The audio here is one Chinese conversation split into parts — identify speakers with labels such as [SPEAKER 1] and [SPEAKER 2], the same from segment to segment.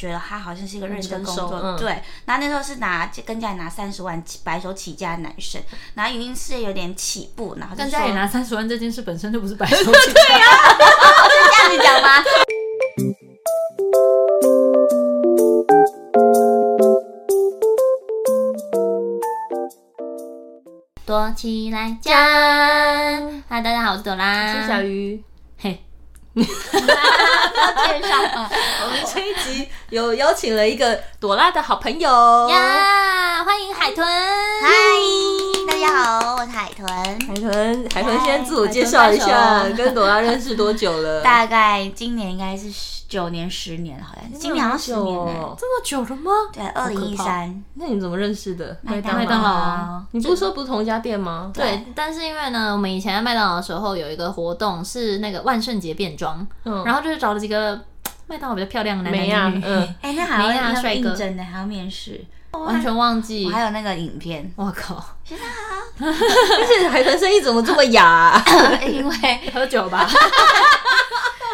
[SPEAKER 1] 觉得他好像是一个认真工作，
[SPEAKER 2] 嗯
[SPEAKER 1] 对。然后那时候是拿跟家里拿三十万起白手起家的男生，然后语音事业有点起步，然后就
[SPEAKER 2] 但
[SPEAKER 1] 说
[SPEAKER 2] 家里拿三十万这件事本身就不是 白手起家。
[SPEAKER 1] 这样子讲吗？
[SPEAKER 3] 躲起来讲。嗨，大家好，我是朵拉。
[SPEAKER 2] 谢谢小鱼，
[SPEAKER 3] 嘿，
[SPEAKER 1] 介绍吗？
[SPEAKER 2] 我们 这一集有邀请了一个朵拉的好朋友
[SPEAKER 3] 哦呀欢迎海 豚。
[SPEAKER 1] 嗨，大家好，我是海豚，
[SPEAKER 2] 海豚，海豚先自我
[SPEAKER 3] 嗨
[SPEAKER 2] 介绍一
[SPEAKER 3] 海
[SPEAKER 2] 下，
[SPEAKER 3] 豚
[SPEAKER 2] 跟朵拉认识多久了？
[SPEAKER 1] 大概今年应该是十九年、十年，好像今年好像十年了
[SPEAKER 2] 哦。这么久了吗？
[SPEAKER 1] 对，二零一三，
[SPEAKER 2] 那你怎么认识的？
[SPEAKER 1] 麦当劳
[SPEAKER 2] 麦当劳啊？你不是说不是同一家店吗？
[SPEAKER 3] 对，但是因为呢，我们以前在麦当劳的时候有一个活动是那个万圣节变装，
[SPEAKER 2] 嗯，
[SPEAKER 3] 然后就是找了几个嘖麦当劳比较漂亮的男
[SPEAKER 2] 没呀
[SPEAKER 3] 男女，女，
[SPEAKER 2] 嗯，
[SPEAKER 1] 哎，那还
[SPEAKER 3] 没啊
[SPEAKER 1] 要要
[SPEAKER 3] 帅哥
[SPEAKER 1] 应征的，还要面试，
[SPEAKER 3] 完全忘记
[SPEAKER 1] 我。还有那个影片，
[SPEAKER 3] 我靠，
[SPEAKER 2] 而且海豚声音怎么这么哑 啊？
[SPEAKER 1] 因 为
[SPEAKER 3] 哎喝酒吧。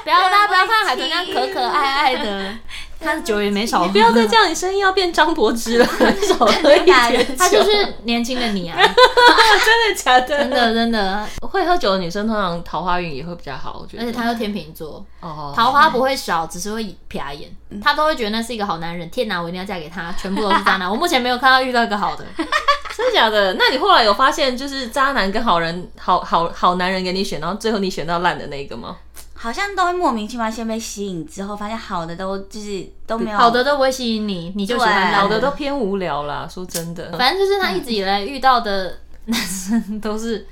[SPEAKER 3] 不要，大家不要看海豚这样可可爱爱的， 他的酒也没少喝。
[SPEAKER 2] 不要再这样，你声音要变张柏芝 了，少喝一 点酒。
[SPEAKER 3] 他就是年轻的你 啊，
[SPEAKER 2] 真的假的？
[SPEAKER 3] 真的真的，
[SPEAKER 2] 会喝酒的女生通常桃花运也会比较好，我觉得。
[SPEAKER 3] 而且他又天秤座，
[SPEAKER 2] 哦，
[SPEAKER 3] 桃花不会少，只是会瞥眼，他都会觉得那是一个好男人。天哪，我一定要嫁给他，全部都是渣 男。我目前没有看到遇到一个好的，
[SPEAKER 2] 真的假的？那你后来有发现，就是渣男跟好人、好好好男人给你选，然后最后你选到烂的那一个吗？
[SPEAKER 1] 好像都会莫名其妙先被吸引，之后发现好的都就是都没有
[SPEAKER 3] 好的都不会吸引你，你就喜欢
[SPEAKER 1] 对
[SPEAKER 3] 老
[SPEAKER 2] 好
[SPEAKER 3] 的
[SPEAKER 2] 的都
[SPEAKER 3] 都。
[SPEAKER 2] 偏无聊啦，说真的。
[SPEAKER 3] 哎反正就是他一直以来遇到的男生都 是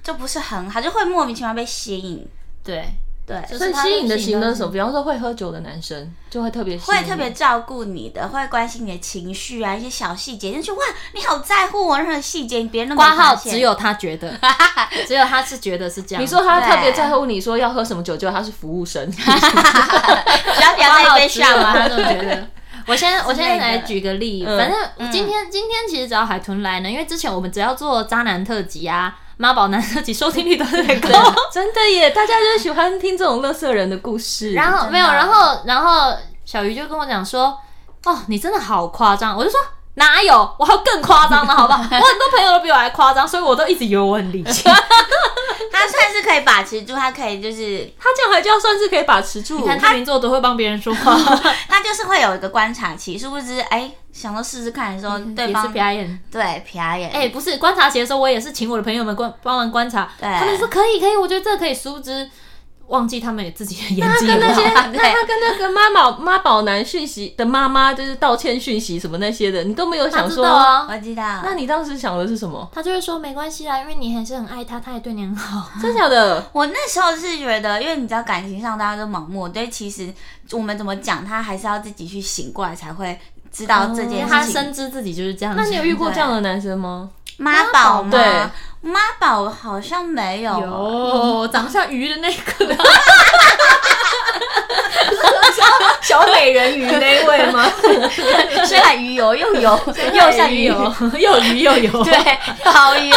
[SPEAKER 1] 就不是很好，就会莫名其妙被吸引，
[SPEAKER 3] 对
[SPEAKER 1] 对
[SPEAKER 3] 就
[SPEAKER 2] 所以
[SPEAKER 3] 是他
[SPEAKER 2] 吸引的型的
[SPEAKER 3] 都
[SPEAKER 2] 是什么？比方说会喝酒的男生，就会特别吸引
[SPEAKER 1] 会
[SPEAKER 2] 你
[SPEAKER 1] 特别照顾你的，会关心你的情绪啊，一些小细节，就觉得哇，你好在乎我任何细节，别人都没
[SPEAKER 3] 挂号
[SPEAKER 1] 发现。
[SPEAKER 3] 只有他觉 得，只有他是觉得是这样。
[SPEAKER 2] 你说他
[SPEAKER 1] 对
[SPEAKER 2] 特别在乎你说要喝什么酒，就他是服务生，
[SPEAKER 1] 不要不要
[SPEAKER 3] 挂
[SPEAKER 1] 再
[SPEAKER 3] 号
[SPEAKER 1] 被
[SPEAKER 3] 只有
[SPEAKER 1] 上
[SPEAKER 3] 他
[SPEAKER 1] 了。
[SPEAKER 3] 就觉 得。我先我
[SPEAKER 1] 之
[SPEAKER 3] 先
[SPEAKER 1] 类的
[SPEAKER 3] 来举个例，
[SPEAKER 2] 嗯
[SPEAKER 3] 反正今天、今天其实只要海豚来呢，因为之前我们只要做渣男特辑啊、妈宝男特辑，收听率都特别高。
[SPEAKER 2] 真的耶！大家就是喜欢听这种乐色人的故事。
[SPEAKER 3] 然后没有，然后然后小鱼就跟我讲说：“哦，你真的好夸张。”我就说。哪有？我还有更夸张的，好 不好？我很多朋友都比我还夸张，所以我都一直以为我很理 性。
[SPEAKER 1] 他算是可以把持住，他可以就是
[SPEAKER 2] 他这样还就要算是可以把持住
[SPEAKER 3] 你。看天秤座都会帮别人说 话，
[SPEAKER 1] 他就是会有一个观察期，殊不知哎，想说试试看的时候，
[SPEAKER 2] 嗯
[SPEAKER 1] 对
[SPEAKER 3] 也是
[SPEAKER 1] 方
[SPEAKER 3] 表演。
[SPEAKER 1] 对瞥眼，
[SPEAKER 3] 哎、不是观察期的时候，我也是请我的朋友们观帮忙观察，
[SPEAKER 1] 对
[SPEAKER 3] 他们说可以可以，我觉得这个可以，殊不知忘记他们也自己的演技
[SPEAKER 2] 跟
[SPEAKER 3] 也
[SPEAKER 2] 那
[SPEAKER 3] 不
[SPEAKER 2] 些，
[SPEAKER 3] 好。
[SPEAKER 2] 那他跟那个妈宝妈宝男讯息的妈妈，就是道歉讯息什么那些的，你都没有
[SPEAKER 3] 他
[SPEAKER 2] 想
[SPEAKER 3] 知
[SPEAKER 2] 说。
[SPEAKER 3] 道啊，
[SPEAKER 1] 我知道。
[SPEAKER 2] 那你当时想的是什么？
[SPEAKER 3] 他就会说没关系啦，因为你还是很爱他，他也对你很好。
[SPEAKER 2] 真假的？
[SPEAKER 1] 我那时候是觉得，因为你知道感情上大家都盲目，对，其实我们怎么讲，他还是要自己去醒过来才会知道
[SPEAKER 2] 哦
[SPEAKER 1] 这
[SPEAKER 3] 哦因为
[SPEAKER 1] 件
[SPEAKER 3] 他
[SPEAKER 1] 事情。
[SPEAKER 3] 深知自己就是这样子。
[SPEAKER 2] 那你有遇过这样的男生吗？
[SPEAKER 1] 妈宝吗？
[SPEAKER 2] 对，
[SPEAKER 1] 妈宝好像没有。
[SPEAKER 3] 有长得像鱼的那个？
[SPEAKER 2] 小美人鱼那位吗？
[SPEAKER 1] 虽然鱼油又油 又像鱼 油，，
[SPEAKER 2] 又鱼又油。
[SPEAKER 1] 对，好油。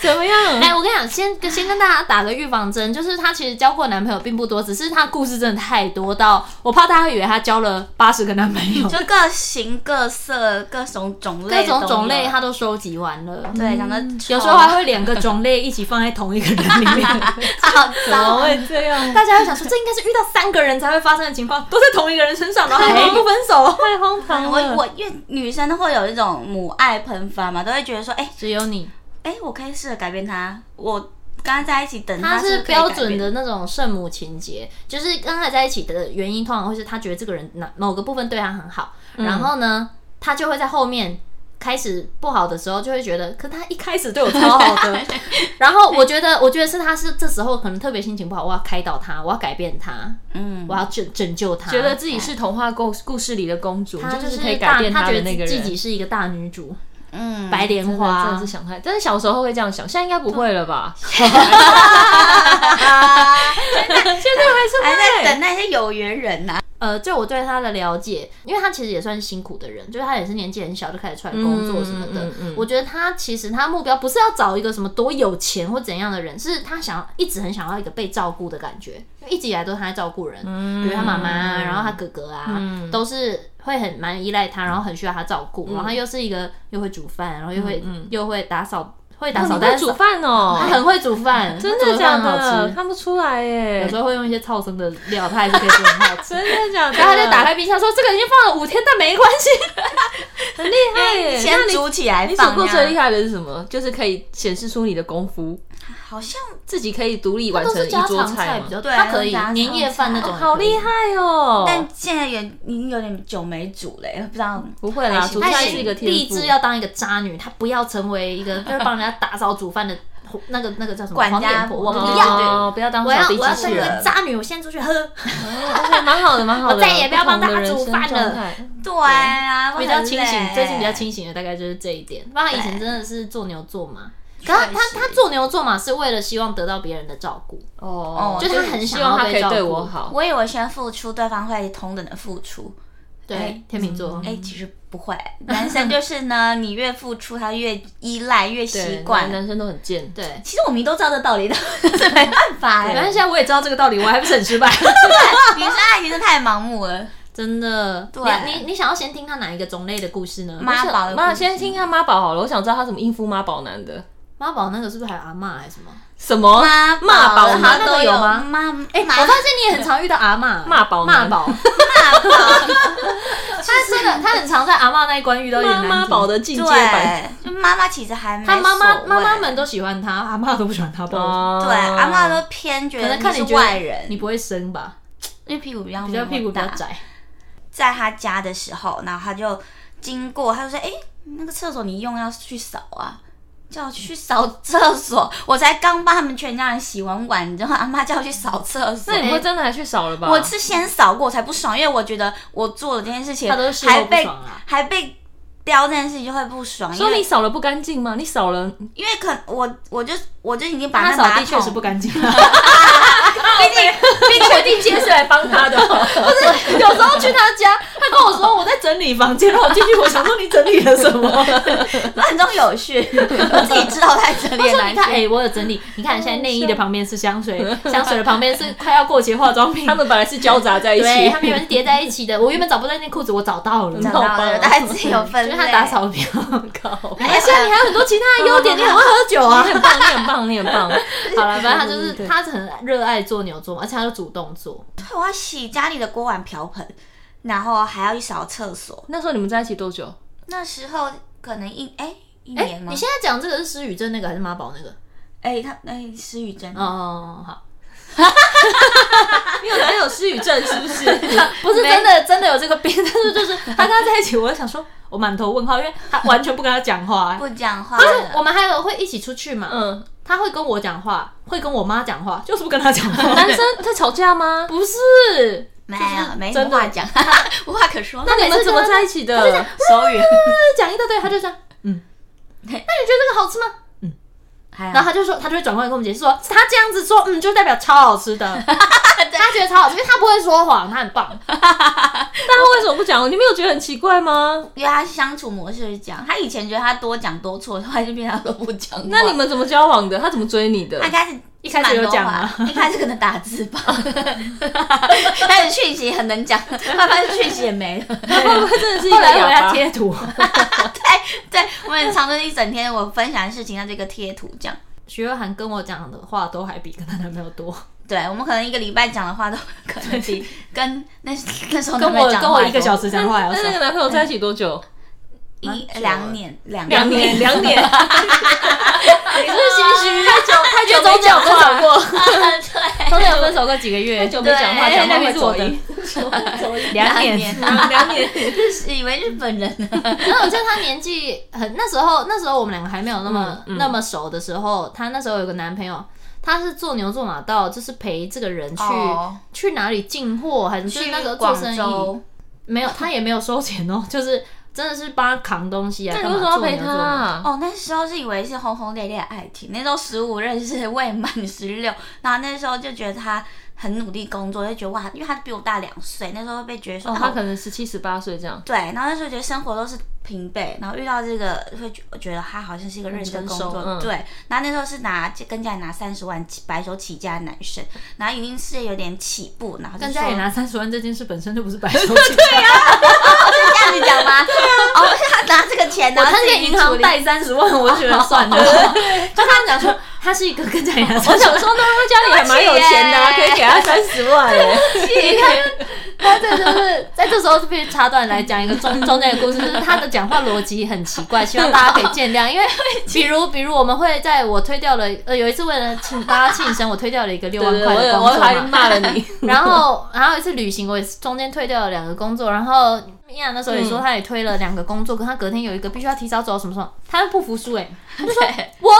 [SPEAKER 2] 怎么样？
[SPEAKER 3] 哎、我跟你讲，先先跟大家打个预防针，就是她其实交过男朋友并不多，只是她故事真的太多到我怕大家以为她交了八十个男朋 友，
[SPEAKER 1] 就各型各色、各种种类
[SPEAKER 3] 哦各
[SPEAKER 1] 都有、
[SPEAKER 3] 种种类她都收集完了。
[SPEAKER 1] 对，长得
[SPEAKER 3] 有时
[SPEAKER 1] 丑
[SPEAKER 3] 候还会两个种类一起放在同一个人里 面，
[SPEAKER 1] 好
[SPEAKER 2] 怎么
[SPEAKER 1] 糟。
[SPEAKER 2] 会这样？
[SPEAKER 3] 大家会想说这应该是遇到三个人才会发生的情况，都在同一个人身上，然后还不分手，
[SPEAKER 2] 太荒唐了！
[SPEAKER 1] 我我因为女生会有一种母爱喷发嘛，都会觉得说，哎、
[SPEAKER 3] 只有你。
[SPEAKER 1] 哎、我可以试着改变他。我跟他在一起等
[SPEAKER 3] 他
[SPEAKER 1] 是
[SPEAKER 3] 嗯是
[SPEAKER 1] 不可以改
[SPEAKER 3] 标
[SPEAKER 1] 变
[SPEAKER 3] 准的那种圣母情节，就是跟他在一起的原因，通常会是他觉得这个人哪某个部分对他很好，然后呢，他就会在后面开始不好的时候，就会觉得，可他一开始对我超好的， 然后我觉得，我觉得是他是这时候可能特别心情不好，我要开导他，我要改变他，
[SPEAKER 1] 嗯
[SPEAKER 3] 我要拯拯救 他，
[SPEAKER 2] 觉得自己是童话故故事里的公主，
[SPEAKER 3] 他
[SPEAKER 2] 就是可以
[SPEAKER 3] 大
[SPEAKER 2] 改变
[SPEAKER 3] 他
[SPEAKER 2] 的
[SPEAKER 3] 觉
[SPEAKER 2] 那个
[SPEAKER 3] 得自
[SPEAKER 2] 人。
[SPEAKER 3] 己是一个大女主，
[SPEAKER 1] 嗯，
[SPEAKER 3] 白莲
[SPEAKER 2] 真的真
[SPEAKER 3] 花
[SPEAKER 2] 的是。想太，但是小时候会这样想，现在应该不会了吧？ 现
[SPEAKER 1] 啊，
[SPEAKER 2] 在还是
[SPEAKER 1] 还在
[SPEAKER 2] 会。
[SPEAKER 1] 等那些有缘人呐、啊
[SPEAKER 3] 呃，就我对他的了解，因为他其实也算是辛苦的人，就是他也是年纪很小就开始出来工作什么的。
[SPEAKER 2] 嗯嗯嗯嗯
[SPEAKER 3] 我觉得他其实他目标不是要找一个什么多有钱或怎样的人，是他想要一直很想要一个被照顾的感觉，因为一直以来都是他在照顾人，比如他妈妈啊，然后他哥哥啊，都是会很蛮依赖他，然后很需要他照顾，然后他又是一个又会煮饭，然后又会、又会打扫，嗯会打
[SPEAKER 2] 你
[SPEAKER 3] 扫，但
[SPEAKER 2] 会
[SPEAKER 3] 是
[SPEAKER 2] 煮饭哦、
[SPEAKER 3] 他很会煮饭，
[SPEAKER 2] 真
[SPEAKER 3] 他煮
[SPEAKER 2] 的假
[SPEAKER 3] 饭很好
[SPEAKER 2] 的？
[SPEAKER 3] 吃。
[SPEAKER 2] 看不出来耶
[SPEAKER 3] 有，时候会用一些超生的料，他还是可以做得很好 吃。
[SPEAKER 2] 真的假的？
[SPEAKER 3] 然后他就打开冰箱说：“这个已经放了五天，但没关系。
[SPEAKER 2] 很厉害耶！
[SPEAKER 1] 先
[SPEAKER 2] 哎那你
[SPEAKER 1] 煮起来
[SPEAKER 2] 你
[SPEAKER 1] 放
[SPEAKER 2] 煮
[SPEAKER 1] 啊。
[SPEAKER 2] 过最厉害的是什么？就是可以显示出你的功夫，
[SPEAKER 1] 好像
[SPEAKER 3] 哦
[SPEAKER 2] 自己可以独立完
[SPEAKER 3] 都
[SPEAKER 2] 成
[SPEAKER 3] 是
[SPEAKER 2] 一
[SPEAKER 3] 家
[SPEAKER 2] 桌
[SPEAKER 3] 常菜
[SPEAKER 2] 吗
[SPEAKER 3] 比？较多，
[SPEAKER 1] 对
[SPEAKER 3] 他可以
[SPEAKER 1] 家常
[SPEAKER 3] 年夜饭那种也
[SPEAKER 1] 菜
[SPEAKER 3] 可以，
[SPEAKER 2] 好厉害哦！
[SPEAKER 1] 但现在也已经有点久没煮
[SPEAKER 3] 哦
[SPEAKER 1] 嘞，不知道。
[SPEAKER 2] 不会啦，煮
[SPEAKER 3] 他
[SPEAKER 2] 菜
[SPEAKER 3] 已
[SPEAKER 2] 是一
[SPEAKER 3] 经
[SPEAKER 2] 个
[SPEAKER 3] 立
[SPEAKER 2] 天赋
[SPEAKER 3] 志。要当一个渣女，她不要成为一个就是 帮人家打扫煮饭的那个那个叫什么
[SPEAKER 1] 管家
[SPEAKER 3] 黄脸婆，我不
[SPEAKER 1] 哦
[SPEAKER 3] 要，
[SPEAKER 2] 不要当
[SPEAKER 3] 我要
[SPEAKER 2] 扫地
[SPEAKER 3] 我要
[SPEAKER 2] 机
[SPEAKER 3] 当
[SPEAKER 2] 器
[SPEAKER 3] 一
[SPEAKER 2] 人
[SPEAKER 3] 个，渣女，我现在出去喝。
[SPEAKER 2] 对啊蛮好的，蛮好的。
[SPEAKER 3] 我再也不要帮大家
[SPEAKER 2] 不同的
[SPEAKER 3] 煮饭了
[SPEAKER 2] 人生状态
[SPEAKER 1] 对啊，
[SPEAKER 3] 比
[SPEAKER 1] 会
[SPEAKER 3] 较
[SPEAKER 1] 很
[SPEAKER 3] 清醒
[SPEAKER 1] 累，
[SPEAKER 3] 最近比较。清醒的大概就是这一点。不然以前真的是做牛做马，可他
[SPEAKER 1] 确
[SPEAKER 3] 他
[SPEAKER 1] 实
[SPEAKER 3] 他做牛做马是为了希望得到别人的照顾，
[SPEAKER 2] 哦
[SPEAKER 1] 就是
[SPEAKER 3] 他很
[SPEAKER 2] 希
[SPEAKER 3] 想
[SPEAKER 2] 望
[SPEAKER 3] 要
[SPEAKER 2] 他可以
[SPEAKER 3] 被照顾
[SPEAKER 2] 对我好。
[SPEAKER 1] 我以为先付出，对方会同等的付出。
[SPEAKER 3] 对
[SPEAKER 1] 哎
[SPEAKER 3] 天秤座。
[SPEAKER 1] 哎、其实不会，男生就是呢，你越付出，他越依赖，越
[SPEAKER 2] 对
[SPEAKER 1] 习惯
[SPEAKER 2] 男。男生都很贱，
[SPEAKER 3] 对，
[SPEAKER 1] 其实我们都知道这道理，但是 没办法
[SPEAKER 3] 反正
[SPEAKER 1] 哎
[SPEAKER 3] 现，在我也知道这个道理，我还不是很失败。啊
[SPEAKER 1] 女生爱情真的太盲目了。
[SPEAKER 3] 真的，
[SPEAKER 1] 对
[SPEAKER 3] 你你你想要先听他哪一个种类的故事呢？
[SPEAKER 1] 妈宝的故事
[SPEAKER 2] 妈，先听下妈宝好了，我想知道他怎么应付妈宝男的。
[SPEAKER 3] 妈宝那个是不是还有阿嬷还是什么？
[SPEAKER 2] 什么
[SPEAKER 1] 妈
[SPEAKER 2] 妈宝
[SPEAKER 1] 好像
[SPEAKER 2] 男
[SPEAKER 3] 那个
[SPEAKER 1] 都
[SPEAKER 3] 有吗
[SPEAKER 1] 妈哎，
[SPEAKER 3] 我
[SPEAKER 1] 妈
[SPEAKER 3] 发现你也很常遇到 阿嬷，
[SPEAKER 2] 骂宝
[SPEAKER 3] 骂
[SPEAKER 2] 男
[SPEAKER 3] 宝，他真的他很常在阿嬷那一关遇到一点
[SPEAKER 2] 妈
[SPEAKER 3] 难题
[SPEAKER 2] 妈宝，的进阶版。
[SPEAKER 1] 对，就妈妈其实还没
[SPEAKER 3] 他妈妈
[SPEAKER 1] 所谓
[SPEAKER 3] 妈妈们都喜欢他，阿嬷都不喜欢他，不知道为什么
[SPEAKER 2] 哦
[SPEAKER 1] 对阿妈都偏觉
[SPEAKER 3] 可
[SPEAKER 1] 得
[SPEAKER 3] 能看
[SPEAKER 1] 你
[SPEAKER 3] 你
[SPEAKER 1] 是
[SPEAKER 3] 觉
[SPEAKER 1] 外
[SPEAKER 3] 得
[SPEAKER 1] 人，嗯
[SPEAKER 3] 你不会生吧，
[SPEAKER 1] 因为屁股比较
[SPEAKER 3] 比较屁股比较
[SPEAKER 1] 大。
[SPEAKER 3] 窄，
[SPEAKER 1] 在他家的时候，然后他就经过，他就说：“哎、那个厕所你用要去扫啊。”叫我去扫厕所， 我才刚帮他们全家人洗完碗，你知道吗？阿妈叫我去扫厕所
[SPEAKER 2] 那，
[SPEAKER 3] 哎
[SPEAKER 2] 你会真的还去少了 吧？
[SPEAKER 1] 我是先扫过我才不爽，因为我觉得我做了这件事情，
[SPEAKER 3] 他都是事
[SPEAKER 1] 还
[SPEAKER 3] 后不
[SPEAKER 1] 被
[SPEAKER 3] 爽啊啦。
[SPEAKER 1] 还被叼这件事情就会不爽，因
[SPEAKER 2] 说你
[SPEAKER 1] 为
[SPEAKER 2] 少了不干净吗？你少 了
[SPEAKER 1] 因为可我我就我就已经把
[SPEAKER 3] 他
[SPEAKER 1] 那
[SPEAKER 3] 扫
[SPEAKER 1] 马
[SPEAKER 3] 地确实
[SPEAKER 1] 桶
[SPEAKER 3] 不干净，啊
[SPEAKER 2] 毕竟我进阶 是来帮他的，
[SPEAKER 3] 有时候去他家，他跟我说我在整理房间，然后我进去，我想说你整理了什 么？
[SPEAKER 1] 乱中有序， 我自己知道在这
[SPEAKER 3] 我
[SPEAKER 1] 里
[SPEAKER 3] 说
[SPEAKER 1] 来
[SPEAKER 3] 你看，哎、我有整理，你看现在内衣的旁边是香水，香水的旁边是快要过期的 化妆品
[SPEAKER 2] 他，们本来是交杂在一
[SPEAKER 3] 对，
[SPEAKER 2] 起
[SPEAKER 3] 他。们原本是叠在一起 的。我原本找不到那件裤哎子，我找到了，
[SPEAKER 1] 找
[SPEAKER 2] 好
[SPEAKER 1] 到
[SPEAKER 2] 吧
[SPEAKER 1] 了，大家自己有
[SPEAKER 3] 就
[SPEAKER 1] 分
[SPEAKER 3] 是
[SPEAKER 1] 类。
[SPEAKER 3] 他打扫比较高。
[SPEAKER 1] 哎，
[SPEAKER 3] 而且你还有很多其他的优点，你很会喝酒
[SPEAKER 2] 你
[SPEAKER 3] 啊。
[SPEAKER 2] 很棒，你很棒，你很棒。
[SPEAKER 3] 好了，反正他就是
[SPEAKER 2] 对
[SPEAKER 3] 他很热爱做牛做马，而且他就主动做。
[SPEAKER 1] 对，我要洗家里的锅碗瓢盆，然后还要去扫厕所。
[SPEAKER 2] 那时候你们在一起多久？
[SPEAKER 1] 那时候可能一哎、一
[SPEAKER 3] 哎、
[SPEAKER 1] 年吗
[SPEAKER 3] 你？现在讲这个是失语症那个还是妈宝那个？
[SPEAKER 1] 哎、他哎施雨珍，
[SPEAKER 3] 哦，好，
[SPEAKER 2] 你有男友失语症是不是？
[SPEAKER 3] 不是真的真的有这个病， 但是就是他跟他在一起，我就想说，我满头问号，因为他完全不跟他讲话、
[SPEAKER 1] 不讲话
[SPEAKER 3] 就是我
[SPEAKER 1] 了。
[SPEAKER 3] 们还有会一起出去嘛，
[SPEAKER 2] 嗯，
[SPEAKER 3] 他会跟我讲话，会跟我妈讲话，就是不跟他讲话。
[SPEAKER 2] 男生在吵架吗？
[SPEAKER 3] 不是，
[SPEAKER 1] 没有，没什
[SPEAKER 2] 真
[SPEAKER 1] 么
[SPEAKER 2] 的
[SPEAKER 1] 话讲，哈哈 无话可说。
[SPEAKER 2] 那你们怎么在一起的？手语。
[SPEAKER 3] 他讲一大堆，他就这样，嗯，哎那你觉得这个好吃吗？
[SPEAKER 1] 还
[SPEAKER 3] 然
[SPEAKER 1] 好
[SPEAKER 3] 后他就说，他就会转过来跟我们解释说，他这样子说，嗯，就代表超好吃 的。他觉得超好吃，因为他不会说谎，他很棒。
[SPEAKER 2] 但他为什么不讲？你没有觉得很奇怪吗？
[SPEAKER 1] 因为他相处模式是这样，他以前觉得他多讲多错，后来就变成他都不讲话。
[SPEAKER 2] 那你们怎么交往的？他怎么追你的
[SPEAKER 1] 他？一开始
[SPEAKER 3] 一开始有讲吗
[SPEAKER 1] 蛮多话一开始可能打字 吧，开始讯息很能讲，慢慢讯息也没了。
[SPEAKER 2] 他 会不会 真的是一
[SPEAKER 3] 后
[SPEAKER 2] 个
[SPEAKER 3] 来回
[SPEAKER 2] 哑
[SPEAKER 3] 他
[SPEAKER 2] 巴？
[SPEAKER 3] 贴 图，
[SPEAKER 1] 对，我很常就是一整天我分享的事情，他这个贴图这样。
[SPEAKER 3] 徐若涵跟我讲的话都还比跟她男朋友多，
[SPEAKER 1] 对，我们可能一个礼拜讲的话都可能比跟那那时候
[SPEAKER 3] 跟
[SPEAKER 1] 男朋
[SPEAKER 3] 我
[SPEAKER 1] 友讲的
[SPEAKER 3] 跟
[SPEAKER 1] 话
[SPEAKER 3] 我
[SPEAKER 1] 多
[SPEAKER 3] 一个小时讲嗯话还要
[SPEAKER 2] 那那
[SPEAKER 3] 少
[SPEAKER 2] 个。男朋友在一起多久？
[SPEAKER 1] 一呃两年两
[SPEAKER 2] 两年，两年。 你是不是
[SPEAKER 3] 嗯
[SPEAKER 2] 心虚？太久太久没讲话过，
[SPEAKER 3] 他们有分手过几个
[SPEAKER 2] 太
[SPEAKER 3] 月，
[SPEAKER 2] 久没讲话，
[SPEAKER 1] 对
[SPEAKER 2] 讲话
[SPEAKER 3] 那
[SPEAKER 2] 会
[SPEAKER 3] 边是我
[SPEAKER 2] 走
[SPEAKER 3] 的
[SPEAKER 2] 音。
[SPEAKER 3] 两
[SPEAKER 1] 两
[SPEAKER 3] 年
[SPEAKER 1] 年。
[SPEAKER 2] 两年，
[SPEAKER 1] 以为日本 人呢，
[SPEAKER 3] 然后我记得她年纪很，那时候那时候我们两个还没有那么、
[SPEAKER 2] 嗯嗯
[SPEAKER 3] 那么熟的时候，她那时候有个男朋友，他是做牛做马到，就是陪这个人去、
[SPEAKER 1] 哦
[SPEAKER 3] 去哪里进货，还是就是那时候做生意，
[SPEAKER 1] 州，
[SPEAKER 3] 没有，他也没有收钱哦， 就是真的是帮他扛东西啊，
[SPEAKER 2] 那你为什么要
[SPEAKER 3] 干嘛做
[SPEAKER 2] 陪
[SPEAKER 3] 牛
[SPEAKER 2] 他
[SPEAKER 3] 做马？
[SPEAKER 2] 啊？
[SPEAKER 1] 哦，那时候是以为是轰轰烈烈的爱情，那时候十五认识未满十六，然后那时候就觉得他很努力工作，就觉得哇，因为他比我大两岁，那时候会被觉得说、
[SPEAKER 2] 哦，
[SPEAKER 1] 啊
[SPEAKER 2] 他可能十七十八岁这样，
[SPEAKER 1] 对，然后那时候觉得生活都是平辈，然后遇到这个会觉觉得他好像是一个认真
[SPEAKER 2] 成
[SPEAKER 1] 工
[SPEAKER 2] 熟
[SPEAKER 1] 作，
[SPEAKER 2] 嗯
[SPEAKER 1] 对。然后那时候是拿跟家里拿三十万起白手起家的男生，然后已经是有点起步，然后就
[SPEAKER 3] 但
[SPEAKER 1] 说
[SPEAKER 3] 家里拿三十万这件事本身就不是白手 起家，
[SPEAKER 1] 这样子讲吗？ 哦，他拿这个钱，
[SPEAKER 3] 我
[SPEAKER 1] 然后
[SPEAKER 3] 看
[SPEAKER 1] 自
[SPEAKER 3] 见
[SPEAKER 1] 己
[SPEAKER 3] 银行哦
[SPEAKER 1] 贷。
[SPEAKER 3] 贷三十万，我就觉得算了。就他讲说，他是一个跟家里拿
[SPEAKER 2] 我
[SPEAKER 3] 三十
[SPEAKER 2] 想
[SPEAKER 3] 万，
[SPEAKER 2] 说，那他家里还蛮有钱的、啊，可
[SPEAKER 1] 对耶
[SPEAKER 2] 以给他三十万、欸。
[SPEAKER 3] 他这就是在这时候特别插段来讲一个 中中间的故事，就是他的讲话逻辑很奇怪，希望大家可以见谅。 因为比如比如我们会在我推掉了呃有一次为了庆大家庆生，我推掉了一个六
[SPEAKER 2] 对对，
[SPEAKER 3] 万块的
[SPEAKER 2] 我
[SPEAKER 3] 工
[SPEAKER 2] 我
[SPEAKER 3] 作
[SPEAKER 2] 还
[SPEAKER 3] 嘛
[SPEAKER 2] 骂了你。
[SPEAKER 3] 然后，然后一次旅行，我也是中间退掉了两个工作，然后米娅那时候也说
[SPEAKER 2] 嗯
[SPEAKER 3] 她也推了两个工作，可她隔天有一个必须要提早走，什么什么，她不服输哎、
[SPEAKER 1] 对，
[SPEAKER 3] 我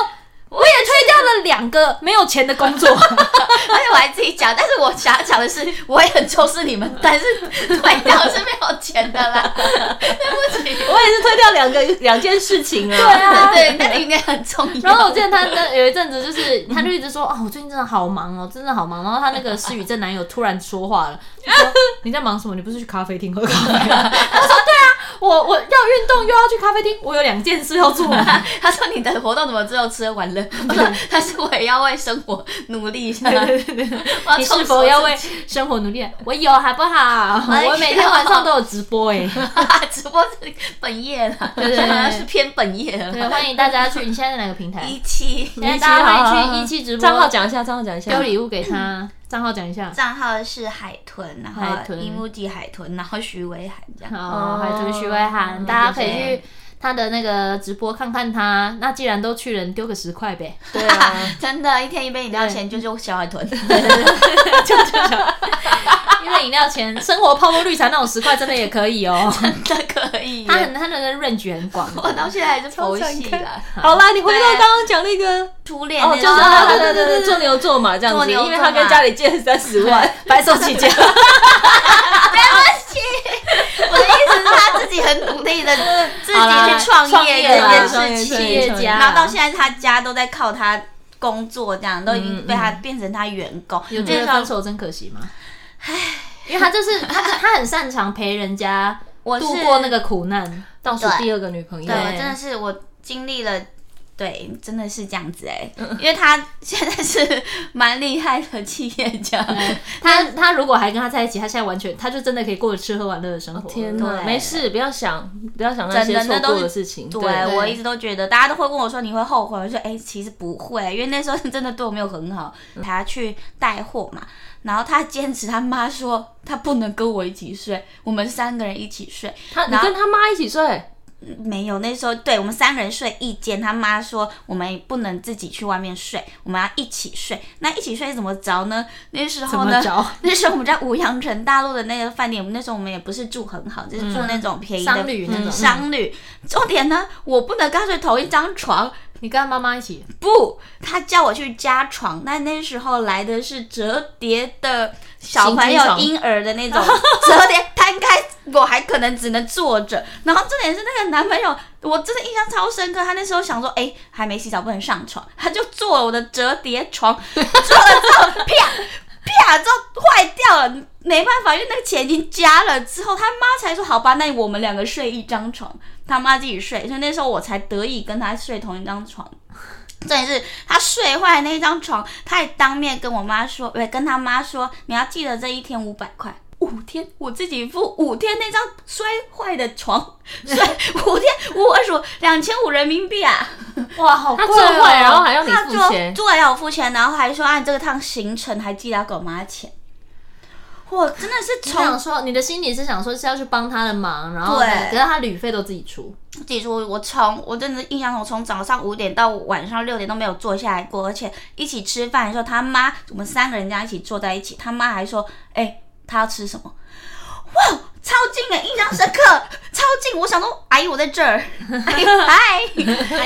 [SPEAKER 3] 我也推掉了两个没有钱的工作，
[SPEAKER 1] 而 且我还自己讲，但是我想要讲的是，我也很重视你们，但是 退掉是没有钱的啦，对不起。
[SPEAKER 2] 我也是推掉两个两件事情啊。
[SPEAKER 3] 对啊
[SPEAKER 1] 对，那你应该很重要。
[SPEAKER 3] 然后我记得她那有一阵子就是，她就一直说哦，我最近真的好忙哦，真的好忙。然后她那个失语症男友突然说话了，就 说你在忙什么？你不是去咖啡厅喝咖啡 吗？她说对啊，我我要运动又要去咖啡厅，我有两件事要做。
[SPEAKER 1] 他说你的活动怎么只有吃喝玩 乐？我说，但是我也要为生活努力一下。我
[SPEAKER 3] 你
[SPEAKER 1] 充实
[SPEAKER 3] 是否
[SPEAKER 1] 我
[SPEAKER 3] 要
[SPEAKER 1] 自
[SPEAKER 3] 为
[SPEAKER 1] 己
[SPEAKER 3] 生活努力？我有，好不 好？
[SPEAKER 1] 哎呦
[SPEAKER 3] 我每天晚上都有直播哎、欸。
[SPEAKER 1] 直播是本业啦？
[SPEAKER 3] 对对对对
[SPEAKER 1] 是偏本业了。
[SPEAKER 3] 对，欢迎大家去。你现在在哪个平 台？
[SPEAKER 1] 一期
[SPEAKER 3] 现在大家欢迎去一期直播，
[SPEAKER 2] 账号讲一下，账号讲一下。
[SPEAKER 3] 哦丢礼物给他， 账号讲一下。
[SPEAKER 1] 账号是海豚，然
[SPEAKER 3] 海
[SPEAKER 1] 后
[SPEAKER 3] 豚
[SPEAKER 1] 樱木季海豚，然后徐伟涵这样。
[SPEAKER 3] 好，还有徐威
[SPEAKER 2] 嗯
[SPEAKER 3] 涵，大家可以
[SPEAKER 1] 对
[SPEAKER 3] 去他的那个直播看看他。那既然都去了，你丢个十块呗。
[SPEAKER 2] 对啊，
[SPEAKER 1] 真的，一天一杯饮料钱就是小海豚。
[SPEAKER 3] 因为饮料钱，生活泡沫绿茶那种十块真的也可以哦。
[SPEAKER 1] 真的可以耶，
[SPEAKER 3] 他 很他的 range 很 广。
[SPEAKER 1] 我到现在还是佛系啦，
[SPEAKER 2] 好啦，你回到刚刚讲那个。
[SPEAKER 1] 初恋
[SPEAKER 2] 哦，
[SPEAKER 1] 那
[SPEAKER 2] 就是
[SPEAKER 1] 种
[SPEAKER 2] 啊，对对对对，做牛做马这样
[SPEAKER 1] 做
[SPEAKER 2] 子，
[SPEAKER 1] 牛做
[SPEAKER 2] 因
[SPEAKER 1] 马
[SPEAKER 2] 为他跟家里借了三十万，
[SPEAKER 3] 白手起家，
[SPEAKER 1] 我的意思是他自己很努力的自己
[SPEAKER 3] 好啦
[SPEAKER 1] 去创业
[SPEAKER 3] 创业啦啊
[SPEAKER 1] 这件事
[SPEAKER 2] 创
[SPEAKER 1] 情，
[SPEAKER 2] 业
[SPEAKER 3] 业家
[SPEAKER 1] 然后到现在他家都在靠他。工作这样都已经被他变成他员工，
[SPEAKER 3] 嗯有觉
[SPEAKER 1] 这
[SPEAKER 3] 得
[SPEAKER 1] 种
[SPEAKER 3] 分手真可惜吗？因为他就是他，他很擅长陪人家
[SPEAKER 1] 我是
[SPEAKER 3] 度过那个苦难。
[SPEAKER 2] 倒数第二个女朋友
[SPEAKER 1] 对，，我真的是我经历了，对，真的是这样子哎、
[SPEAKER 3] 嗯
[SPEAKER 1] 因为他现在是蛮厉害的企业家，
[SPEAKER 3] 嗯他他如果还跟他在一起，他现在完全他就真的可以过着吃喝玩乐的生活。
[SPEAKER 2] 天
[SPEAKER 3] 哦哪！
[SPEAKER 2] 哪，
[SPEAKER 1] 对
[SPEAKER 2] 没事，不要想，不要想那些
[SPEAKER 1] 真的那
[SPEAKER 2] 错
[SPEAKER 1] 都是
[SPEAKER 2] 过的事情。
[SPEAKER 1] 对
[SPEAKER 2] 对，
[SPEAKER 1] 我一直都觉得，大家都会问我说你会后悔，我就说哎、其实不会，因为那时候 真的对我没有很好，
[SPEAKER 3] 嗯
[SPEAKER 1] 他去带货嘛，然后他坚持他妈说他不能跟我一起睡，我们三个人一起睡，
[SPEAKER 2] 他你
[SPEAKER 1] 然后
[SPEAKER 2] 跟他妈一起睡，
[SPEAKER 1] 没有那时候对我们三个人睡一间，他妈说我们不能自己去外面睡，我们要一起睡，那一起睡怎么着呢？那时
[SPEAKER 3] 怎
[SPEAKER 1] 候
[SPEAKER 3] 么
[SPEAKER 1] 呢？
[SPEAKER 3] 着？
[SPEAKER 1] 那时候我们在五羊城大陆的那个饭店，我们那时候我们也不是住很好，就是住那种便宜的嗯
[SPEAKER 3] 嗯商旅那种嗯
[SPEAKER 1] 商旅。重点呢，我不能跟他睡同一张床，
[SPEAKER 3] 你跟他妈妈一起，
[SPEAKER 1] 不，他叫我去加床。那那时候来的是折叠的小朋友
[SPEAKER 2] 行军床
[SPEAKER 1] 婴儿的那种折叠摊开，我还可能只能坐着。然后重点是那个男朋友，我真的印象超深刻。他那时候想说，哎、还没洗澡不能上床，他就坐了我的折叠床，坐了之后啪 啪之后坏掉了。没办法，因为那个钱已经加了之后，他妈才说好吧，那我们两个睡一张床，他妈自己睡，所以那时候我才得以跟他睡同一张床。重点是他睡坏那张床，他也当面跟我妈说，对，跟他妈说，你要记得这一天五百块。五天，我自己付五天那张摔坏的 床，摔五天，我二叔两千五人民币啊！
[SPEAKER 3] 哇，好
[SPEAKER 2] 他
[SPEAKER 3] 贵
[SPEAKER 2] 做坏，然后
[SPEAKER 3] 哦！
[SPEAKER 2] 还要你
[SPEAKER 1] 他
[SPEAKER 2] 付钱
[SPEAKER 1] 说，对啊要我付钱，然后还说啊按这个趟行程还寄他给我妈钱。我真的是
[SPEAKER 3] 你
[SPEAKER 1] 从
[SPEAKER 3] 想说，你的心里是想说是要去帮他的忙，然后呢
[SPEAKER 1] 对
[SPEAKER 3] 可是他旅费都自己出，
[SPEAKER 1] 记住，我从我真的印象中，从早上五点到晚上六点都没有坐下来过，而且一起吃饭的时候，他妈我们三个人家一起坐在一起，他妈还说：“哎、他要吃什么？”哇，超近的，印象深刻，超近。我想说，阿姨我在这儿，阿姨 嗨，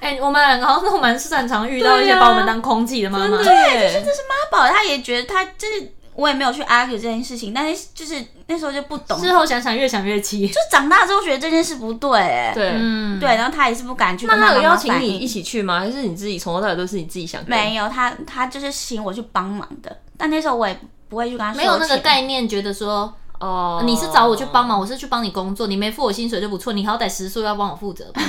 [SPEAKER 3] 哎哎、我们两个好像都蛮擅长遇到一些
[SPEAKER 2] 对啊
[SPEAKER 3] 把我们当空气的妈妈。
[SPEAKER 2] 对，
[SPEAKER 1] 这是妈宝，他也觉得他就是我也没有去 argue 这件事情，但是就是那时候就不懂，
[SPEAKER 3] 事
[SPEAKER 2] 啊
[SPEAKER 1] 就
[SPEAKER 3] 后想想，越想越气。
[SPEAKER 1] 长大之后觉得这件事不对、哎，
[SPEAKER 2] 对。
[SPEAKER 3] 嗯，
[SPEAKER 1] 对，然后他也是不敢去
[SPEAKER 2] 那
[SPEAKER 1] 跟
[SPEAKER 2] 他
[SPEAKER 1] 妈
[SPEAKER 2] 有
[SPEAKER 1] 妈
[SPEAKER 2] 邀请
[SPEAKER 1] 反
[SPEAKER 2] 你
[SPEAKER 1] 映
[SPEAKER 2] 一。起去吗？还是你自己从头到尾都是你自己想跟？
[SPEAKER 1] 没有，他他就是请我去帮忙的，但那时候我也不会去跟他
[SPEAKER 3] 没有
[SPEAKER 1] 收
[SPEAKER 3] 那个
[SPEAKER 1] 钱
[SPEAKER 3] 概念，觉得说
[SPEAKER 2] 哦，
[SPEAKER 3] 你是找我去帮忙，我是去帮你工作，你没付我薪水就不错，你好歹食宿要帮我负责吧。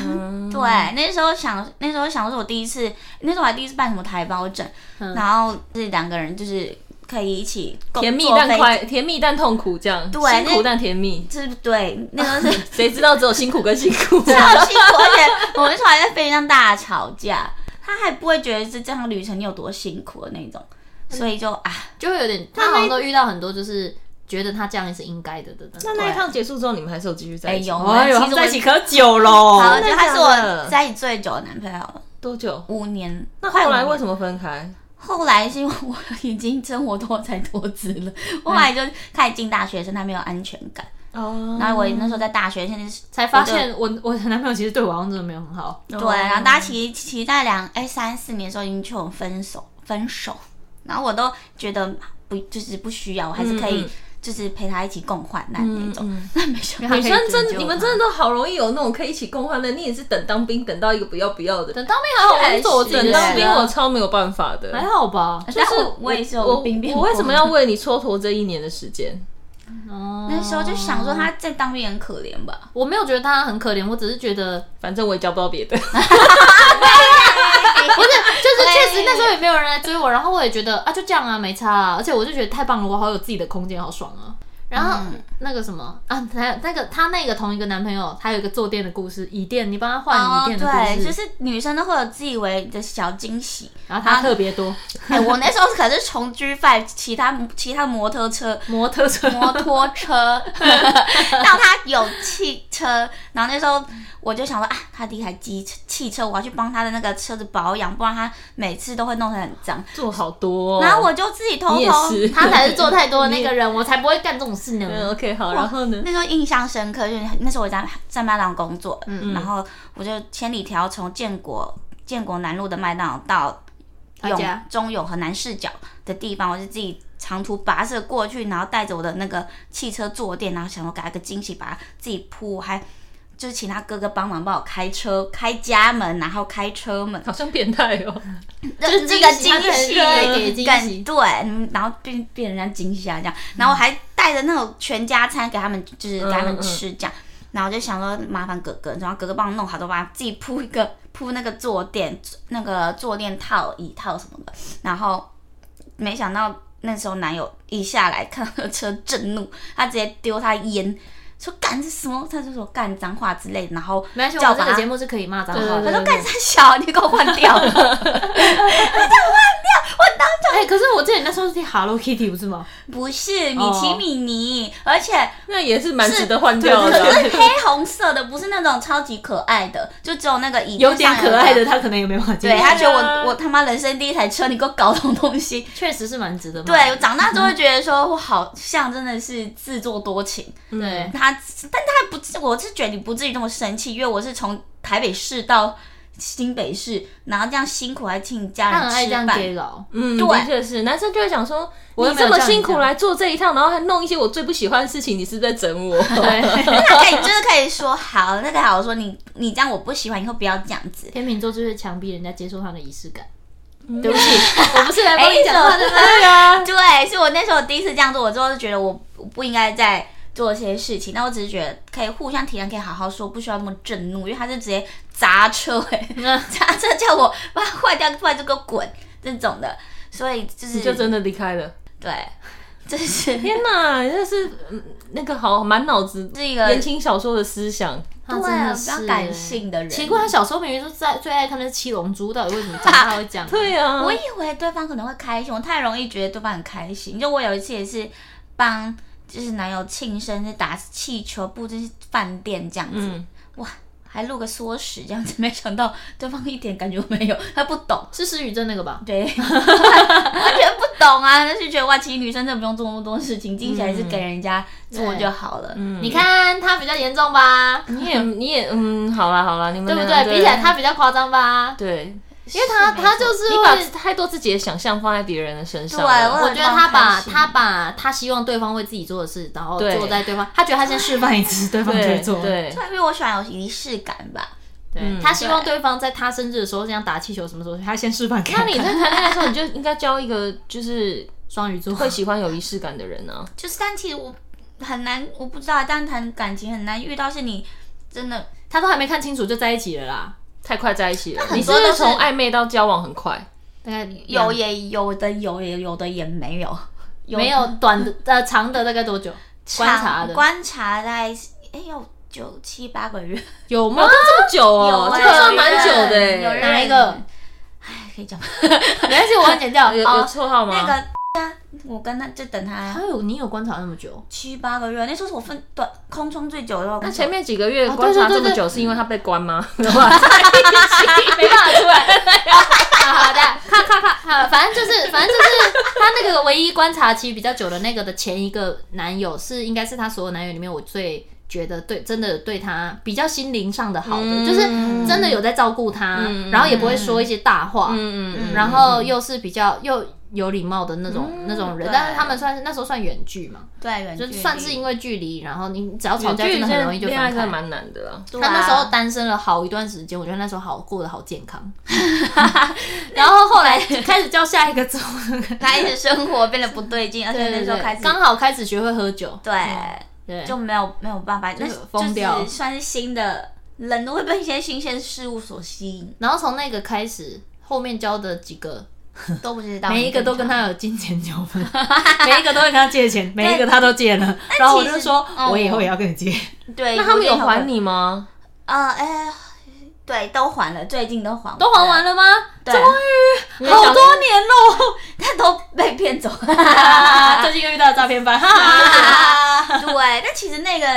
[SPEAKER 1] 对，那时候想，那时候想说，我第一次，那时候我还第一次办什么台胞证，然后是两个人就是可以一起工作
[SPEAKER 2] 嗯甜蜜但
[SPEAKER 1] 飞
[SPEAKER 2] 快，甜蜜但痛苦，这样，
[SPEAKER 1] 对
[SPEAKER 2] 辛苦但甜蜜。
[SPEAKER 1] 是对，那时候是
[SPEAKER 2] 谁知道只有辛苦跟辛苦？
[SPEAKER 1] 超辛苦，而且我们那时候还在飞机上大吵架，他还不会觉得是这趟旅程你有多辛苦的那种，所以就啊，
[SPEAKER 3] 就会有点，他好像都遇到很多就是觉得他这样也是应该的的那种。
[SPEAKER 2] 那那一趟结束之后，你们还是有继续在一起？
[SPEAKER 1] 哎有
[SPEAKER 2] 哎呦，
[SPEAKER 1] 其
[SPEAKER 2] 他
[SPEAKER 1] 实
[SPEAKER 2] 们
[SPEAKER 1] 我
[SPEAKER 2] 在一起可久喽。
[SPEAKER 1] 好，就他是
[SPEAKER 2] 哦真的假
[SPEAKER 1] 我
[SPEAKER 2] 的
[SPEAKER 1] 在一起最久的男朋友，
[SPEAKER 2] 多久？
[SPEAKER 1] 五年。
[SPEAKER 2] 那
[SPEAKER 1] 快
[SPEAKER 2] 后
[SPEAKER 1] 五
[SPEAKER 2] 来
[SPEAKER 1] 年
[SPEAKER 2] 为什么分开？
[SPEAKER 1] 后来是因为我已经生活多才多姿了，我后来就开始进大学生，他没有安全感。
[SPEAKER 2] 哦
[SPEAKER 1] 然后我那时候在大学，现在是
[SPEAKER 3] 才发现我我的男朋友其实对我好像真的没有很好。
[SPEAKER 1] 对，然后大家其实其实在两哎三四年的时候已经劝我分手，分手，然后我都觉得不就是不需要，我还是可以
[SPEAKER 2] 嗯嗯
[SPEAKER 1] 就是陪他一起共患难那种。
[SPEAKER 2] 嗯
[SPEAKER 1] 那没想到
[SPEAKER 2] 女生
[SPEAKER 3] 可以拯
[SPEAKER 2] 真，
[SPEAKER 3] 救
[SPEAKER 2] 你们真的都好容易有那种可以一起共患难。你也是等当兵等到一个不要不要的，
[SPEAKER 3] 等当兵还好，我是做我自己
[SPEAKER 2] 等
[SPEAKER 3] 的
[SPEAKER 2] 当
[SPEAKER 3] 事
[SPEAKER 2] 兵
[SPEAKER 3] 啊
[SPEAKER 2] 我超没有办法的。
[SPEAKER 3] 还好吧。
[SPEAKER 1] 但我我也是有兵变
[SPEAKER 2] 我为什么要
[SPEAKER 1] 过？
[SPEAKER 2] 为你蹉跎这一年的时间？
[SPEAKER 3] 那
[SPEAKER 1] 那时候就想说他在当兵很可怜吧，
[SPEAKER 3] 哦我没有觉得他很可怜，我只是觉得
[SPEAKER 2] 反正我也交不到别的。
[SPEAKER 3] 不是，就是确实那时候也没有人来追我，然后我也觉得啊，就这样啊，没差啊，而且我就觉得太棒了，我好有自己的空间，好爽啊。然后、
[SPEAKER 1] 嗯
[SPEAKER 3] 那个什么啊，还有那个他那个同一个男朋友，他有一个坐垫的故事，椅垫，你帮他 换椅垫的故事，
[SPEAKER 1] 哦对，就是女生都会有自以为的小惊喜。
[SPEAKER 3] 然后他特别多、
[SPEAKER 1] 哎、我那时候可是从 G Five 其他其他摩托 车
[SPEAKER 3] 摩托车，
[SPEAKER 1] 摩托车到他有汽车，然后那时候我就想说啊，他第一台机车汽车，我要去帮他的那个车子保养，不然他每次都会弄得很脏。
[SPEAKER 2] 做好多、哦。
[SPEAKER 1] 然后我就自己偷
[SPEAKER 2] 你也
[SPEAKER 1] 偷，
[SPEAKER 2] 是，
[SPEAKER 3] 他才是做太多的那个人，我才不会干这种事呢。
[SPEAKER 2] 嗯 OK 好，然后呢？
[SPEAKER 1] 那时候印象深刻，就是那时候我在在麦当劳工作，然后我就千里迢从建国建国南路的麦当劳到
[SPEAKER 3] 他
[SPEAKER 1] 永
[SPEAKER 3] 家
[SPEAKER 1] 中永和南视角的地方，我就自己长途跋涉过去，然后带着我的那个汽车坐垫，然后想说给他个惊喜，把他自己铺，我还就是请他哥哥帮忙帮我开车、开家门，然后开车门，
[SPEAKER 2] 好像变态哦。
[SPEAKER 1] 就是这
[SPEAKER 3] 惊
[SPEAKER 1] 个
[SPEAKER 3] 喜
[SPEAKER 1] 惊
[SPEAKER 3] 他可能
[SPEAKER 1] 喜，
[SPEAKER 3] 热爱给惊
[SPEAKER 1] 感
[SPEAKER 3] 喜
[SPEAKER 1] 对，嗯然后变变人家惊喜啊这样，然后还带着那种全家餐给他们，就是给他
[SPEAKER 2] 嗯嗯
[SPEAKER 1] 们
[SPEAKER 2] 嗯
[SPEAKER 1] 吃这样。然后我就想说麻烦哥哥，然后哥哥帮我弄好，都把自己铺一个铺那个坐垫，那个坐垫套、椅套什么的。然后没想到那时候男友一下来看到车震怒，他直接丢他烟，说干是什么？他就说干脏话之类的，然后
[SPEAKER 3] 没关系，我
[SPEAKER 1] 叫
[SPEAKER 3] 们这
[SPEAKER 1] 把
[SPEAKER 3] 个
[SPEAKER 1] 他
[SPEAKER 3] 节目是可以骂脏话
[SPEAKER 2] 对对
[SPEAKER 3] 的
[SPEAKER 1] 他说
[SPEAKER 2] 对。
[SPEAKER 1] 干啥小，你给我换掉。
[SPEAKER 3] 哎、可是我之前那时候是听 Hello Kitty 不是吗？
[SPEAKER 1] 不是米
[SPEAKER 3] 哦
[SPEAKER 1] 奇米妮，而且
[SPEAKER 2] 那也是蛮值得换掉的
[SPEAKER 1] 可
[SPEAKER 2] 啊。
[SPEAKER 1] 是 黑红色的，不是那种超级可爱的，就只有那个椅子
[SPEAKER 3] 有点
[SPEAKER 1] 上
[SPEAKER 3] 可爱
[SPEAKER 1] 那
[SPEAKER 3] 的，
[SPEAKER 1] 个。
[SPEAKER 3] 他可能也没有办法接受。
[SPEAKER 1] 对他觉得
[SPEAKER 2] 对啊
[SPEAKER 1] 我我他妈人生第一台车，你给我搞这种东西。
[SPEAKER 3] 确实是蛮值得骂。
[SPEAKER 1] 对我长大之后觉得说，我好像真的是自作多情。
[SPEAKER 3] 对，嗯
[SPEAKER 1] 他，但他不至，我是觉得你不至于这么生气，因为我是从台北市到新北市，然后这样辛苦还请你家
[SPEAKER 3] 他很爱
[SPEAKER 1] 人
[SPEAKER 3] 这
[SPEAKER 1] 吃
[SPEAKER 3] 样
[SPEAKER 1] 饭。
[SPEAKER 3] 给老。
[SPEAKER 2] 嗯，
[SPEAKER 1] 对
[SPEAKER 2] 的确是，男生就会想说，
[SPEAKER 3] 我
[SPEAKER 2] 你
[SPEAKER 3] 又没有
[SPEAKER 2] 这
[SPEAKER 3] 叫
[SPEAKER 2] 么
[SPEAKER 3] 你
[SPEAKER 2] 辛苦
[SPEAKER 3] 这样
[SPEAKER 2] 来做这一趟，然后还弄一些我最不喜欢的事情，你是不是在整 我？
[SPEAKER 3] 对，
[SPEAKER 1] 那可以就是可以说好，那个好说你你这样我不喜欢，以后不要这样子。
[SPEAKER 3] 天秤座就是强逼人家接受他的仪式感。对 不起，我不是来嗯
[SPEAKER 1] 哎
[SPEAKER 3] 哎帮你讲话的吗？
[SPEAKER 2] 对啊，
[SPEAKER 1] 对，是我那时候第一次这样做，我之后就觉得我我不应该再做这些事情。但我只是觉得可以互相体谅，可以好好说，不需要那么震怒，因为他是直接砸车、欸，
[SPEAKER 3] 嗯
[SPEAKER 1] 砸车叫我把它坏掉，不然就给我滚这种的。所以就是
[SPEAKER 2] 你就真的离开了。
[SPEAKER 1] 对，这 是
[SPEAKER 2] 天哪，这是嗯那个好满脑子
[SPEAKER 1] 是一个
[SPEAKER 2] 言情小说的思想。
[SPEAKER 3] 他
[SPEAKER 1] 对
[SPEAKER 3] 真
[SPEAKER 1] 啊
[SPEAKER 3] 的
[SPEAKER 1] 比
[SPEAKER 3] 是
[SPEAKER 1] 较感性的人。
[SPEAKER 3] 奇怪，他，小时候明明就在最爱看的是《七龙珠》，到底为什么长大会讲？
[SPEAKER 2] 对啊，
[SPEAKER 1] 我以为对方可能会开心，我太容易觉得对方很开心。就我有一次也是帮就是男友庆生，是打气球布置饭店这样子。
[SPEAKER 2] 嗯，
[SPEAKER 1] 还录个缩时这样子，没想到对方一点感觉都没有，他不懂，
[SPEAKER 3] 是失语症那个吧？
[SPEAKER 1] 对，完全不懂啊，他就觉得哇，其实女生真的不用做那么多事情，听起来是给人家做就好了。嗯，
[SPEAKER 3] 你看他比较严重吧，
[SPEAKER 2] 你也你也嗯，好啦好啦，你们
[SPEAKER 3] 对不
[SPEAKER 2] 两
[SPEAKER 3] 啊对？
[SPEAKER 2] 个
[SPEAKER 3] 比起来他比较夸张吧，
[SPEAKER 2] 对，
[SPEAKER 3] 因为他
[SPEAKER 1] 是没错
[SPEAKER 3] 他就是
[SPEAKER 2] 你把
[SPEAKER 3] 会。
[SPEAKER 2] 太多自己的想象放在别人的身上
[SPEAKER 1] 对
[SPEAKER 2] 了。
[SPEAKER 1] 我
[SPEAKER 3] 我觉得他把
[SPEAKER 1] 很开心
[SPEAKER 3] 他把他希望对方为自己做的事，然后
[SPEAKER 2] 对
[SPEAKER 3] 做在对方，他觉得他先示范一次，对方就
[SPEAKER 2] 对
[SPEAKER 3] 会做。
[SPEAKER 2] 对嗯
[SPEAKER 1] 因为我喜欢有仪式感吧。
[SPEAKER 3] 对，他希望对方在他生日的时候，这样打气球什么时候，他先示范看
[SPEAKER 2] 那
[SPEAKER 3] 看。
[SPEAKER 2] 你在谈恋爱的时候，你就应该交一个就是
[SPEAKER 3] 双鱼座
[SPEAKER 2] 会喜欢有仪式感的人呢、
[SPEAKER 1] 就是，但其实我很难，我不知道，但谈感情很难遇到是你真的
[SPEAKER 3] 他都还没看清楚就在一起了啦，
[SPEAKER 2] 太快在一起了。
[SPEAKER 1] 很
[SPEAKER 2] 你是
[SPEAKER 1] 多
[SPEAKER 2] 不
[SPEAKER 1] 都
[SPEAKER 2] 是
[SPEAKER 1] 是
[SPEAKER 2] 从暧昧到交往很快？
[SPEAKER 3] 大概
[SPEAKER 1] 有也有的有也有的也没有，有
[SPEAKER 3] 没有短 的呃长的大概多久？观察
[SPEAKER 1] 长
[SPEAKER 3] 的
[SPEAKER 1] 观察在哎有九七八个月，
[SPEAKER 3] 有吗
[SPEAKER 2] 哇，？这么久哦，
[SPEAKER 1] 有欸
[SPEAKER 2] 这个要蛮久的
[SPEAKER 1] 有
[SPEAKER 2] 欸。
[SPEAKER 1] 人
[SPEAKER 3] 哪一个？
[SPEAKER 1] 哎可以讲吗？
[SPEAKER 3] 没关系，我帮你剪掉。
[SPEAKER 2] 有有
[SPEAKER 1] 哦
[SPEAKER 2] 绰号吗？
[SPEAKER 1] 那个啊，我跟他就等他
[SPEAKER 3] 还有你有观察那么久？
[SPEAKER 1] 七八个月，那时候是我分短空窗最久的时候。
[SPEAKER 2] 那
[SPEAKER 1] 那
[SPEAKER 2] 前面几个月
[SPEAKER 3] 哦
[SPEAKER 2] 观察这
[SPEAKER 3] 对对对
[SPEAKER 2] 么
[SPEAKER 3] 对嗯
[SPEAKER 2] 久，是因为他被关吗？啊
[SPEAKER 3] 没办法出来。好好的，咔咔咔，好，反正就是，反正就是他那个唯一观察期比较久的那个的前一个男友是，应该是他所有男友里面我最觉得对，真的对他比较心灵上的好的，
[SPEAKER 2] 嗯
[SPEAKER 3] 就是真的有在照顾他，
[SPEAKER 2] 嗯
[SPEAKER 3] 然后也不会说一些大话，
[SPEAKER 2] 嗯嗯
[SPEAKER 3] 然后又是比较又有礼貌的那种、那种人，
[SPEAKER 2] 对
[SPEAKER 3] 但是他们算是那时候算远距嘛，
[SPEAKER 1] 对，远距
[SPEAKER 3] 就
[SPEAKER 1] 离
[SPEAKER 3] 算是因为距离，然后你只要吵
[SPEAKER 2] 我
[SPEAKER 3] 架，
[SPEAKER 2] 觉得
[SPEAKER 3] 真的很容易就分
[SPEAKER 2] 恋爱真的
[SPEAKER 3] 开。
[SPEAKER 2] 蛮难的啦。
[SPEAKER 1] 对
[SPEAKER 3] 他
[SPEAKER 1] 啊
[SPEAKER 3] 那时候单身了好一段时间，我觉得那时候好过得好健康， 然后后来就开始交下一个之后，
[SPEAKER 1] 开始生活变得不对劲，而且那时候开始
[SPEAKER 3] 刚好开始学会喝酒，
[SPEAKER 1] 对。
[SPEAKER 3] 对，
[SPEAKER 1] 就没有没有办法，那
[SPEAKER 3] 是疯掉
[SPEAKER 1] 就是算是新的人都会被一些新鲜事物所吸引，
[SPEAKER 3] 然后从那个开始，后面交的几个，
[SPEAKER 1] 都不 知道
[SPEAKER 3] 每一个都跟他有金钱纠 纷，每一个都会跟他借钱，每一个他都借了，然后我就说，
[SPEAKER 1] 嗯
[SPEAKER 3] 我以后也要跟你借，
[SPEAKER 1] 对，
[SPEAKER 2] 哦那他们有
[SPEAKER 1] 点
[SPEAKER 2] 还？你吗？
[SPEAKER 1] 呃，哎、对，都还了，最近都还
[SPEAKER 3] 都还完
[SPEAKER 1] 了，
[SPEAKER 3] 了吗？
[SPEAKER 1] 对，
[SPEAKER 3] 好多年喽，
[SPEAKER 1] 但都被骗走了。 啊
[SPEAKER 3] 最近又遇到诈骗犯，哈哈。
[SPEAKER 1] 对，但其实那个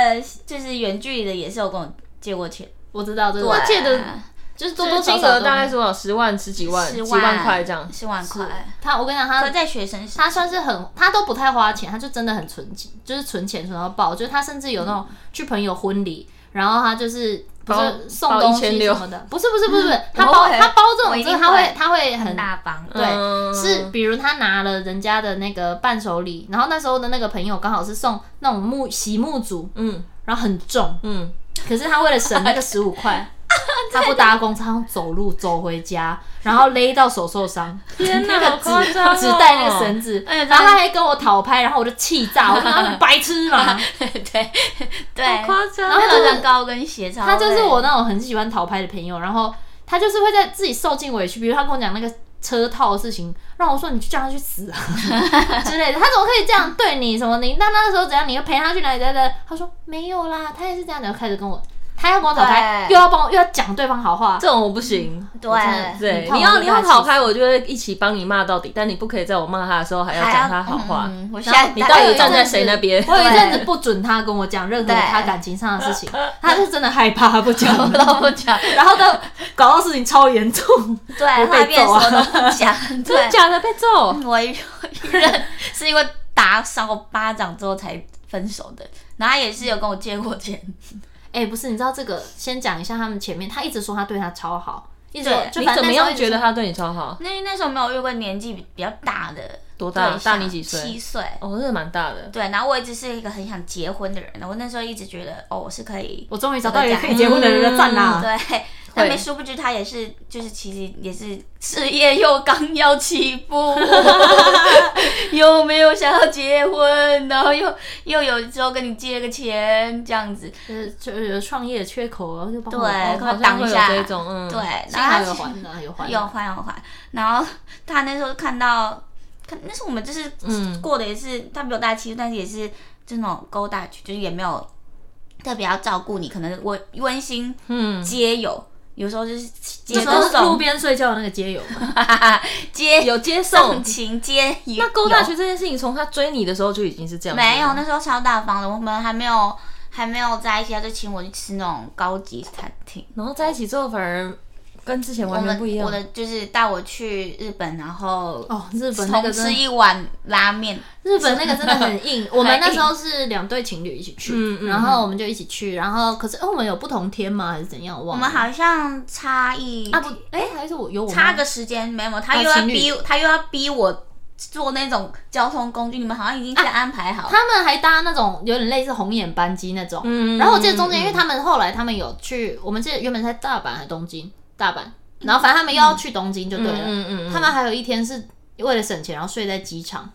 [SPEAKER 1] 就是远距离的，也是有跟我借过钱，
[SPEAKER 3] 我知道，这
[SPEAKER 1] 对，
[SPEAKER 3] 个
[SPEAKER 2] 借的就是多多金额大概是多少？十万、十几万、
[SPEAKER 1] 十
[SPEAKER 2] 几万块这样。
[SPEAKER 1] 十万块。
[SPEAKER 3] 他，我跟你讲，他
[SPEAKER 1] 可在学生时
[SPEAKER 3] 他算是很，他都不太花钱，他就真的很存钱，就是存钱存到爆。就是他甚至有那种去朋友婚礼，然后他就是不
[SPEAKER 2] 包
[SPEAKER 3] 是送东西
[SPEAKER 2] 包
[SPEAKER 3] 什
[SPEAKER 2] 1600
[SPEAKER 3] 么的，不是不是不是不是，他
[SPEAKER 1] 嗯我
[SPEAKER 3] 包
[SPEAKER 1] 会
[SPEAKER 3] 他包这
[SPEAKER 1] 我
[SPEAKER 3] 种，
[SPEAKER 1] 一
[SPEAKER 3] 就
[SPEAKER 1] 定
[SPEAKER 3] 是他
[SPEAKER 1] 会
[SPEAKER 3] 会他会很
[SPEAKER 1] 很大方，
[SPEAKER 3] 对，
[SPEAKER 2] 嗯
[SPEAKER 3] 是比如他拿了人家的那个伴手礼，然后那时候的那个朋友刚好是送那种木席木组，
[SPEAKER 2] 嗯
[SPEAKER 3] 然后很重，
[SPEAKER 2] 嗯，
[SPEAKER 3] 可是他为了省那个十五块。他不搭公车，他用走路走回家，然后勒到手受伤。
[SPEAKER 2] 天 哪，好夸张 哦！
[SPEAKER 3] 只带那个绳子，
[SPEAKER 1] 哎
[SPEAKER 3] 然后他还跟我讨拍，然后我就气炸，我说他们白痴 嘛，
[SPEAKER 1] 对 对，
[SPEAKER 2] 好夸
[SPEAKER 1] 然后
[SPEAKER 2] 张。
[SPEAKER 1] 还有穿高跟鞋，
[SPEAKER 3] 他
[SPEAKER 1] 他
[SPEAKER 3] 就是我那种很喜欢讨拍的朋友，然后他就是会在自己受尽委屈，比如他跟我讲那个车套的事情，让我说你就叫他去死啊之类的，他怎么可以这样对你？什么你那那时候怎样？你要陪他去哪里？等等，他说没有啦，他也是这样的，然后开始跟我，他要跟我讨拍，
[SPEAKER 1] 对
[SPEAKER 3] 又要帮我，又要讲对方好 话，
[SPEAKER 2] 这种我不行。
[SPEAKER 1] 对
[SPEAKER 3] 我真的
[SPEAKER 2] 对，
[SPEAKER 3] 很痛
[SPEAKER 2] 你要
[SPEAKER 3] 我
[SPEAKER 2] 你
[SPEAKER 3] 就把
[SPEAKER 2] 要
[SPEAKER 3] 他
[SPEAKER 2] 讨
[SPEAKER 3] 气
[SPEAKER 2] 拍，我就会一起帮你骂到底，但你不可以在我骂他的时候还要讲他好话。
[SPEAKER 1] 嗯嗯我现在
[SPEAKER 2] 你到
[SPEAKER 3] 我有
[SPEAKER 2] 底
[SPEAKER 3] 一
[SPEAKER 2] 站在
[SPEAKER 3] 阵子
[SPEAKER 2] 谁那边？
[SPEAKER 3] 我有一阵子不准他跟我讲任何
[SPEAKER 1] 对
[SPEAKER 3] 他感情上的事情，他是真的害怕，他不讲，
[SPEAKER 1] 都不讲，
[SPEAKER 3] 然后他搞到事情超严重。
[SPEAKER 1] 对，后来变
[SPEAKER 2] 啊
[SPEAKER 1] 什么都不 讲，
[SPEAKER 2] 真的
[SPEAKER 1] 对，
[SPEAKER 2] 假的？被揍？
[SPEAKER 1] 我一认是因为打赏我巴掌之后才分手的，然后他也是有跟我借过钱，
[SPEAKER 3] 哎、不是，你知道这个？先讲一下他们前面，他一直说他对他超好，一直
[SPEAKER 1] 对
[SPEAKER 3] 说就
[SPEAKER 2] 你
[SPEAKER 3] 反
[SPEAKER 2] 怎么
[SPEAKER 3] 正那时候
[SPEAKER 2] 样
[SPEAKER 3] 一直说
[SPEAKER 2] 觉得他对你超好？
[SPEAKER 1] 那那时候没有遇过年纪比比较大的，
[SPEAKER 2] 多大大你几岁
[SPEAKER 1] 七岁。
[SPEAKER 2] 哦，真的蛮大的。
[SPEAKER 1] 对，然后我一直是一个很想结婚的人，然后我那时候一直觉得，哦，我是可以，
[SPEAKER 3] 我终于找到嗯一个可以结婚的人了，赞啦！
[SPEAKER 1] 对，但没殊不知他也是，就是其实也是事业又刚要起 步，又没有想要结婚，然后又又有时候跟你借个钱这样子，
[SPEAKER 3] 就是就是有创业的缺口，然后就帮我
[SPEAKER 1] 对
[SPEAKER 3] 哦
[SPEAKER 1] 可
[SPEAKER 2] 好
[SPEAKER 1] 能
[SPEAKER 2] 像
[SPEAKER 1] 挡
[SPEAKER 2] 会
[SPEAKER 1] 一
[SPEAKER 2] 有
[SPEAKER 1] 下
[SPEAKER 2] 这种，嗯，
[SPEAKER 1] 对，
[SPEAKER 3] 幸
[SPEAKER 1] 然后
[SPEAKER 3] 好
[SPEAKER 1] 他
[SPEAKER 3] 有
[SPEAKER 1] 其实
[SPEAKER 3] 还的，有还的
[SPEAKER 1] 有还有还，然后他那时候看到，看那时候我们就是
[SPEAKER 2] 嗯
[SPEAKER 1] 过的也是，他比我大七岁，但是也是就那种勾搭去，就是也没有特别要照顾你，可能我温馨
[SPEAKER 2] 嗯，
[SPEAKER 1] 皆有，有时候就是
[SPEAKER 3] 那
[SPEAKER 1] 接
[SPEAKER 3] 时候是路
[SPEAKER 1] 送，
[SPEAKER 3] 边睡觉的那个街友嘛，
[SPEAKER 1] 接
[SPEAKER 2] 有接送
[SPEAKER 1] 送。情接有
[SPEAKER 2] 那勾大
[SPEAKER 1] 有
[SPEAKER 2] 学这件事情，从他追你的时候就已经是这样子了，
[SPEAKER 1] 没有，那时候超大方的，我们还没有还没有在一起，他就请我去吃那种高级餐厅。
[SPEAKER 2] 然后在一起之后反而跟之前
[SPEAKER 1] 我
[SPEAKER 2] 完全
[SPEAKER 1] 们
[SPEAKER 2] 不一样。
[SPEAKER 1] 我的就是带我去日本，然后
[SPEAKER 3] 哦，日本那
[SPEAKER 1] 同
[SPEAKER 3] 个
[SPEAKER 1] 吃
[SPEAKER 3] 真的，
[SPEAKER 1] 一碗拉面，
[SPEAKER 3] 日本那个真的 很硬。我们那时候是两对情侣一起去，
[SPEAKER 2] 嗯嗯
[SPEAKER 3] 然后我们就一起去，然后可是、哦我们有不同天吗？还是怎样？我
[SPEAKER 1] 我
[SPEAKER 3] 忘了。
[SPEAKER 1] 们好像差一
[SPEAKER 3] 啊不，哎、还是我有我们
[SPEAKER 1] 差个时间没有，他
[SPEAKER 3] 啊
[SPEAKER 1] 又要
[SPEAKER 3] 情侣
[SPEAKER 1] 逼他又要逼我做那种交通工具，你们好像已经先安排好了。
[SPEAKER 3] 啊他们还搭那种有点类似红眼班机那种。
[SPEAKER 2] 嗯
[SPEAKER 3] 然后我记得中间，因为他们后来他们有去，我们记得原本是在大阪还是东京，大阪，然后反正他们又要去东京就对
[SPEAKER 2] 嗯
[SPEAKER 3] 了。
[SPEAKER 2] 嗯嗯，
[SPEAKER 3] 他们还有一天是为了省钱，然后睡在机场，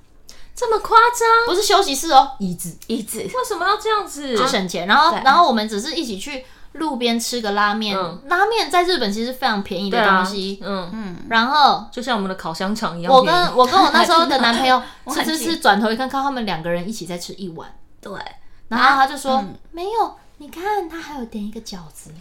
[SPEAKER 2] 这么夸张？
[SPEAKER 3] 不是休息室哦，椅子
[SPEAKER 1] 椅子，
[SPEAKER 2] 为什么要这样子？
[SPEAKER 3] 就省钱。然后
[SPEAKER 1] 对
[SPEAKER 3] 然后我们只是一起去路边吃个拉面，
[SPEAKER 2] 嗯
[SPEAKER 3] 拉面在日本其实非常便宜
[SPEAKER 2] 对
[SPEAKER 3] 的
[SPEAKER 2] 啊
[SPEAKER 3] 东西。，
[SPEAKER 2] 嗯，
[SPEAKER 1] 嗯，
[SPEAKER 3] 然后
[SPEAKER 2] 就像我们的烤香肠一样
[SPEAKER 3] 我
[SPEAKER 2] 便宜。
[SPEAKER 3] 跟我跟我那时候的 男朋友吃
[SPEAKER 1] 很
[SPEAKER 3] 吃吃，
[SPEAKER 1] 紧
[SPEAKER 3] 转头一看，看他们两个人一起在吃一碗，
[SPEAKER 1] 对，
[SPEAKER 3] 然后他就说、
[SPEAKER 1] 嗯
[SPEAKER 3] 没有，你看他还有点一个饺子。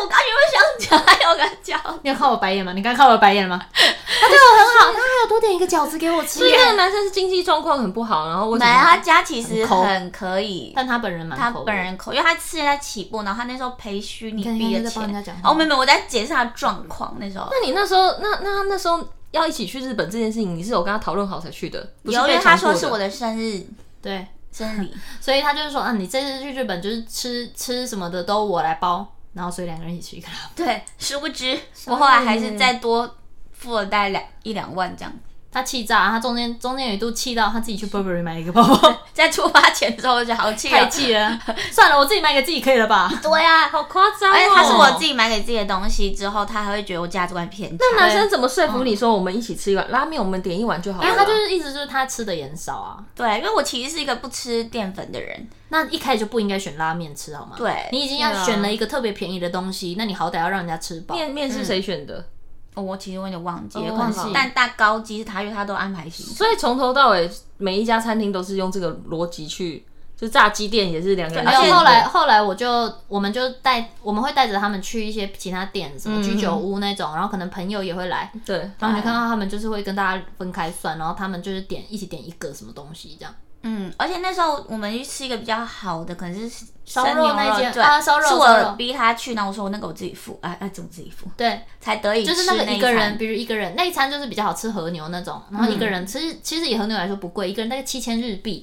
[SPEAKER 1] 我刚原本想讲还有个脚，
[SPEAKER 3] 你有看我白眼吗？你刚看我白眼了吗？他对我很好，他还有多点一个饺子给我吃
[SPEAKER 2] 所以
[SPEAKER 3] 耶
[SPEAKER 2] 那个男生是啊经济状况很不好，然后为
[SPEAKER 1] 没
[SPEAKER 2] 什
[SPEAKER 1] 他
[SPEAKER 2] 么？
[SPEAKER 1] 家其实
[SPEAKER 3] 很抠
[SPEAKER 1] 很可以，
[SPEAKER 3] 但他本人蛮
[SPEAKER 1] 他
[SPEAKER 3] 抠的
[SPEAKER 1] 本人口，因为他现在起步，然后他那时候培虚拟
[SPEAKER 3] 看
[SPEAKER 1] 毕
[SPEAKER 3] 你看
[SPEAKER 1] 业
[SPEAKER 3] 在帮人家
[SPEAKER 1] 前
[SPEAKER 3] 讲，话
[SPEAKER 1] 哦，没有没有，我在解释他的状况那时候。
[SPEAKER 2] 那你那时候，那那那时候要一起去日本这件事情，你是有跟他讨论好才去的？不是
[SPEAKER 1] 由于
[SPEAKER 2] 被
[SPEAKER 1] 他
[SPEAKER 2] 强迫
[SPEAKER 1] 说
[SPEAKER 2] 的
[SPEAKER 1] 是我的生日
[SPEAKER 3] 对，
[SPEAKER 1] 生日礼，
[SPEAKER 3] 所以他就是说啊，你这次去日本就是吃吃什么的都我来包，然后所以两个人一起去一个拉面
[SPEAKER 1] 对，殊不知我后来还是再多付了大概两一两万这样。
[SPEAKER 3] 他气炸，他中间中间有一度气到他自己去 Burberry 买了一个包包，
[SPEAKER 1] 在出发前之后我就好气
[SPEAKER 3] 太
[SPEAKER 1] 哦，
[SPEAKER 3] 气了。算了，我自己买给自己可以了吧？
[SPEAKER 1] 对啊，
[SPEAKER 2] 好夸张哦！
[SPEAKER 1] 而且他是我自己买给自己的东西之后，他还会觉得我价值观偏差。
[SPEAKER 2] 那男生怎么说服你说我们一起吃一碗拉面，我们点一碗就好了？
[SPEAKER 3] 因为他就是一直就是他吃的也很少啊。
[SPEAKER 1] 对，因为我其实是一个不吃淀粉的人，
[SPEAKER 3] 那一开始就不应该选拉面吃好吗？
[SPEAKER 1] 对
[SPEAKER 3] 哦你已经要
[SPEAKER 2] 对啊
[SPEAKER 3] 选了一个特别便宜的东西，那你好歹要让人家吃饱。
[SPEAKER 2] 面面是谁选的？
[SPEAKER 1] 哦我其实我有点忘记了，
[SPEAKER 2] 哦
[SPEAKER 1] 忘
[SPEAKER 3] 忘
[SPEAKER 1] 记
[SPEAKER 3] 记。
[SPEAKER 1] 但大高鸡是他，因为他都安排行程。
[SPEAKER 2] 所以从头到尾，每一家餐厅都是用这个逻辑去，就炸鸡店也是两个人
[SPEAKER 1] 对
[SPEAKER 3] 没
[SPEAKER 2] 选
[SPEAKER 3] 有，
[SPEAKER 2] 的。
[SPEAKER 3] 后来后来我就我们就带我们会带着他们去一些其他店，
[SPEAKER 2] 嗯
[SPEAKER 3] 什么居酒屋那种，然后可能朋友也会来，
[SPEAKER 2] 对，
[SPEAKER 3] 然后你看到他们就是会跟大家分开算，然后他们就是点一起点一个什么东西这样。
[SPEAKER 1] 嗯，而且那时候我们去吃一个比较好的，可能是烧
[SPEAKER 3] 肉那间
[SPEAKER 1] 对，
[SPEAKER 3] 啊烧肉
[SPEAKER 1] 是
[SPEAKER 3] 烧肉
[SPEAKER 1] 我逼他去，然后我说那个我自己付，啊啊，怎么自己付，
[SPEAKER 3] 对，
[SPEAKER 1] 才得以
[SPEAKER 3] 就是那
[SPEAKER 1] 吃
[SPEAKER 3] 个
[SPEAKER 1] 那
[SPEAKER 3] 一个
[SPEAKER 1] 餐
[SPEAKER 3] 人，比如一个人那一餐就是比较好吃和牛那种，然后一个人、其实其实以和牛来说不贵，一个人大概七千日
[SPEAKER 2] 嗯
[SPEAKER 3] 币。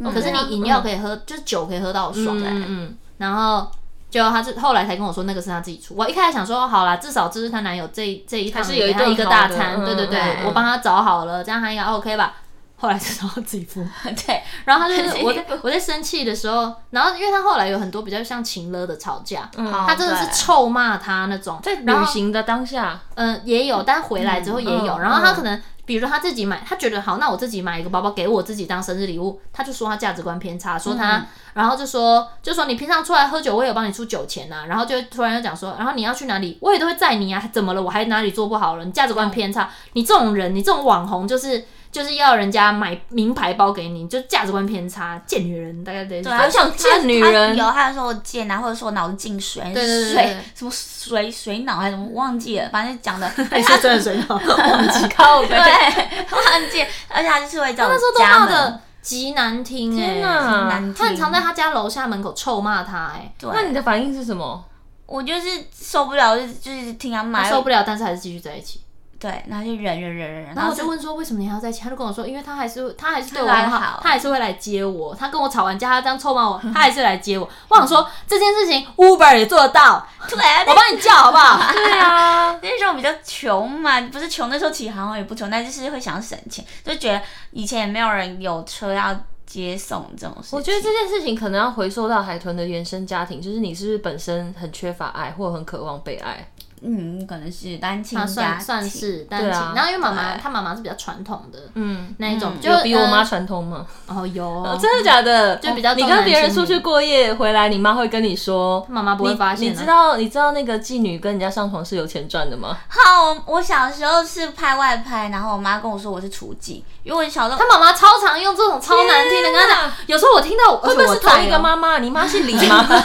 [SPEAKER 2] 对，啊
[SPEAKER 3] 可是
[SPEAKER 1] 嗯
[SPEAKER 3] 你饮料可以喝，就是酒可以喝到爽。
[SPEAKER 2] 嗯嗯，
[SPEAKER 3] 然后就他就后来才跟我说那个是他自己出。我一开始想说好啦，至少这是她男友这这一趟
[SPEAKER 2] 还是有一
[SPEAKER 3] 给她
[SPEAKER 2] 顿
[SPEAKER 3] 一个
[SPEAKER 2] 好
[SPEAKER 3] 大
[SPEAKER 2] 的
[SPEAKER 3] 餐，
[SPEAKER 2] 嗯
[SPEAKER 3] 对对对，
[SPEAKER 1] 嗯嗯
[SPEAKER 3] 我帮他找好了，这样他应该 OK 吧。后来是找他自己付，
[SPEAKER 1] 对，
[SPEAKER 3] 然后他就 是我在
[SPEAKER 2] 嗯
[SPEAKER 3] 我在生气的时候，然后因为他后来有很多比较像情勒的吵架，
[SPEAKER 2] 嗯
[SPEAKER 3] 他
[SPEAKER 1] 他
[SPEAKER 3] 真的是臭骂他那种，
[SPEAKER 2] 在
[SPEAKER 3] 然
[SPEAKER 2] 旅
[SPEAKER 3] 后
[SPEAKER 2] 行的当下，
[SPEAKER 3] 嗯，也有，但回来之后也有。
[SPEAKER 2] 嗯
[SPEAKER 3] 然后他
[SPEAKER 2] 嗯
[SPEAKER 3] 可能，比如说他自己买，他觉得好，那我自己买一个包包给我自己当生日礼物，他就说他价值观偏差，说他，然后就说就说你平常出来喝酒，我也有帮你出酒钱啊呐、然后就突然又讲说，然后你要去哪里，我也都会载你啊，怎么了？我还哪里做不好了？你价值观偏差，你这种人，你这种网红就是。就是要人家买名牌包给你，就价值观偏差，贱女人，大概类似
[SPEAKER 1] 对啊，
[SPEAKER 2] 他想见女人
[SPEAKER 1] 他有他说我贱啊，或者说我脑子进水，
[SPEAKER 3] 对对对
[SPEAKER 1] 水
[SPEAKER 3] 对
[SPEAKER 1] 什么水水脑还是什么，我忘记了，反正讲 的
[SPEAKER 3] 那你说真的水 吗？忘记
[SPEAKER 2] 靠
[SPEAKER 1] 对， 忘记，而且他就是会叫我
[SPEAKER 3] 那时候都
[SPEAKER 1] 家
[SPEAKER 3] 闹
[SPEAKER 1] 门
[SPEAKER 3] 得极难听、欸，
[SPEAKER 2] 天
[SPEAKER 1] 很
[SPEAKER 2] 哪！
[SPEAKER 1] 难听，
[SPEAKER 3] 他很常在他家楼下门口臭骂他、哎，
[SPEAKER 1] 对，
[SPEAKER 2] 那你的反应是什么？
[SPEAKER 1] 我就是受不了，就是就是听他
[SPEAKER 2] 哎
[SPEAKER 3] 他
[SPEAKER 1] 骂，
[SPEAKER 3] 受不了，但是还是继续在一起。
[SPEAKER 1] 对，然后就忍忍忍忍忍，
[SPEAKER 3] 然后我
[SPEAKER 1] 是
[SPEAKER 3] 就问说，为什么你还要在一起？他就跟我说，因为他还是他还是对我
[SPEAKER 1] 他还
[SPEAKER 3] 很好
[SPEAKER 1] 好，
[SPEAKER 3] 他还是会来接我。他跟我吵完架，他这样臭骂我，他还是来接我。我想说这件事情 Uber 也做得 到，
[SPEAKER 1] 对啊，
[SPEAKER 2] 哎
[SPEAKER 3] 我帮你叫好不好？
[SPEAKER 2] 对啊，
[SPEAKER 1] 那时候比较穷嘛，不是穷的时候，其实好像也不穷，但就是会想省钱，就觉得以前也没有人有车要接送这种事情。
[SPEAKER 2] 我觉得这件事情可能要回溯到海豚的原生家庭，就是你是不是本身很缺乏爱，或很渴望被爱？
[SPEAKER 1] 嗯，可能是单亲
[SPEAKER 3] 啊
[SPEAKER 1] 家庭，
[SPEAKER 3] 算算是单
[SPEAKER 2] 对
[SPEAKER 3] 亲。
[SPEAKER 2] 啊
[SPEAKER 3] 然后因为妈妈，
[SPEAKER 1] 对
[SPEAKER 3] 她妈妈是比较传统的
[SPEAKER 2] 嗯，
[SPEAKER 3] 那一种，就
[SPEAKER 2] 有比我妈
[SPEAKER 3] 呃
[SPEAKER 2] 传统吗？
[SPEAKER 3] 哦
[SPEAKER 2] 哦
[SPEAKER 3] 有，
[SPEAKER 2] 真的假的？
[SPEAKER 3] 就比较
[SPEAKER 2] 你
[SPEAKER 3] 重
[SPEAKER 2] 跟
[SPEAKER 3] 男
[SPEAKER 2] 别人
[SPEAKER 3] 轻
[SPEAKER 2] 出
[SPEAKER 3] 女
[SPEAKER 2] 去过夜回来，你妈会跟你说，
[SPEAKER 3] 妈妈不会发现啊
[SPEAKER 2] 你你知道你知道那个妓女跟人家上床是有钱赚的 吗？
[SPEAKER 1] 好，我小时候是拍外拍，然后我妈跟我说我是厨妓，因为我小时候
[SPEAKER 3] 她妈妈超常用这种超难听的跟她
[SPEAKER 2] 天
[SPEAKER 3] 讲
[SPEAKER 2] 啊。
[SPEAKER 3] 有时候我哦听到，
[SPEAKER 2] 会
[SPEAKER 3] 会
[SPEAKER 2] 不会是同一个妈妈？你妈是李妈 妈，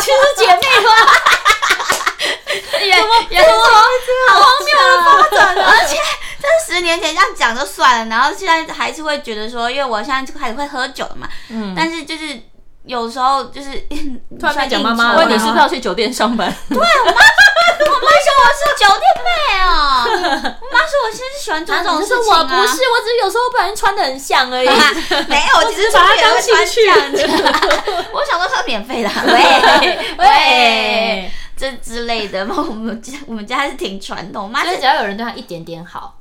[SPEAKER 3] 其实姐妹啊花，
[SPEAKER 1] 也也是好荒谬哦的发展，而且。这十年前这样讲就算了，然后现在还是会觉得说，因为我现在就开始会喝酒了嘛，
[SPEAKER 2] 嗯
[SPEAKER 1] 但是就是有时候就是 突
[SPEAKER 3] 然变讲妈 妈了
[SPEAKER 2] 问你是不是要去酒店上 班？
[SPEAKER 1] 我妈说我是酒店妹哦，我妈说我现啊在是喜欢做这种
[SPEAKER 3] 就
[SPEAKER 1] 事
[SPEAKER 3] 是
[SPEAKER 2] 啊
[SPEAKER 1] 情、
[SPEAKER 3] 我不是，我只是有时候不小心穿的很 像而已。
[SPEAKER 1] 是， 没有，我只是把它当兴趣。 我想说喝免费的， 喂喂，
[SPEAKER 3] 喂，
[SPEAKER 1] 这之类的嘛， 我们家我们家是挺传统，我妈
[SPEAKER 3] 所以
[SPEAKER 1] 是
[SPEAKER 3] 啊只要有人对他一点点好，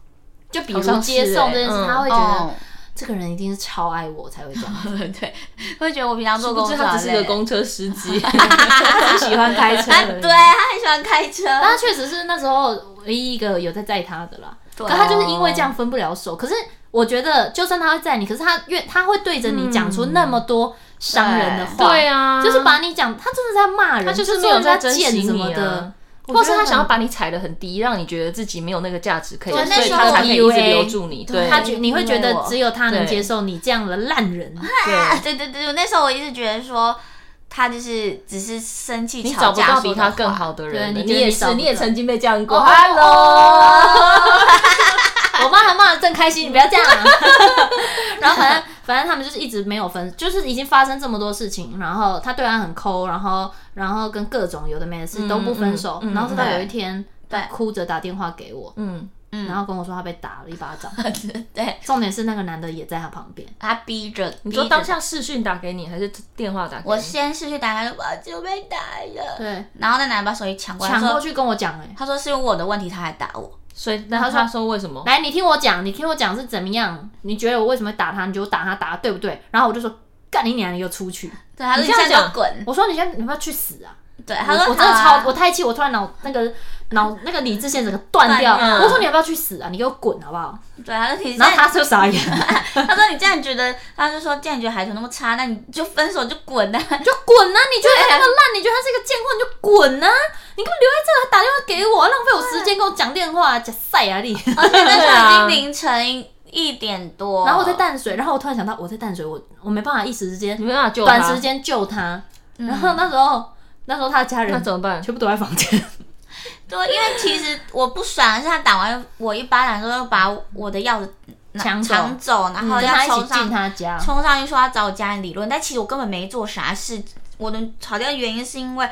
[SPEAKER 3] 就比如
[SPEAKER 2] 好像是
[SPEAKER 3] 接送
[SPEAKER 2] 欸
[SPEAKER 3] 这件事，
[SPEAKER 2] 嗯
[SPEAKER 3] 他会觉得
[SPEAKER 1] 哦，
[SPEAKER 3] 这个人一定是超爱我才会这样，
[SPEAKER 1] 对，会觉得我平常做
[SPEAKER 2] 不
[SPEAKER 1] 工
[SPEAKER 2] 是，
[SPEAKER 1] 作啊
[SPEAKER 2] 她只是个
[SPEAKER 1] 累
[SPEAKER 2] 公车司 机。
[SPEAKER 3] 他很喜欢开车
[SPEAKER 1] 啊，
[SPEAKER 3] 而已啊
[SPEAKER 1] 对，。她很喜欢开车，
[SPEAKER 3] 但他确实是那时候唯一一个有在载他的啦，
[SPEAKER 1] 对
[SPEAKER 3] 可他就是因为这样分不了手。可是我觉得，就算他会在你，可是他越他会对着你讲出那么多伤人的话，
[SPEAKER 2] 嗯对啊，
[SPEAKER 3] 就是把你讲，他真的在骂人，
[SPEAKER 2] 他就是没
[SPEAKER 3] 说
[SPEAKER 2] 有
[SPEAKER 3] 人家
[SPEAKER 2] 在珍
[SPEAKER 3] 贱
[SPEAKER 2] 惜
[SPEAKER 3] 什
[SPEAKER 2] 你
[SPEAKER 3] 么的。
[SPEAKER 2] 啊。
[SPEAKER 3] 我
[SPEAKER 2] 或是
[SPEAKER 3] 觉得
[SPEAKER 2] 他想要
[SPEAKER 3] 很
[SPEAKER 2] 把你踩得很低，让你觉得自己没有那个价值可以，
[SPEAKER 1] 对那
[SPEAKER 2] 所以
[SPEAKER 1] 时
[SPEAKER 2] 他
[SPEAKER 1] 候
[SPEAKER 2] 才可以一直
[SPEAKER 3] PUA
[SPEAKER 2] 留住你。对，
[SPEAKER 3] 他觉你会觉
[SPEAKER 2] 因为
[SPEAKER 3] 得
[SPEAKER 2] 我
[SPEAKER 3] 只有他能
[SPEAKER 2] 对
[SPEAKER 3] 接受你这样的烂 人，
[SPEAKER 1] 啊
[SPEAKER 2] 对，
[SPEAKER 1] 对对对，我那时候我一直觉得说他就是只是生气
[SPEAKER 2] 你
[SPEAKER 1] 吵
[SPEAKER 2] 找不
[SPEAKER 1] 架
[SPEAKER 2] 到
[SPEAKER 1] 说
[SPEAKER 2] 比
[SPEAKER 1] 的
[SPEAKER 2] 他
[SPEAKER 1] 话
[SPEAKER 2] 更好的人了，
[SPEAKER 3] 对你觉得
[SPEAKER 2] 也
[SPEAKER 3] 你找
[SPEAKER 2] 是，
[SPEAKER 3] 不
[SPEAKER 2] 你也
[SPEAKER 3] 到
[SPEAKER 2] 曾经被这样过。
[SPEAKER 1] 哦
[SPEAKER 2] Hello，
[SPEAKER 3] 我妈还骂的正开心，你不要这样、啊。 然后反正反正他们就是一直没有分，就是已经发生这么多事情，然后他对他很抠，然后然后跟各种有的没的事都不分手，
[SPEAKER 2] 嗯嗯
[SPEAKER 3] 然后直到
[SPEAKER 1] 对
[SPEAKER 3] 有一天，他哭着打电话给我，
[SPEAKER 2] 嗯，
[SPEAKER 3] 然后跟我说他被打了一巴掌，
[SPEAKER 1] 对
[SPEAKER 3] 重点是那个男的也在他旁 边。
[SPEAKER 1] 他逼着，
[SPEAKER 2] 你
[SPEAKER 1] 逼
[SPEAKER 2] 说
[SPEAKER 1] 着
[SPEAKER 2] 当下视讯打给你，还是电话打给
[SPEAKER 1] 我
[SPEAKER 2] 你？
[SPEAKER 1] 先是去打开，我就被打了，
[SPEAKER 3] 对，
[SPEAKER 1] 然后那男的把手机抢过来，
[SPEAKER 3] 抢过
[SPEAKER 1] 说
[SPEAKER 3] 去跟我讲、欸，
[SPEAKER 1] 他说是因为我的问题，他还打我，
[SPEAKER 2] 所以那他说为什么？
[SPEAKER 3] 来，你听我讲，你听我讲是怎么样？你觉得我为什么打他？你觉得我打他打得对不对？然后我就说干你娘，你给我出去！
[SPEAKER 1] 对，他说
[SPEAKER 2] 你
[SPEAKER 1] 你
[SPEAKER 2] 这
[SPEAKER 1] 现
[SPEAKER 2] 样
[SPEAKER 1] 在给我
[SPEAKER 2] 讲
[SPEAKER 1] 滚，
[SPEAKER 3] 我说你先，你要不要去死啊？
[SPEAKER 1] 对，他说
[SPEAKER 3] 我我真的
[SPEAKER 1] 好啊
[SPEAKER 3] 超，我太气，我突然脑那个脑那个理智线整个断掉。
[SPEAKER 1] 断掉
[SPEAKER 3] 我说你要不要去死啊？你给我滚好不好？
[SPEAKER 1] 对，他说你现
[SPEAKER 3] 然后
[SPEAKER 1] 在
[SPEAKER 3] 他就傻眼，
[SPEAKER 1] 他说你这样觉得，他就说这样觉得海豚那么差，那你就分手就滚啊，
[SPEAKER 3] 就滚啊！你觉得他那个烂，你觉得他是个贱货，你就滚啊！你根本留在这还打电话给我，浪费我时
[SPEAKER 1] 啊
[SPEAKER 3] 间跟我讲电话，假赛 啊你！
[SPEAKER 1] 而且那
[SPEAKER 2] 对
[SPEAKER 1] 时
[SPEAKER 2] 啊
[SPEAKER 1] 候已经凌晨一点多，
[SPEAKER 3] 然后我在淡水，然后我突然想到我在淡水，我我没办法一时之间
[SPEAKER 2] 你没办法救他，
[SPEAKER 3] 短时间救他。
[SPEAKER 1] 嗯
[SPEAKER 3] 然后那时候那时候他的家
[SPEAKER 2] 那
[SPEAKER 3] 人
[SPEAKER 2] 怎么办？
[SPEAKER 3] 全部都在房间，
[SPEAKER 1] 对，因为其实我不爽的是他打完我一巴掌之后，又把我的钥匙拿
[SPEAKER 3] 抢走嗯
[SPEAKER 1] 抢走，然后
[SPEAKER 3] 跟
[SPEAKER 1] 要
[SPEAKER 3] 他一起
[SPEAKER 1] 冲
[SPEAKER 3] 进
[SPEAKER 1] 上
[SPEAKER 3] 他家。
[SPEAKER 1] 冲上去说要找我家人理论，但其实我根本没做啥事。我的吵架的原因是因为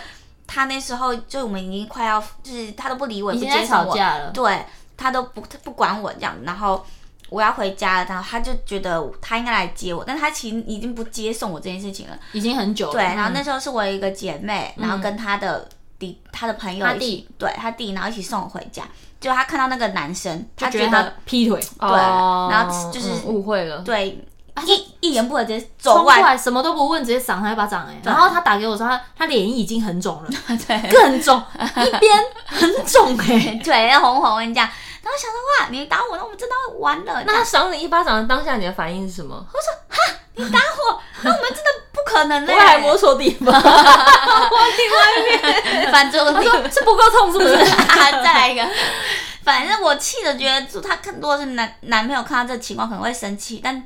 [SPEAKER 1] 他那时候就我们已经快要，就是他都不理我，也
[SPEAKER 3] 已
[SPEAKER 1] 不
[SPEAKER 3] 经在
[SPEAKER 1] 接受啊
[SPEAKER 3] 吵
[SPEAKER 1] 我，
[SPEAKER 3] 架了，
[SPEAKER 1] 对他都不他不管我这样，然后。我要回家了，然后他就觉得他应该来接我，但他其实已经不接送我这件事情了。
[SPEAKER 3] 已经很久了。
[SPEAKER 1] 对，然后那时候是我有一个姐妹，然后跟她的弟、她的朋友
[SPEAKER 3] 她
[SPEAKER 1] 一起，对她弟，然后一起送我回家。结果她看到那个男生，她
[SPEAKER 3] 就
[SPEAKER 1] 觉
[SPEAKER 3] 觉得
[SPEAKER 1] 得
[SPEAKER 3] 他劈腿，
[SPEAKER 2] 哦
[SPEAKER 1] 然后就是
[SPEAKER 2] 嗯误会了，
[SPEAKER 1] 对，一一言不合直接走
[SPEAKER 3] 冲
[SPEAKER 1] 过
[SPEAKER 3] 过
[SPEAKER 1] 来，
[SPEAKER 3] 来什么都不问，直接赏他一巴掌哎、然后他打给我说他他脸已经很 肿了，
[SPEAKER 1] 对
[SPEAKER 3] 更肿，一边很肿哎、
[SPEAKER 1] 对，要红红这样。然后想说哇，你打我，那我们真的完了，
[SPEAKER 2] 那
[SPEAKER 1] 那
[SPEAKER 2] 他赏你一巴掌的当下，你的反应是什么？
[SPEAKER 1] 不可能嘞、
[SPEAKER 2] 我还摸错地方，
[SPEAKER 1] 反正
[SPEAKER 3] 他
[SPEAKER 1] 我
[SPEAKER 3] 说是不够痛是不是？
[SPEAKER 1] 再来一个。反正我气的觉得，他更多的是男男朋友看到这情况可能会生气，但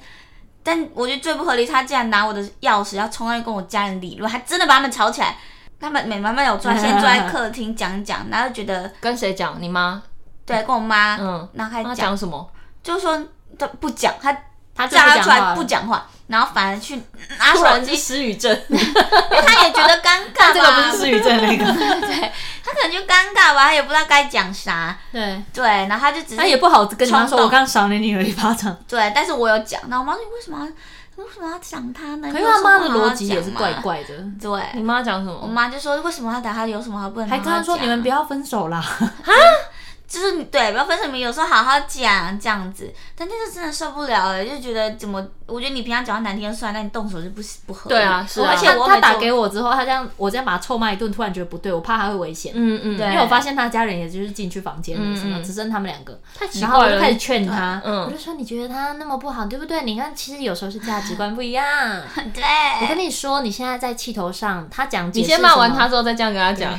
[SPEAKER 1] 但我觉得最不合理，他竟然拿我的钥匙要冲上去跟我家人理论，还真的把他们吵起来。他们每慢慢有转，先坐在客厅讲讲，然后就觉得
[SPEAKER 2] 跟谁讲？你妈？
[SPEAKER 1] 对，跟我妈，
[SPEAKER 2] 嗯，
[SPEAKER 1] 然后开
[SPEAKER 2] 他
[SPEAKER 1] 始讲，
[SPEAKER 2] 讲什么？
[SPEAKER 1] 就说他不讲，他
[SPEAKER 3] 他就
[SPEAKER 1] 叫他出
[SPEAKER 3] 不讲话
[SPEAKER 1] 来
[SPEAKER 3] 了
[SPEAKER 1] 不，讲话，然后反而去拿
[SPEAKER 2] 突然
[SPEAKER 1] 手
[SPEAKER 2] 就
[SPEAKER 1] 机，
[SPEAKER 2] 失语症，
[SPEAKER 1] 因为他也觉得尴尬
[SPEAKER 3] 这个不是
[SPEAKER 1] 吧，
[SPEAKER 3] 失语症那个，
[SPEAKER 1] 他可能就尴尬吧，他也不知道该讲啥，
[SPEAKER 3] 对，
[SPEAKER 1] 对，然后他就只
[SPEAKER 3] 他也
[SPEAKER 1] 是
[SPEAKER 3] 不好跟你妈
[SPEAKER 1] 冲
[SPEAKER 3] 说，
[SPEAKER 1] 动
[SPEAKER 3] 我刚赏了你了一巴掌，
[SPEAKER 1] 对，但是我有讲，然后我妈说你为什么要为什么要讲他呢？
[SPEAKER 3] 可是
[SPEAKER 1] 有什
[SPEAKER 3] 他
[SPEAKER 1] 么
[SPEAKER 3] 妈的
[SPEAKER 1] 好
[SPEAKER 3] 逻辑也
[SPEAKER 1] 讲
[SPEAKER 3] 是
[SPEAKER 1] 嘛
[SPEAKER 3] 怪，怪的，
[SPEAKER 1] 对。
[SPEAKER 2] 你妈讲什
[SPEAKER 1] 我
[SPEAKER 2] 么？
[SPEAKER 1] 妈就说：“为什么要打他？有什么好不能
[SPEAKER 3] 还
[SPEAKER 1] 好
[SPEAKER 3] 跟
[SPEAKER 1] 好
[SPEAKER 3] 他说
[SPEAKER 1] 讲
[SPEAKER 3] 你们不要分手啦，
[SPEAKER 1] 就是你对，不要分手，你们有时候好好讲这样子。”但那次真的受不了了，就觉得怎么？我觉得你平常讲话难听就算，但你动手就不不合理。
[SPEAKER 2] 对啊是啊
[SPEAKER 1] 而
[SPEAKER 3] 而
[SPEAKER 1] 且
[SPEAKER 3] 且
[SPEAKER 1] 我
[SPEAKER 3] 他
[SPEAKER 1] 每
[SPEAKER 3] 打
[SPEAKER 1] 次
[SPEAKER 3] 给我之后，他这样我这样把他臭骂一顿，突然觉得不对，我怕他会危险。
[SPEAKER 2] 嗯嗯，
[SPEAKER 1] 对
[SPEAKER 3] 因为我发现他家人也就是进去房间
[SPEAKER 2] 嗯
[SPEAKER 3] 了，什么
[SPEAKER 2] 嗯
[SPEAKER 3] 只剩他们两个，
[SPEAKER 2] 太奇
[SPEAKER 3] 然后我
[SPEAKER 2] 怪
[SPEAKER 3] 就
[SPEAKER 2] 了
[SPEAKER 3] 开。始劝他，
[SPEAKER 2] 嗯
[SPEAKER 3] 我就说你觉得他那么不好，对不对？你看，其实有时候是价值观不一 样。
[SPEAKER 2] 哎
[SPEAKER 1] 对，
[SPEAKER 3] 我跟你说，你现在在气头上，他讲
[SPEAKER 2] 你
[SPEAKER 3] 你
[SPEAKER 2] 先骂完他，之后再这样跟他讲，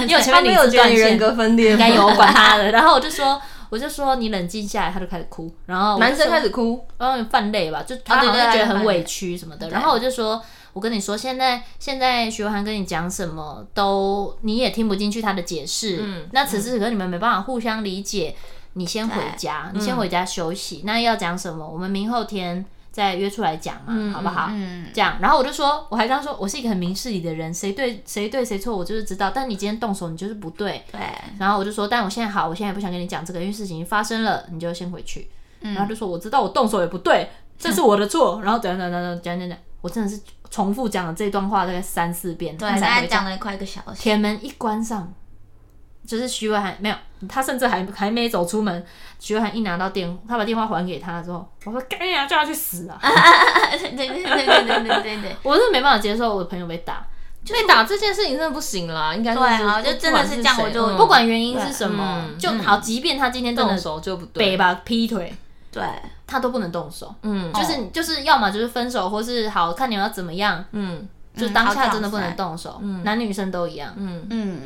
[SPEAKER 3] 因为我前面
[SPEAKER 2] 没
[SPEAKER 3] 理
[SPEAKER 2] 有
[SPEAKER 3] 智
[SPEAKER 2] 觉得
[SPEAKER 3] 断
[SPEAKER 2] 你
[SPEAKER 3] 线
[SPEAKER 2] 人格分裂，
[SPEAKER 3] 应该有，我管他的。然后我就说，我就说你冷静下来，他就开始哭，然后我就
[SPEAKER 2] 男生
[SPEAKER 3] 说
[SPEAKER 2] 开始哭，
[SPEAKER 3] 嗯，犯累吧，就他好
[SPEAKER 1] 对
[SPEAKER 3] 像
[SPEAKER 1] 对
[SPEAKER 3] 就觉
[SPEAKER 1] 对
[SPEAKER 3] 得
[SPEAKER 1] 啊犯
[SPEAKER 3] 很
[SPEAKER 1] 累
[SPEAKER 3] 委屈什么的。然后我就说，我跟你说，现在现在徐若涵跟你讲什么都你也听不进去他的解释，
[SPEAKER 2] 嗯
[SPEAKER 3] 那此时此刻你们没办法互相理解，你先回
[SPEAKER 1] 哎
[SPEAKER 3] 家，你先回家休
[SPEAKER 1] 嗯
[SPEAKER 3] 息。那要讲什么，我们明后天再约出来讲嘛，好不好？
[SPEAKER 1] 嗯，
[SPEAKER 3] 这样，然后我就说，我还跟他说，我是一个很明事理的人，谁对谁对谁错，我就是知道。但你今天动手，你就是不对。
[SPEAKER 1] 对，
[SPEAKER 3] 然后我就说，但我现在好，我现在也不想跟你讲这个，因为事情已经发生了，你就先回去。
[SPEAKER 1] 嗯
[SPEAKER 3] 然后就说我知道我动手也不对，这
[SPEAKER 2] 嗯
[SPEAKER 3] 是我的错。然后讲讲讲讲讲讲讲，我真的是重复讲了这段话大概三四遍，
[SPEAKER 1] 对，
[SPEAKER 3] 他
[SPEAKER 1] 大
[SPEAKER 3] 才
[SPEAKER 1] 概
[SPEAKER 3] 回
[SPEAKER 1] 讲
[SPEAKER 3] 家。
[SPEAKER 1] 了快一个小时。
[SPEAKER 3] 铁门一关上，就是徐伟涵没有，他甚至还还没走出门，徐伟涵一拿到电，他把电话还给他之后，我说干呀，叫他去死啊！
[SPEAKER 1] 对对对对对对对对，
[SPEAKER 3] 我是没办法接受我的朋友被打，
[SPEAKER 2] 被打这件事情真的不行啦，应该
[SPEAKER 1] 对啊
[SPEAKER 2] 啊，
[SPEAKER 1] 就真的
[SPEAKER 2] 是
[SPEAKER 1] 这样
[SPEAKER 2] 谁
[SPEAKER 1] 我就
[SPEAKER 2] 嗯
[SPEAKER 3] 不管原因是什么，
[SPEAKER 2] 嗯
[SPEAKER 3] 就
[SPEAKER 2] 嗯
[SPEAKER 3] 好。即便他今天真
[SPEAKER 2] 动
[SPEAKER 3] 的
[SPEAKER 2] 手就不对
[SPEAKER 3] 北，吧劈腿，
[SPEAKER 1] 对，
[SPEAKER 3] 他都不能动手。
[SPEAKER 2] 嗯
[SPEAKER 3] 就是你就是要么就是分手，或是好看你要怎么样，
[SPEAKER 2] 嗯
[SPEAKER 3] 就
[SPEAKER 1] 嗯
[SPEAKER 3] 当
[SPEAKER 1] 好
[SPEAKER 3] 下
[SPEAKER 1] 讲
[SPEAKER 3] 真的不
[SPEAKER 1] 出
[SPEAKER 3] 能
[SPEAKER 1] 来
[SPEAKER 3] 动手，男女生都一样。
[SPEAKER 2] 嗯，
[SPEAKER 1] 嗯，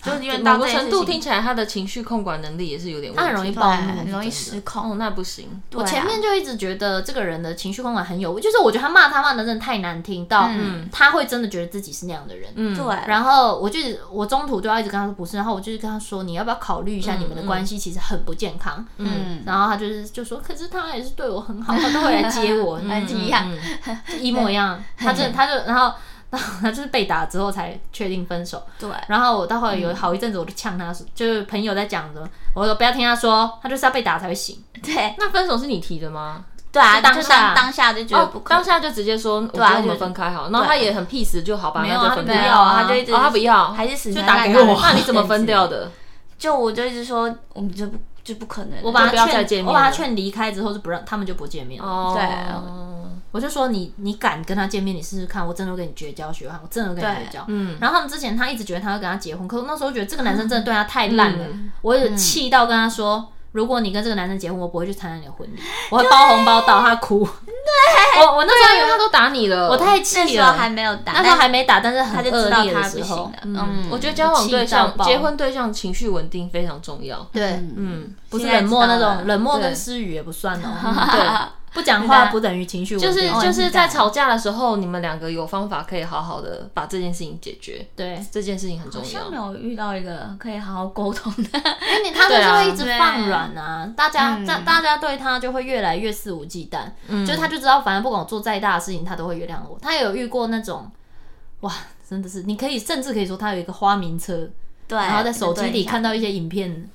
[SPEAKER 1] 就是因为到
[SPEAKER 2] 某
[SPEAKER 1] 这
[SPEAKER 2] 个
[SPEAKER 1] 件
[SPEAKER 2] 程度
[SPEAKER 1] 事情
[SPEAKER 2] 听起来他的情绪控管能力也是有点问题，
[SPEAKER 3] 他很容易
[SPEAKER 1] 对
[SPEAKER 3] 暴怒
[SPEAKER 1] 很容易
[SPEAKER 3] 真
[SPEAKER 1] 失控。
[SPEAKER 2] 哦，那不行，
[SPEAKER 1] 我
[SPEAKER 3] 前面就一直觉得这个人的情绪控管很有，就是我觉得他骂他骂的真的太难听，到
[SPEAKER 1] 嗯
[SPEAKER 3] 他会真的觉得自己是那样的人。
[SPEAKER 2] 嗯，
[SPEAKER 1] 对，
[SPEAKER 3] 然后我就我中途就要一直跟他说不是，然后我就是跟他说你要不要考虑一下你们的关系其实很不健康。
[SPEAKER 2] 嗯，
[SPEAKER 1] 嗯，
[SPEAKER 3] 然后他就是就说，可是他也是对我很好，他都会来接我，
[SPEAKER 1] 还
[SPEAKER 3] 嗯
[SPEAKER 1] 是一样，
[SPEAKER 3] 一模一样。他就他就然后然后他就是被打之后才确定分手。
[SPEAKER 1] 对，
[SPEAKER 3] 然后我到后来有好一阵子，我就呛他，就是朋友在讲的，我说不要听他说，他就是要被打才会醒。
[SPEAKER 1] 对，
[SPEAKER 2] 那分手是你提的吗？哦
[SPEAKER 1] 对啊，
[SPEAKER 3] 是当
[SPEAKER 1] 就
[SPEAKER 3] 下
[SPEAKER 1] 当当下就觉得不可
[SPEAKER 2] 当下就直接说，我觉
[SPEAKER 1] 啊
[SPEAKER 2] 得我
[SPEAKER 1] 就
[SPEAKER 2] 们
[SPEAKER 1] 是
[SPEAKER 2] 分开好，然后他也很 peace 就好吧，
[SPEAKER 3] 没有
[SPEAKER 2] 那
[SPEAKER 3] 啊
[SPEAKER 2] 就分
[SPEAKER 3] 他
[SPEAKER 2] 开
[SPEAKER 3] 不
[SPEAKER 1] 要啊他就一直
[SPEAKER 2] 哦他不要，
[SPEAKER 1] 还是死
[SPEAKER 2] 就
[SPEAKER 1] 缠
[SPEAKER 2] 打
[SPEAKER 1] 烂
[SPEAKER 2] 给
[SPEAKER 1] 打
[SPEAKER 2] 我，
[SPEAKER 1] 到
[SPEAKER 2] 那你怎么分掉的？
[SPEAKER 1] 就我就一直说，我们就不就不可能，
[SPEAKER 3] 我把
[SPEAKER 2] 就不要
[SPEAKER 3] 他
[SPEAKER 2] 再见
[SPEAKER 3] 劝，
[SPEAKER 2] 面
[SPEAKER 3] 我把他
[SPEAKER 2] 了
[SPEAKER 3] 劝离开之后，就不让他们就不见面了。
[SPEAKER 2] 哦，
[SPEAKER 3] 我就说你你敢跟他见面，你试试看，我真的会跟你绝交，学汉，我真的会跟你
[SPEAKER 1] 对
[SPEAKER 3] 绝交。
[SPEAKER 2] 嗯
[SPEAKER 3] 然后他们之前他一直觉得他会跟他结婚，可是我那时候觉得这个男生真的对他太烂了，我有气到跟他说。如果你跟这个男生结婚，我不会去参加你的婚礼，我会包红包到他哭。
[SPEAKER 2] 哦我我那时候啊以为他都打你了，
[SPEAKER 3] 我太
[SPEAKER 1] 那
[SPEAKER 3] 气
[SPEAKER 1] 时候
[SPEAKER 3] 了，
[SPEAKER 1] 还没有打，
[SPEAKER 3] 那时候还没打，但是很
[SPEAKER 1] 但是他就
[SPEAKER 3] 恶
[SPEAKER 1] 知道
[SPEAKER 3] 劣的
[SPEAKER 1] 他不
[SPEAKER 3] 时
[SPEAKER 1] 行
[SPEAKER 3] 候
[SPEAKER 1] 了，，
[SPEAKER 2] 嗯
[SPEAKER 1] 嗯，
[SPEAKER 2] 我觉得交往对
[SPEAKER 3] 气
[SPEAKER 2] 象、
[SPEAKER 3] 到爆
[SPEAKER 2] 结婚对象情绪稳定非常重要。
[SPEAKER 3] 对，
[SPEAKER 2] 嗯，
[SPEAKER 3] 不是
[SPEAKER 1] 现在
[SPEAKER 3] 冷漠那
[SPEAKER 1] 知道了
[SPEAKER 3] 种，冷漠跟
[SPEAKER 2] 对
[SPEAKER 3] 失语也不算哦。 嗯
[SPEAKER 2] 对，
[SPEAKER 3] 不讲话不等于情绪稳定，
[SPEAKER 2] 就是
[SPEAKER 3] 哦
[SPEAKER 2] 就是在吵架的时候，你们两个有方法可以好好的把这件事情解决，
[SPEAKER 3] 对，
[SPEAKER 2] 这件事情很重
[SPEAKER 1] 好像
[SPEAKER 2] 要
[SPEAKER 1] 没。有遇到一个可以好好沟通 的，
[SPEAKER 3] 因为欸你他就是会一直
[SPEAKER 1] 对啊
[SPEAKER 3] 放软啊，大家
[SPEAKER 1] 嗯
[SPEAKER 3] 大、大家对他就会越来越肆无忌惮，
[SPEAKER 2] 嗯
[SPEAKER 3] 就是他就知道，反正不管我做再大的事情，他都会原谅我。他有遇过那种，哇，真的是，你可以甚至可以说他有一个花名册，
[SPEAKER 1] 对，
[SPEAKER 3] 然后在手机里看
[SPEAKER 1] 到，
[SPEAKER 3] 到一些影片，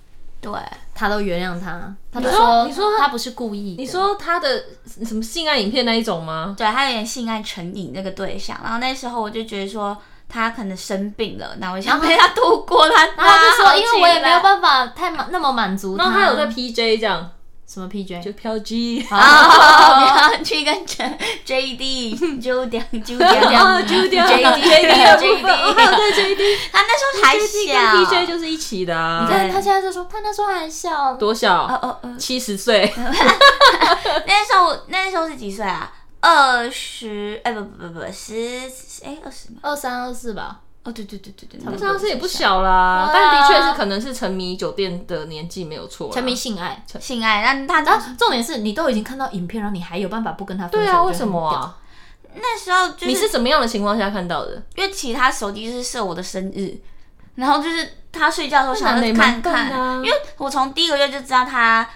[SPEAKER 1] 对，
[SPEAKER 3] 他都原谅他，他就
[SPEAKER 2] 你说你说
[SPEAKER 3] 他不是故意的，
[SPEAKER 2] 你说他的什么性爱影片那一种吗？
[SPEAKER 1] 对他有点性爱成瘾那个对象，然后那时候我就觉得说他可能生病了，那我想陪他度过他，
[SPEAKER 3] 然后他就
[SPEAKER 1] 好
[SPEAKER 3] 说，因为我也没有
[SPEAKER 1] 起来
[SPEAKER 3] 办法太满那么满足
[SPEAKER 2] 然后他有在 PJ 这样，
[SPEAKER 3] 什么 PJ
[SPEAKER 2] 就飘 G，
[SPEAKER 1] 啊，然后去跟陈 J D 就两就
[SPEAKER 2] 啊
[SPEAKER 1] 两
[SPEAKER 2] J D
[SPEAKER 1] 哦 J D
[SPEAKER 2] JD 的部
[SPEAKER 1] J
[SPEAKER 2] 分，哦还有
[SPEAKER 1] D，
[SPEAKER 2] 对 JD，
[SPEAKER 1] 他那时候还
[SPEAKER 2] JD 跟 PJ
[SPEAKER 1] 小，
[SPEAKER 2] 就是一起的啊
[SPEAKER 3] 你，看他现在就说，他那时候还小，
[SPEAKER 2] 多小？
[SPEAKER 1] 哦哦哦，
[SPEAKER 2] 七十岁，
[SPEAKER 1] 那时候那时候是几岁啊？二十哎不不不不十哎二十吗？
[SPEAKER 3] 二三二四吧，
[SPEAKER 1] 哦对对对对对，
[SPEAKER 3] 差不多
[SPEAKER 2] 这样是也不小啦，
[SPEAKER 3] 对啊
[SPEAKER 2] 但的确是可能是沉迷酒店的年纪没有错啦，
[SPEAKER 3] 沉迷性爱。
[SPEAKER 1] 性爱，但他
[SPEAKER 3] 然
[SPEAKER 1] 那
[SPEAKER 3] 后哦重点是你都已经看到影片，然后你还有办法不跟他分手？
[SPEAKER 2] 对啊，为
[SPEAKER 3] 就
[SPEAKER 2] 什
[SPEAKER 3] 很
[SPEAKER 2] 么
[SPEAKER 3] 屌？
[SPEAKER 2] 啊？
[SPEAKER 1] 那时候就
[SPEAKER 2] 你是
[SPEAKER 1] 是
[SPEAKER 2] 怎么样的情况下看到的？
[SPEAKER 1] 因为其他手机是设我的生日，然后就是他睡觉的时候
[SPEAKER 2] 那
[SPEAKER 1] 想
[SPEAKER 2] 男的也
[SPEAKER 1] 要看
[SPEAKER 2] 蛮笨的
[SPEAKER 1] 看，
[SPEAKER 2] 啊
[SPEAKER 1] 因为我从第一个月就知道他。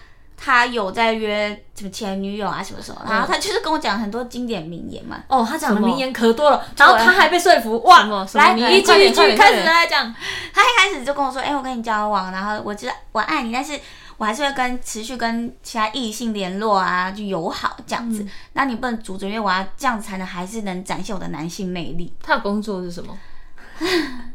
[SPEAKER 1] 他有在约什么前女友啊什么什么，
[SPEAKER 2] 嗯
[SPEAKER 1] 然后他就是跟我讲很多经典名言嘛，
[SPEAKER 3] 哦，他讲
[SPEAKER 2] 什
[SPEAKER 3] 的
[SPEAKER 2] 么
[SPEAKER 3] 名言可多了，然后
[SPEAKER 1] 对
[SPEAKER 3] 他还被说服，
[SPEAKER 2] 啊什么
[SPEAKER 3] 哇！
[SPEAKER 2] 什么
[SPEAKER 3] 来
[SPEAKER 2] 名言
[SPEAKER 3] 一
[SPEAKER 2] 快点
[SPEAKER 3] 句一
[SPEAKER 2] 快点
[SPEAKER 3] 句
[SPEAKER 2] 快
[SPEAKER 3] 开始
[SPEAKER 2] 点
[SPEAKER 3] 来讲，
[SPEAKER 1] 他一开始就跟我说：“哎、我跟你交往，然后我知道我爱你，但是我还是会跟持续跟其他异性联络啊，就友好这样
[SPEAKER 2] 嗯
[SPEAKER 1] 子。那你不能阻止，因为我要这样子才能还是能展现我的男性魅力。
[SPEAKER 2] 他的工作是 什么？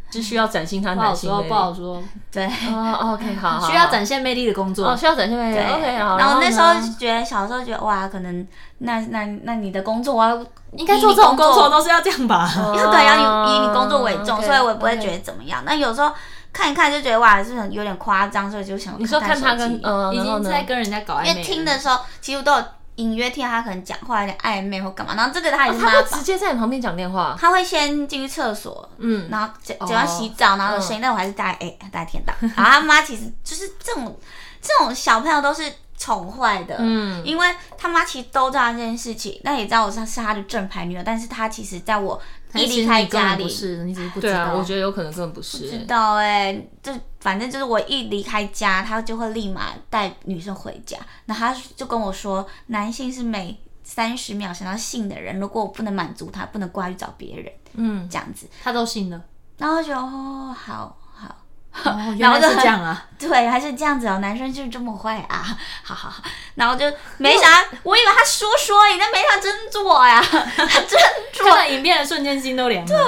[SPEAKER 2] 只需要展现他
[SPEAKER 3] 不
[SPEAKER 2] 男
[SPEAKER 3] 好
[SPEAKER 2] 性
[SPEAKER 3] 说，
[SPEAKER 2] 魅
[SPEAKER 3] 不
[SPEAKER 2] 力
[SPEAKER 3] 好说，
[SPEAKER 1] 对，
[SPEAKER 2] 哦，OK，好好，好
[SPEAKER 3] 需要展现魅力的工
[SPEAKER 2] 哦，
[SPEAKER 3] 作。
[SPEAKER 2] 需要展现魅力。
[SPEAKER 1] 对
[SPEAKER 2] OK，好。
[SPEAKER 1] 然后那
[SPEAKER 2] 呢
[SPEAKER 1] 时候就觉得小时候觉得哇，可能那那那你的工作啊我要
[SPEAKER 3] 应该做这种工作，都哦是要这样吧？
[SPEAKER 1] 因为对要以以你工作为重，
[SPEAKER 2] 哦，OK，
[SPEAKER 1] 所以我也不会
[SPEAKER 2] OK
[SPEAKER 1] 觉得怎么样。那有时候看一看就觉得哇，是不是有点夸张，所以就想
[SPEAKER 2] 你说看他
[SPEAKER 1] 手
[SPEAKER 2] 跟
[SPEAKER 1] 机
[SPEAKER 2] 嗯，
[SPEAKER 3] 已
[SPEAKER 2] 然后
[SPEAKER 3] 经
[SPEAKER 2] 呢？
[SPEAKER 3] 在跟人家搞暧
[SPEAKER 1] 因
[SPEAKER 3] 昧
[SPEAKER 1] 为
[SPEAKER 3] 了。
[SPEAKER 1] 听的时候，其实我都有隐约听到他可能讲话有点暧昧或干嘛，然后这个他也是
[SPEAKER 2] 哦他
[SPEAKER 1] 妈
[SPEAKER 2] 会
[SPEAKER 1] 宝
[SPEAKER 2] 直接在你旁边讲电话。
[SPEAKER 1] 他会先进去厕所，
[SPEAKER 2] 嗯，
[SPEAKER 1] 然后只
[SPEAKER 2] 哦
[SPEAKER 1] 只要洗澡，然后有声音，但我还是大哎、大天 大。然后他妈其实就是这种这种小朋友都是宠坏的，
[SPEAKER 2] 嗯，
[SPEAKER 1] 因为他妈其实都知道这件事情，那也知道我是是他的正牌女友，但是他其实在我
[SPEAKER 3] 还
[SPEAKER 1] 一
[SPEAKER 3] 是其实
[SPEAKER 1] 离
[SPEAKER 3] 你
[SPEAKER 1] 开
[SPEAKER 3] 根本
[SPEAKER 1] 家里
[SPEAKER 3] 不，是，你只是不知
[SPEAKER 2] 对啊，
[SPEAKER 3] 道。
[SPEAKER 2] 我觉得有可能根本不是。
[SPEAKER 1] 知
[SPEAKER 2] 欸
[SPEAKER 1] 道哎、就反正就是我一离开家，他就会立马带女生回家，那他就跟我说，男性是每三十秒想要性的人，如果我不能满足他，不能过来去找别人
[SPEAKER 2] 嗯，
[SPEAKER 1] 这样子，
[SPEAKER 3] 他都信了，
[SPEAKER 1] 然后我就觉得哦，好好。
[SPEAKER 3] 哦原来
[SPEAKER 1] 然后
[SPEAKER 3] 是
[SPEAKER 1] 就
[SPEAKER 3] 这样啊！
[SPEAKER 1] 对，还是这样子哦，男生就是这么坏啊！ 好好好，然后就没想到，我以为他说说而已，但没想到真做呀， 他真做
[SPEAKER 3] 看。到影片的瞬间心都凉了。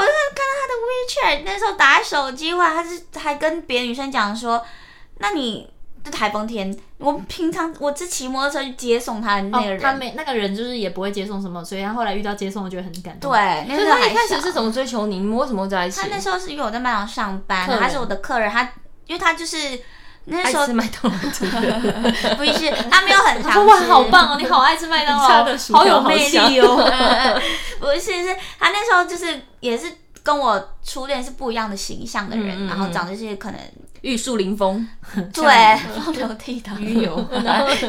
[SPEAKER 1] Richard 那时候打手机话，他是还跟别的女生讲说，那你。就台风天，我平常我是骑摩托车去接送他的那个
[SPEAKER 3] 哦，
[SPEAKER 1] 人，
[SPEAKER 3] 他没那个人就是也不会接送什么，所以他后来遇到接送，我觉得很感动。，
[SPEAKER 1] 对，那
[SPEAKER 2] 所以
[SPEAKER 1] 时候
[SPEAKER 2] 他
[SPEAKER 1] 还
[SPEAKER 2] 一开始
[SPEAKER 1] 小
[SPEAKER 2] 是怎么追求你？你们为什么会在一起
[SPEAKER 1] 他？那时候是因为我在麦当劳上班，
[SPEAKER 3] 客人
[SPEAKER 1] 他是我的客人，他因为他就是那时
[SPEAKER 2] 爱
[SPEAKER 1] 候
[SPEAKER 2] 吃麦当劳 真的
[SPEAKER 1] 不是他没有很常
[SPEAKER 3] 说哇，
[SPEAKER 1] 吃
[SPEAKER 3] 好棒哦，你好爱吃麦当劳，
[SPEAKER 2] 你家的薯条
[SPEAKER 3] 好有
[SPEAKER 2] 好
[SPEAKER 3] 魅
[SPEAKER 2] 香
[SPEAKER 3] 力哦。
[SPEAKER 1] 嗯 不是，是他那时候就是也是跟我初恋是不一样的形象的人，
[SPEAKER 2] 嗯嗯
[SPEAKER 1] 然后长得是可能
[SPEAKER 2] 玉树临风，
[SPEAKER 1] 对 风流倜傥，
[SPEAKER 3] 鱼油，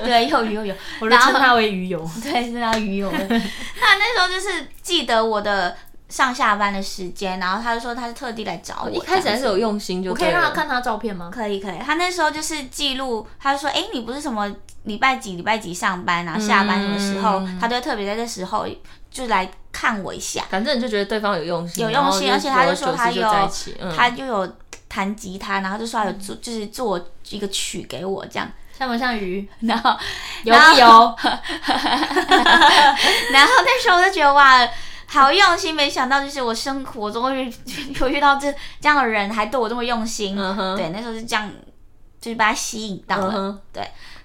[SPEAKER 1] 对又油油，
[SPEAKER 3] 我就称他为鱼油。
[SPEAKER 1] 对是要鱼油。那那时候就是记得我的上下班的时间，然后他就说他是特地来找
[SPEAKER 3] 哦
[SPEAKER 1] 我，
[SPEAKER 2] 一开始还是有用心就
[SPEAKER 3] 我
[SPEAKER 2] 对
[SPEAKER 3] 可以
[SPEAKER 2] 了。
[SPEAKER 3] 让他看他照片吗？
[SPEAKER 1] 可以可以，他那时候就是记录，他就说，哎，你不是什么礼拜几礼拜几上班啊，下班什么时候，他都会特别在这时候就来看我一下。
[SPEAKER 2] 反正你就觉得对方有用心，
[SPEAKER 1] 有用心
[SPEAKER 2] 然后
[SPEAKER 1] 而且他就
[SPEAKER 2] 久而久
[SPEAKER 1] 说他
[SPEAKER 2] 之就
[SPEAKER 1] 有
[SPEAKER 2] 在一起，嗯、
[SPEAKER 1] 他就有弹吉他，然后就说他有做，就是做一个曲给我这样。
[SPEAKER 3] 像不像鱼？
[SPEAKER 1] 然后，
[SPEAKER 3] 油不油？
[SPEAKER 1] 然后那时候我就觉得哇，好用心，没想到就是我生活中会遇有遇到这这样的人，还对我这么用心。
[SPEAKER 2] 嗯哼
[SPEAKER 1] 对，那时候是这样，就是把他吸引到
[SPEAKER 2] 嗯
[SPEAKER 1] 了。
[SPEAKER 2] 哼，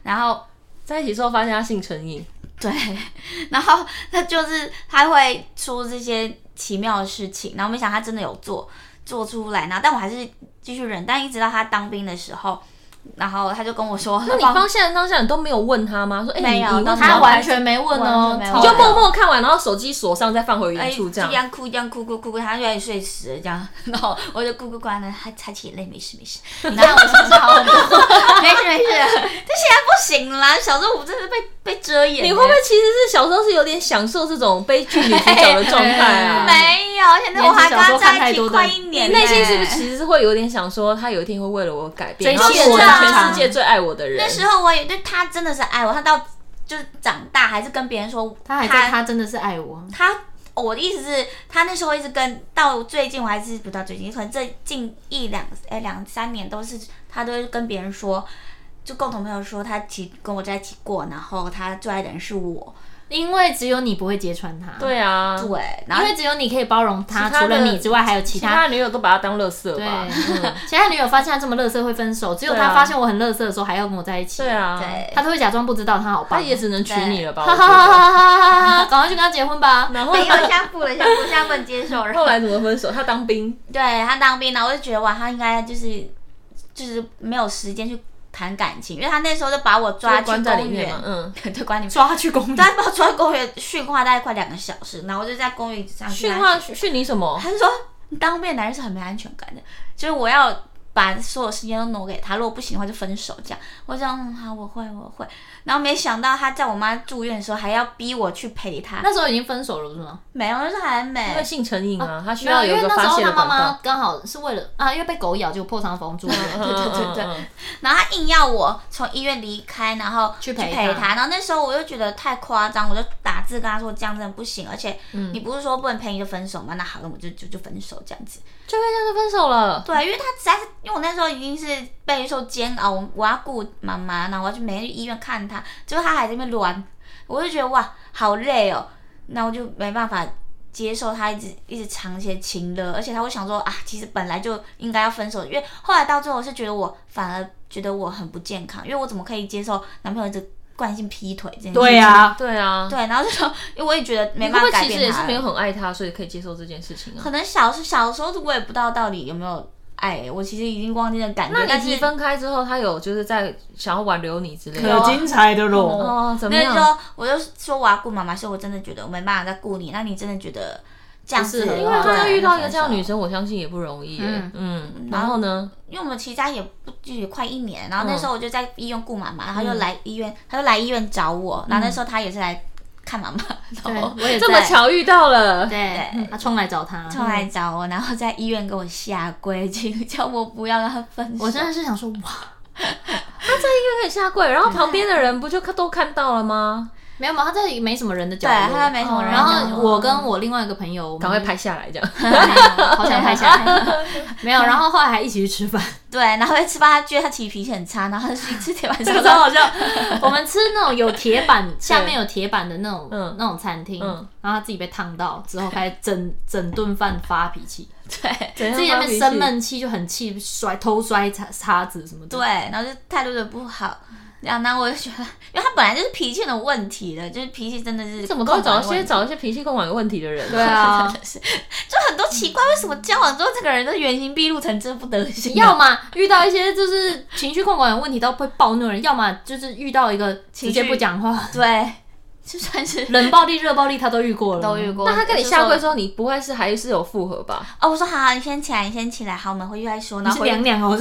[SPEAKER 1] 然后
[SPEAKER 2] 在一起之后发现他性成瘾，
[SPEAKER 1] 对， 然后他就是他会出这些奇妙的事情，然后没想到他真的有做做出来，然后但我还是继续忍，但一直到他当兵的时候，然后他就跟我说，
[SPEAKER 2] 那你
[SPEAKER 1] 帮
[SPEAKER 2] 发现当下你都没有问他吗？说哎、
[SPEAKER 1] 没
[SPEAKER 2] 你
[SPEAKER 1] 有
[SPEAKER 2] 你为什
[SPEAKER 1] 当
[SPEAKER 2] 么
[SPEAKER 1] 然
[SPEAKER 3] 他
[SPEAKER 2] 要
[SPEAKER 3] 完
[SPEAKER 2] 拍？
[SPEAKER 3] 全没问哦
[SPEAKER 1] 完，全没问
[SPEAKER 2] 你就默默看完，然后手机锁上，再放回
[SPEAKER 1] 哎，
[SPEAKER 2] 原处这
[SPEAKER 1] 这
[SPEAKER 2] 样。
[SPEAKER 1] 样哭，这样哭哭哭哭，他越来越睡死了这样， 然后我就哎哭哭哭，然后他擦起眼泪，没事没事，你看我是不是好很多？ 没事没事，但现在不行啦，小时候我真的被被遮掩了，
[SPEAKER 2] 你会不会其实是小时候是有点享受这种悲剧女主角的状态 啊？
[SPEAKER 1] 没有？现在我还跟他在一起快一年呢，
[SPEAKER 2] 内心是不是其实是会有点想说，他有一天会为了我改变，
[SPEAKER 3] 追
[SPEAKER 2] 然后变
[SPEAKER 1] 求
[SPEAKER 2] 成
[SPEAKER 1] 啊
[SPEAKER 2] 全世界最爱我的人
[SPEAKER 1] 那。时候我也对他真的是爱我，他到就是长大还是跟别人说
[SPEAKER 3] 他还在，他真的是爱我。
[SPEAKER 1] 他哦我的意思是，他那时候一直跟到最近，我还是不到最近，可能这近一两哎两三年都是他都会跟别人说，就共同朋友说他其实跟我在一起过，然后他最爱的人是我，
[SPEAKER 3] 因为只有你不会揭穿他，，
[SPEAKER 2] 对啊，
[SPEAKER 1] 对，然
[SPEAKER 3] 因
[SPEAKER 1] 后
[SPEAKER 3] 为只有你可以包容他，
[SPEAKER 2] 其他
[SPEAKER 3] 除
[SPEAKER 2] 的
[SPEAKER 3] 了你之外还有其
[SPEAKER 2] 其
[SPEAKER 3] 他。
[SPEAKER 2] 他女友都把他当垃圾
[SPEAKER 3] 对
[SPEAKER 2] 吧？，
[SPEAKER 1] 嗯
[SPEAKER 3] 其他女友发现他这么乐色会分手，只有
[SPEAKER 2] 对啊
[SPEAKER 3] 他发现我很乐色的时候还要跟我在一起。
[SPEAKER 2] 对，啊，
[SPEAKER 1] 对
[SPEAKER 3] 他都会假装不知道，他好棒。
[SPEAKER 2] 他也只能娶你了吧？
[SPEAKER 3] 哈
[SPEAKER 2] 我
[SPEAKER 3] 哈
[SPEAKER 2] 觉
[SPEAKER 3] 哈
[SPEAKER 2] 得
[SPEAKER 3] 哈哈哈哈！赶快去跟他结婚吧。
[SPEAKER 2] 然后
[SPEAKER 1] 没有下步了，下步下不能接受了。
[SPEAKER 2] 后来怎么分手？他当兵，
[SPEAKER 1] 对他当兵，然后我就觉得哇，他应该就是就是没有时间去谈感情，因为他那时候就把我抓去
[SPEAKER 2] 关在里
[SPEAKER 1] 公
[SPEAKER 2] 面
[SPEAKER 1] 园
[SPEAKER 2] 嘛，，嗯，
[SPEAKER 1] 对，关里面。
[SPEAKER 3] 抓去公园，
[SPEAKER 1] 他把我抓公园训话大概快两个小时，然后我就在公园上跟
[SPEAKER 2] 训
[SPEAKER 1] 他
[SPEAKER 2] 话训你什么？
[SPEAKER 1] 他就说你当面男人是很没安全感的，就是我要把所有时间都挪给他，如果不行的话就分手这样。我讲嗯好，我会我会。然后没想到他在我妈住院的时候还要逼我去陪他，
[SPEAKER 3] 那时候已经分手了，不是吗？
[SPEAKER 1] 没有，就是还
[SPEAKER 2] 因
[SPEAKER 1] 没
[SPEAKER 2] 为。性成瘾啊，他需
[SPEAKER 3] 没有，
[SPEAKER 2] 要
[SPEAKER 3] 因
[SPEAKER 2] 有一
[SPEAKER 3] 为
[SPEAKER 2] 个
[SPEAKER 3] 那时
[SPEAKER 2] 发
[SPEAKER 3] 候
[SPEAKER 2] 泄
[SPEAKER 3] 他
[SPEAKER 2] 的
[SPEAKER 3] 妈
[SPEAKER 2] 管
[SPEAKER 3] 妈
[SPEAKER 2] 道。
[SPEAKER 3] 刚好是为了啊，因为被狗咬，就破伤风住院。
[SPEAKER 2] 对
[SPEAKER 1] 对
[SPEAKER 2] 嗯
[SPEAKER 1] 对然后他硬要我从医院离开，然后
[SPEAKER 3] 去陪
[SPEAKER 1] 陪
[SPEAKER 3] 他
[SPEAKER 1] 然后那时候我就觉得太夸张，我就打字跟他说这样真的不行，而且
[SPEAKER 3] 嗯
[SPEAKER 1] 你不是说不能陪你就分手吗？那好，那我就就就分手这样子。
[SPEAKER 2] 就跟这样就分手了。
[SPEAKER 1] 对，因为他实在是，因为我那时候已经是备受煎熬，我我要顾妈妈，然后我要去每天去医院看她，结果她还在那边乱，我就觉得哇，好累哦，那我就没办法接受他一直一直尝一些情乐，而且他会想说啊，其实本来就应该要分手，因为后来到最后是觉得我反而觉得我很不健康，因为我怎么可以接受男朋友一直惯性劈腿这件事情？
[SPEAKER 3] 对啊，
[SPEAKER 2] 对啊，
[SPEAKER 1] 对，然后就说，因为我也觉得没
[SPEAKER 2] 你会
[SPEAKER 1] 办
[SPEAKER 2] 不
[SPEAKER 1] 法改
[SPEAKER 2] 会其实
[SPEAKER 1] 变
[SPEAKER 2] 也
[SPEAKER 1] 他
[SPEAKER 2] 是
[SPEAKER 1] 了
[SPEAKER 2] 没有很爱他，所以可以接受这件事情啊
[SPEAKER 1] 可？能小时小时候我也不知道到底有没有爱、我其实已经忘记了感觉。
[SPEAKER 2] 那
[SPEAKER 1] 但
[SPEAKER 2] 你
[SPEAKER 1] 是
[SPEAKER 2] 提分开之后，他有就是在想要挽留你之类
[SPEAKER 1] 有
[SPEAKER 2] 的
[SPEAKER 1] 啊
[SPEAKER 3] 彩的喽！
[SPEAKER 2] 哦？怎么
[SPEAKER 1] 那
[SPEAKER 2] 样
[SPEAKER 1] 时？候我就说我要顾妈妈，所以我真的觉得我没办法再顾你。那你真的觉得这样子
[SPEAKER 3] 不适合
[SPEAKER 1] 对，
[SPEAKER 2] 因
[SPEAKER 3] 因
[SPEAKER 2] 为他要遇到
[SPEAKER 1] 那
[SPEAKER 2] 一个
[SPEAKER 1] 分
[SPEAKER 2] 这样的
[SPEAKER 1] 手
[SPEAKER 2] 女，生，我相信也不容易耶。
[SPEAKER 3] 嗯
[SPEAKER 2] 嗯，然后呢？
[SPEAKER 1] 因为我们其实在也不就也快一年，然后那
[SPEAKER 2] 嗯
[SPEAKER 1] 时候我就在医院顾妈妈，然后又来医院，她就来医院找我，然后那时候她也是来看妈妈，然
[SPEAKER 3] 对，
[SPEAKER 1] 后
[SPEAKER 3] 我也
[SPEAKER 2] 这么
[SPEAKER 3] 在，
[SPEAKER 2] 巧遇到了，
[SPEAKER 3] 对，他冲来找他，
[SPEAKER 1] 就来找我，然后在医院跟我下跪，请叫我不要跟她分手。
[SPEAKER 3] 我真的是想说，哇，
[SPEAKER 2] 他在医院给下跪，然后旁边的人不就看都看到了吗？
[SPEAKER 3] 没有嘛，他这里没什么人的角
[SPEAKER 1] 对，
[SPEAKER 3] 落，
[SPEAKER 1] 他没什么人
[SPEAKER 2] 哦
[SPEAKER 3] 然
[SPEAKER 1] 讲话。
[SPEAKER 3] 后我 跟我另外一个朋友，我们
[SPEAKER 2] 赶快拍下来这样。
[SPEAKER 3] 好想拍下来，没有。然后后来还一起去吃饭，
[SPEAKER 1] 对，然后会吃饭，他觉得他其实脾气很差，然后他去吃铁板烧，
[SPEAKER 3] 这 个超好笑。 我们吃那种有铁板，下面有铁板的那种
[SPEAKER 2] 嗯
[SPEAKER 3] 那种餐厅，
[SPEAKER 2] 嗯
[SPEAKER 3] 然后他自己被烫到之后，开始整整顿饭发脾气，
[SPEAKER 1] 对
[SPEAKER 2] 怎样
[SPEAKER 3] 自己在
[SPEAKER 2] 发
[SPEAKER 3] 那边
[SPEAKER 2] 脾
[SPEAKER 3] 生
[SPEAKER 2] 气
[SPEAKER 3] 闷气就很气，摔偷摔叉叉子什么的。
[SPEAKER 1] 对，然后就态度的不好。然后呢，我就觉得，因为他本来就是脾气的问题了，就是脾气真的是
[SPEAKER 2] 怎么都会
[SPEAKER 1] 控
[SPEAKER 2] 找一
[SPEAKER 1] 管
[SPEAKER 2] 些
[SPEAKER 1] 问题
[SPEAKER 2] 找一些脾气控管有问题的人？
[SPEAKER 3] 对啊，
[SPEAKER 1] 就很多奇怪，为什么交往之后这个人的原形毕露成这副德 行啊？
[SPEAKER 3] 要么遇到一些就是情绪控管有问题到会暴怒的人，要么就是遇到一个直
[SPEAKER 1] 情
[SPEAKER 3] 接
[SPEAKER 1] 绪
[SPEAKER 3] 不讲话，
[SPEAKER 1] 对，就算 是
[SPEAKER 3] 冷暴力、热暴力他都遇过了，
[SPEAKER 1] 都遇。过。
[SPEAKER 2] 那他跟你
[SPEAKER 1] 就
[SPEAKER 2] 下跪
[SPEAKER 1] 说
[SPEAKER 2] 之后，你不会是还是有复合吧？
[SPEAKER 1] 哦，我说好好，你先起来，你先起来，好，我们回去再说。
[SPEAKER 3] 你
[SPEAKER 1] 然后
[SPEAKER 3] 是
[SPEAKER 1] 回去
[SPEAKER 3] 娘娘哦，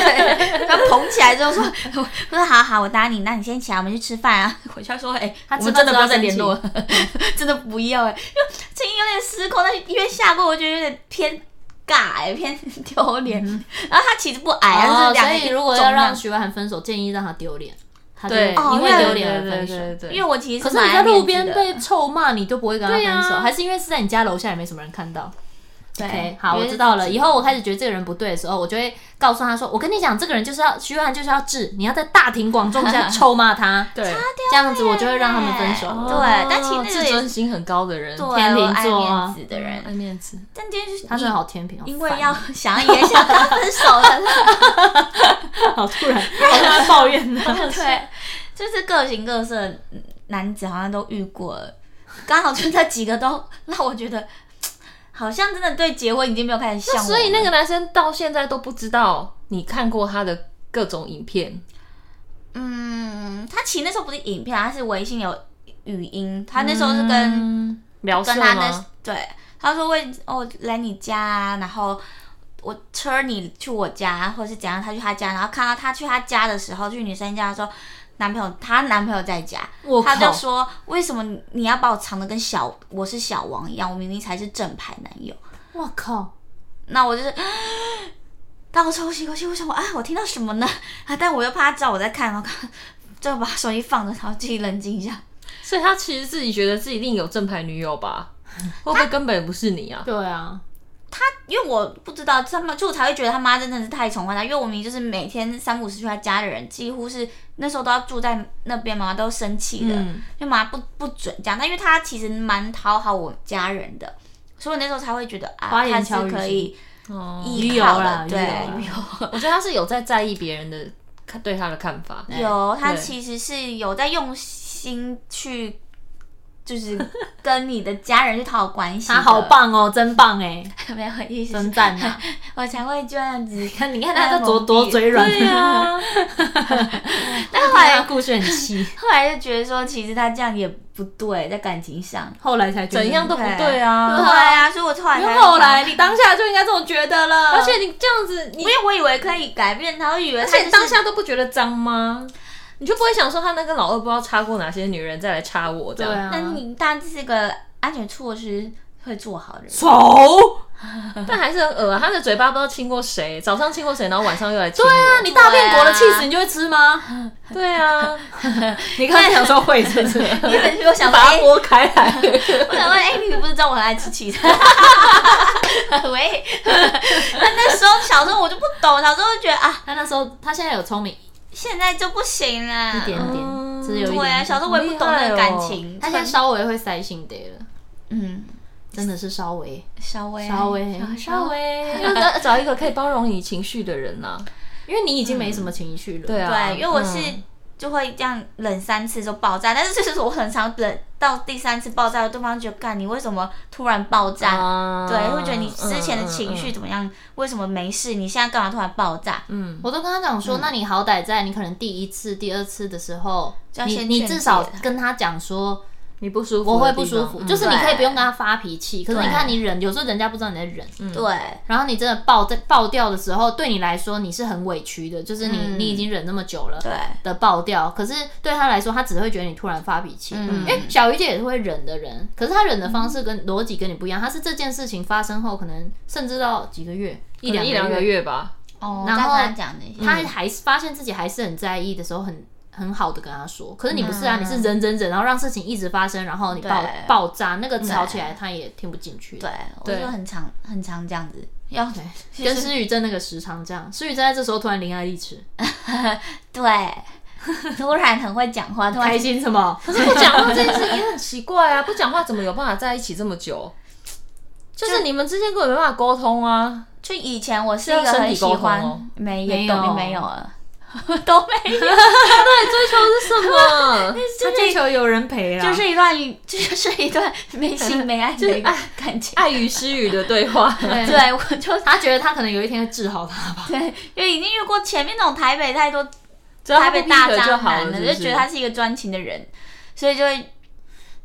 [SPEAKER 1] 他捧起来之后说，我说好好，我答你，那你先起来，我们去吃饭啊。 回家说，哎、
[SPEAKER 3] 他
[SPEAKER 1] 我们
[SPEAKER 3] 吃饭
[SPEAKER 1] 真的不
[SPEAKER 3] 之后
[SPEAKER 1] 要再
[SPEAKER 3] 生
[SPEAKER 1] 联
[SPEAKER 3] 气
[SPEAKER 1] 络 了，真的不要哎、因为最近有点失控，那因为下跪，我觉得有点偏尬哎、偏丢脸。然后他其实不矮，他
[SPEAKER 3] 嗯哦
[SPEAKER 1] 是两
[SPEAKER 3] 所
[SPEAKER 1] 个
[SPEAKER 3] 以如果要
[SPEAKER 1] 重
[SPEAKER 3] 让
[SPEAKER 1] 量
[SPEAKER 3] 徐伟涵分手，建议让他丢脸，他就
[SPEAKER 2] 对
[SPEAKER 3] 因为
[SPEAKER 1] 哦
[SPEAKER 3] 丢脸而分手。
[SPEAKER 2] 对
[SPEAKER 1] 因为我其实
[SPEAKER 3] 可是
[SPEAKER 1] 蛮
[SPEAKER 3] 你在
[SPEAKER 1] 爱面
[SPEAKER 3] 路
[SPEAKER 1] 子
[SPEAKER 3] 边
[SPEAKER 1] 的
[SPEAKER 3] 被臭骂，你就不会跟他分手，
[SPEAKER 2] 对啊
[SPEAKER 3] 还是因为是在你家楼下，也没什么人看到。
[SPEAKER 1] 对
[SPEAKER 3] OK，好，
[SPEAKER 1] 哎因
[SPEAKER 3] 我
[SPEAKER 1] 为
[SPEAKER 3] 知道了。以后我开始觉得这个人不对的时候，我就会告诉他说：“我跟你讲，这个人就是要徐若涵，就是要治，你要在大庭广众 下臭骂他，
[SPEAKER 2] 对，
[SPEAKER 3] 这样子我就会让他们分手。
[SPEAKER 1] 哦
[SPEAKER 3] 了。
[SPEAKER 1] 对但其实那个
[SPEAKER 2] 自
[SPEAKER 1] 也
[SPEAKER 2] 尊心很高的人，
[SPEAKER 1] 对
[SPEAKER 3] 天秤
[SPEAKER 1] 我爱
[SPEAKER 3] 座啊
[SPEAKER 1] 面子的人，
[SPEAKER 2] 爱面子。
[SPEAKER 1] 但就是
[SPEAKER 3] 他真的好天平，好
[SPEAKER 1] 因为
[SPEAKER 3] 烦啊
[SPEAKER 1] 要 想要也想跟他分手 的，
[SPEAKER 3] 好突然，好突然抱怨 的，
[SPEAKER 1] 对，就是各形各色的男子好像都遇过了，刚好就那几个都让我觉得，好像真的对结婚已经没有开始向往了。
[SPEAKER 2] 所以那个男生到现在都不知道你看过他的各种影片，
[SPEAKER 1] 嗯，他其实那时候不是影片，他是微信有语音，他那时候是跟、
[SPEAKER 2] 嗯聊色
[SPEAKER 1] 跟他那
[SPEAKER 2] 吗？
[SPEAKER 1] 对，他说会哦来你家啊，然后。我车你去我家，啊或者是怎样？他去他家，然后看到他去他家的时候，去女生家的时候，男朋友她男朋友在家，
[SPEAKER 3] 我
[SPEAKER 1] 他就
[SPEAKER 3] 靠，
[SPEAKER 1] 说：“为什么你你要把我藏的跟小我是小王一样？我明明才是正牌男友。
[SPEAKER 3] 我靠，”
[SPEAKER 1] 那我就是， 倒抽吸口气，我想我啊，我听到什么呢？啊，但我又怕他知道我在看，我看 就把手机放着，然后自己冷静一下。
[SPEAKER 2] 所以他其实自己觉得自己另有正牌女友 吧？会不会根本不是你啊？
[SPEAKER 3] 对啊，
[SPEAKER 1] 因为我不知道他妈，就我才会觉得他妈真的是太宠坏他。因为我明明就是每天三不五时去他家的人，几乎是那时候都要住在那边，妈妈都生气的。
[SPEAKER 2] 嗯，
[SPEAKER 1] 就妈不不准这样。但因为他其实蛮讨好我家人的，所以我那时候才会觉得啊，
[SPEAKER 3] 花言
[SPEAKER 1] 他是
[SPEAKER 3] 巧语
[SPEAKER 1] 可
[SPEAKER 3] 型
[SPEAKER 1] 以
[SPEAKER 2] 哦
[SPEAKER 1] 依靠的，
[SPEAKER 3] 鱼油
[SPEAKER 1] 对
[SPEAKER 3] 啦鱼油啦
[SPEAKER 1] 鱼油
[SPEAKER 2] 我觉得他是有在在意别人的看对他的看法。
[SPEAKER 1] 有他
[SPEAKER 2] 对
[SPEAKER 1] 其实是有在用心去。就是跟你的家人去讨好关系，
[SPEAKER 3] 他好，棒哦，真棒哎，
[SPEAKER 1] 没有意思，
[SPEAKER 3] 真赞 呐！
[SPEAKER 1] 我才会这样子。
[SPEAKER 3] 看，你看他这多多嘴软，
[SPEAKER 2] 对 啊，
[SPEAKER 1] 但后
[SPEAKER 3] 他
[SPEAKER 1] 来，
[SPEAKER 3] 故事很气，
[SPEAKER 1] 后来就觉得说，其实他这样也不对，在感情上。
[SPEAKER 3] 后来才觉得
[SPEAKER 2] 怎样都不对
[SPEAKER 1] 对
[SPEAKER 2] 啊。
[SPEAKER 1] 啊，所以我后来
[SPEAKER 3] 因为
[SPEAKER 1] 才
[SPEAKER 3] 后来，你当下就应该这么觉得了，
[SPEAKER 2] 而且你这样子，你
[SPEAKER 1] 因为我以为可以改变他，我以为
[SPEAKER 2] 而
[SPEAKER 1] 他就
[SPEAKER 2] 且
[SPEAKER 1] 是
[SPEAKER 2] 当下都不觉得脏吗？你就不会想说他那个老二不知道插过哪些女人再来插我这
[SPEAKER 3] 对
[SPEAKER 2] 样？
[SPEAKER 3] 啊，
[SPEAKER 1] 但你当然是个安全措施会做好的人，
[SPEAKER 3] 丑，
[SPEAKER 2] 但还是很恶啊！他的嘴巴不知道亲过谁，早上亲过谁，然后晚上又来亲我。
[SPEAKER 3] 那你大便裹了气死，你就会吃吗？
[SPEAKER 2] 对啊，
[SPEAKER 3] 你刚才想说会是不是？
[SPEAKER 1] 因为我想说，
[SPEAKER 2] 把
[SPEAKER 1] 哎、
[SPEAKER 2] 它拨开来。
[SPEAKER 1] 我想问，哎、你不是知道我很爱吃起 司？喂，但那时候小时候我就不懂，小时候就觉得啊，
[SPEAKER 3] 他那时候，他现在有聪明
[SPEAKER 1] 现在就不行了，
[SPEAKER 3] 一点点
[SPEAKER 2] 嗯，
[SPEAKER 3] 只是有一
[SPEAKER 1] 对啊，
[SPEAKER 3] 点
[SPEAKER 1] 小
[SPEAKER 3] 点。
[SPEAKER 1] 时候我也不懂那个感情，
[SPEAKER 3] 哦他现在稍微会塞性得了，
[SPEAKER 1] 嗯，
[SPEAKER 3] 真的是稍微，
[SPEAKER 1] 稍微
[SPEAKER 3] 哎稍微，
[SPEAKER 1] 稍微，
[SPEAKER 3] 微
[SPEAKER 2] 就是要找一个可以包容你情绪的人啦、
[SPEAKER 3] 因为你已经没什么情绪了。
[SPEAKER 2] 对啊
[SPEAKER 1] 对，因为我是。
[SPEAKER 2] 嗯
[SPEAKER 1] 就会这样冷三次就爆炸，但是就是我很常冷到第三次爆炸，对方觉得干你为什么突然爆炸？
[SPEAKER 2] 啊
[SPEAKER 3] 哦
[SPEAKER 1] 对，会觉得你之前
[SPEAKER 2] 嗯
[SPEAKER 3] 嗯
[SPEAKER 1] 的情绪怎么样？为什么没事？你现在干嘛突然爆炸？
[SPEAKER 2] 嗯，嗯嗯
[SPEAKER 3] 我都跟他讲说，那你好歹在你可能第一次、第二次的时候，
[SPEAKER 1] 就要
[SPEAKER 3] 你
[SPEAKER 1] 先
[SPEAKER 3] 你
[SPEAKER 1] 劝
[SPEAKER 3] 至
[SPEAKER 1] 解
[SPEAKER 3] 少
[SPEAKER 1] 他
[SPEAKER 3] 跟他讲说，
[SPEAKER 2] 你不舒服，嗯
[SPEAKER 3] 我会不舒服，就是你可以不用跟他发脾气。可是你
[SPEAKER 1] 嗯对嗯
[SPEAKER 3] 看你忍，有时候人家不知道你在忍，
[SPEAKER 1] 对，
[SPEAKER 3] 然后你真的爆在爆掉的时候，对你来说你是很委屈的，就是你、
[SPEAKER 1] 嗯
[SPEAKER 3] 你已经忍那么久了。
[SPEAKER 1] 对，
[SPEAKER 3] 的爆掉，可是对他来说，他只会觉得你突然发脾气。
[SPEAKER 1] 嗯
[SPEAKER 3] 因为小鱼姐也是会忍的人，可是她忍的方式跟逻辑跟你不一样，她是这件事情发生后，可能甚至到几个月、
[SPEAKER 2] 嗯
[SPEAKER 3] 一
[SPEAKER 2] 一
[SPEAKER 3] 两
[SPEAKER 2] 两一两
[SPEAKER 3] 个
[SPEAKER 2] 个，月吧。
[SPEAKER 1] 哦
[SPEAKER 3] 然后
[SPEAKER 1] 再跟他讲那些，
[SPEAKER 3] 她还是发现自己还是很在意的时候很，很很好的跟他说。可是你不是啊，你是忍忍忍，然后让事情一直发生，然后你
[SPEAKER 1] 嗯
[SPEAKER 3] 爆
[SPEAKER 1] 对
[SPEAKER 3] 爆炸，那个吵起来他也听不进去。
[SPEAKER 1] 对，，我就很常很常这样子，要
[SPEAKER 3] 跟施雨正那个时常这样，施雨正在这时候突然伶爱俐齿，
[SPEAKER 1] 对，突然很会讲话，突然
[SPEAKER 3] 开心什 么？
[SPEAKER 2] 可是不讲话这件事也很奇怪啊，不 讲话怎么有办法在一起这么久？就是你们之间根本没办法沟通啊！
[SPEAKER 1] 就以前我是一
[SPEAKER 2] 要
[SPEAKER 1] 个
[SPEAKER 2] 身
[SPEAKER 1] 很
[SPEAKER 2] 体
[SPEAKER 1] 喜
[SPEAKER 2] 沟通
[SPEAKER 1] 欢，
[SPEAKER 2] 哦
[SPEAKER 1] 没
[SPEAKER 3] 没
[SPEAKER 1] 也
[SPEAKER 3] 有
[SPEAKER 1] 都没有了，都没有，
[SPEAKER 2] 对，追求的是什 么？
[SPEAKER 3] 他追求有人陪啦，
[SPEAKER 1] 就是一段就是 一段没情没爱的感 情。
[SPEAKER 2] 爱与失语的对话。
[SPEAKER 3] 对
[SPEAKER 1] 对，我就
[SPEAKER 3] 他觉得他可能有一天会治好他吧。
[SPEAKER 1] 对，因为已经遇过前面那种台北太多
[SPEAKER 2] 只要
[SPEAKER 1] 台
[SPEAKER 2] 他不
[SPEAKER 1] 北
[SPEAKER 2] 劈
[SPEAKER 1] 大
[SPEAKER 2] 腿
[SPEAKER 1] 渣
[SPEAKER 2] 好
[SPEAKER 1] 男
[SPEAKER 2] 了，
[SPEAKER 1] 了，
[SPEAKER 2] 是不是
[SPEAKER 1] 就觉得他是一个专情的人，所以就会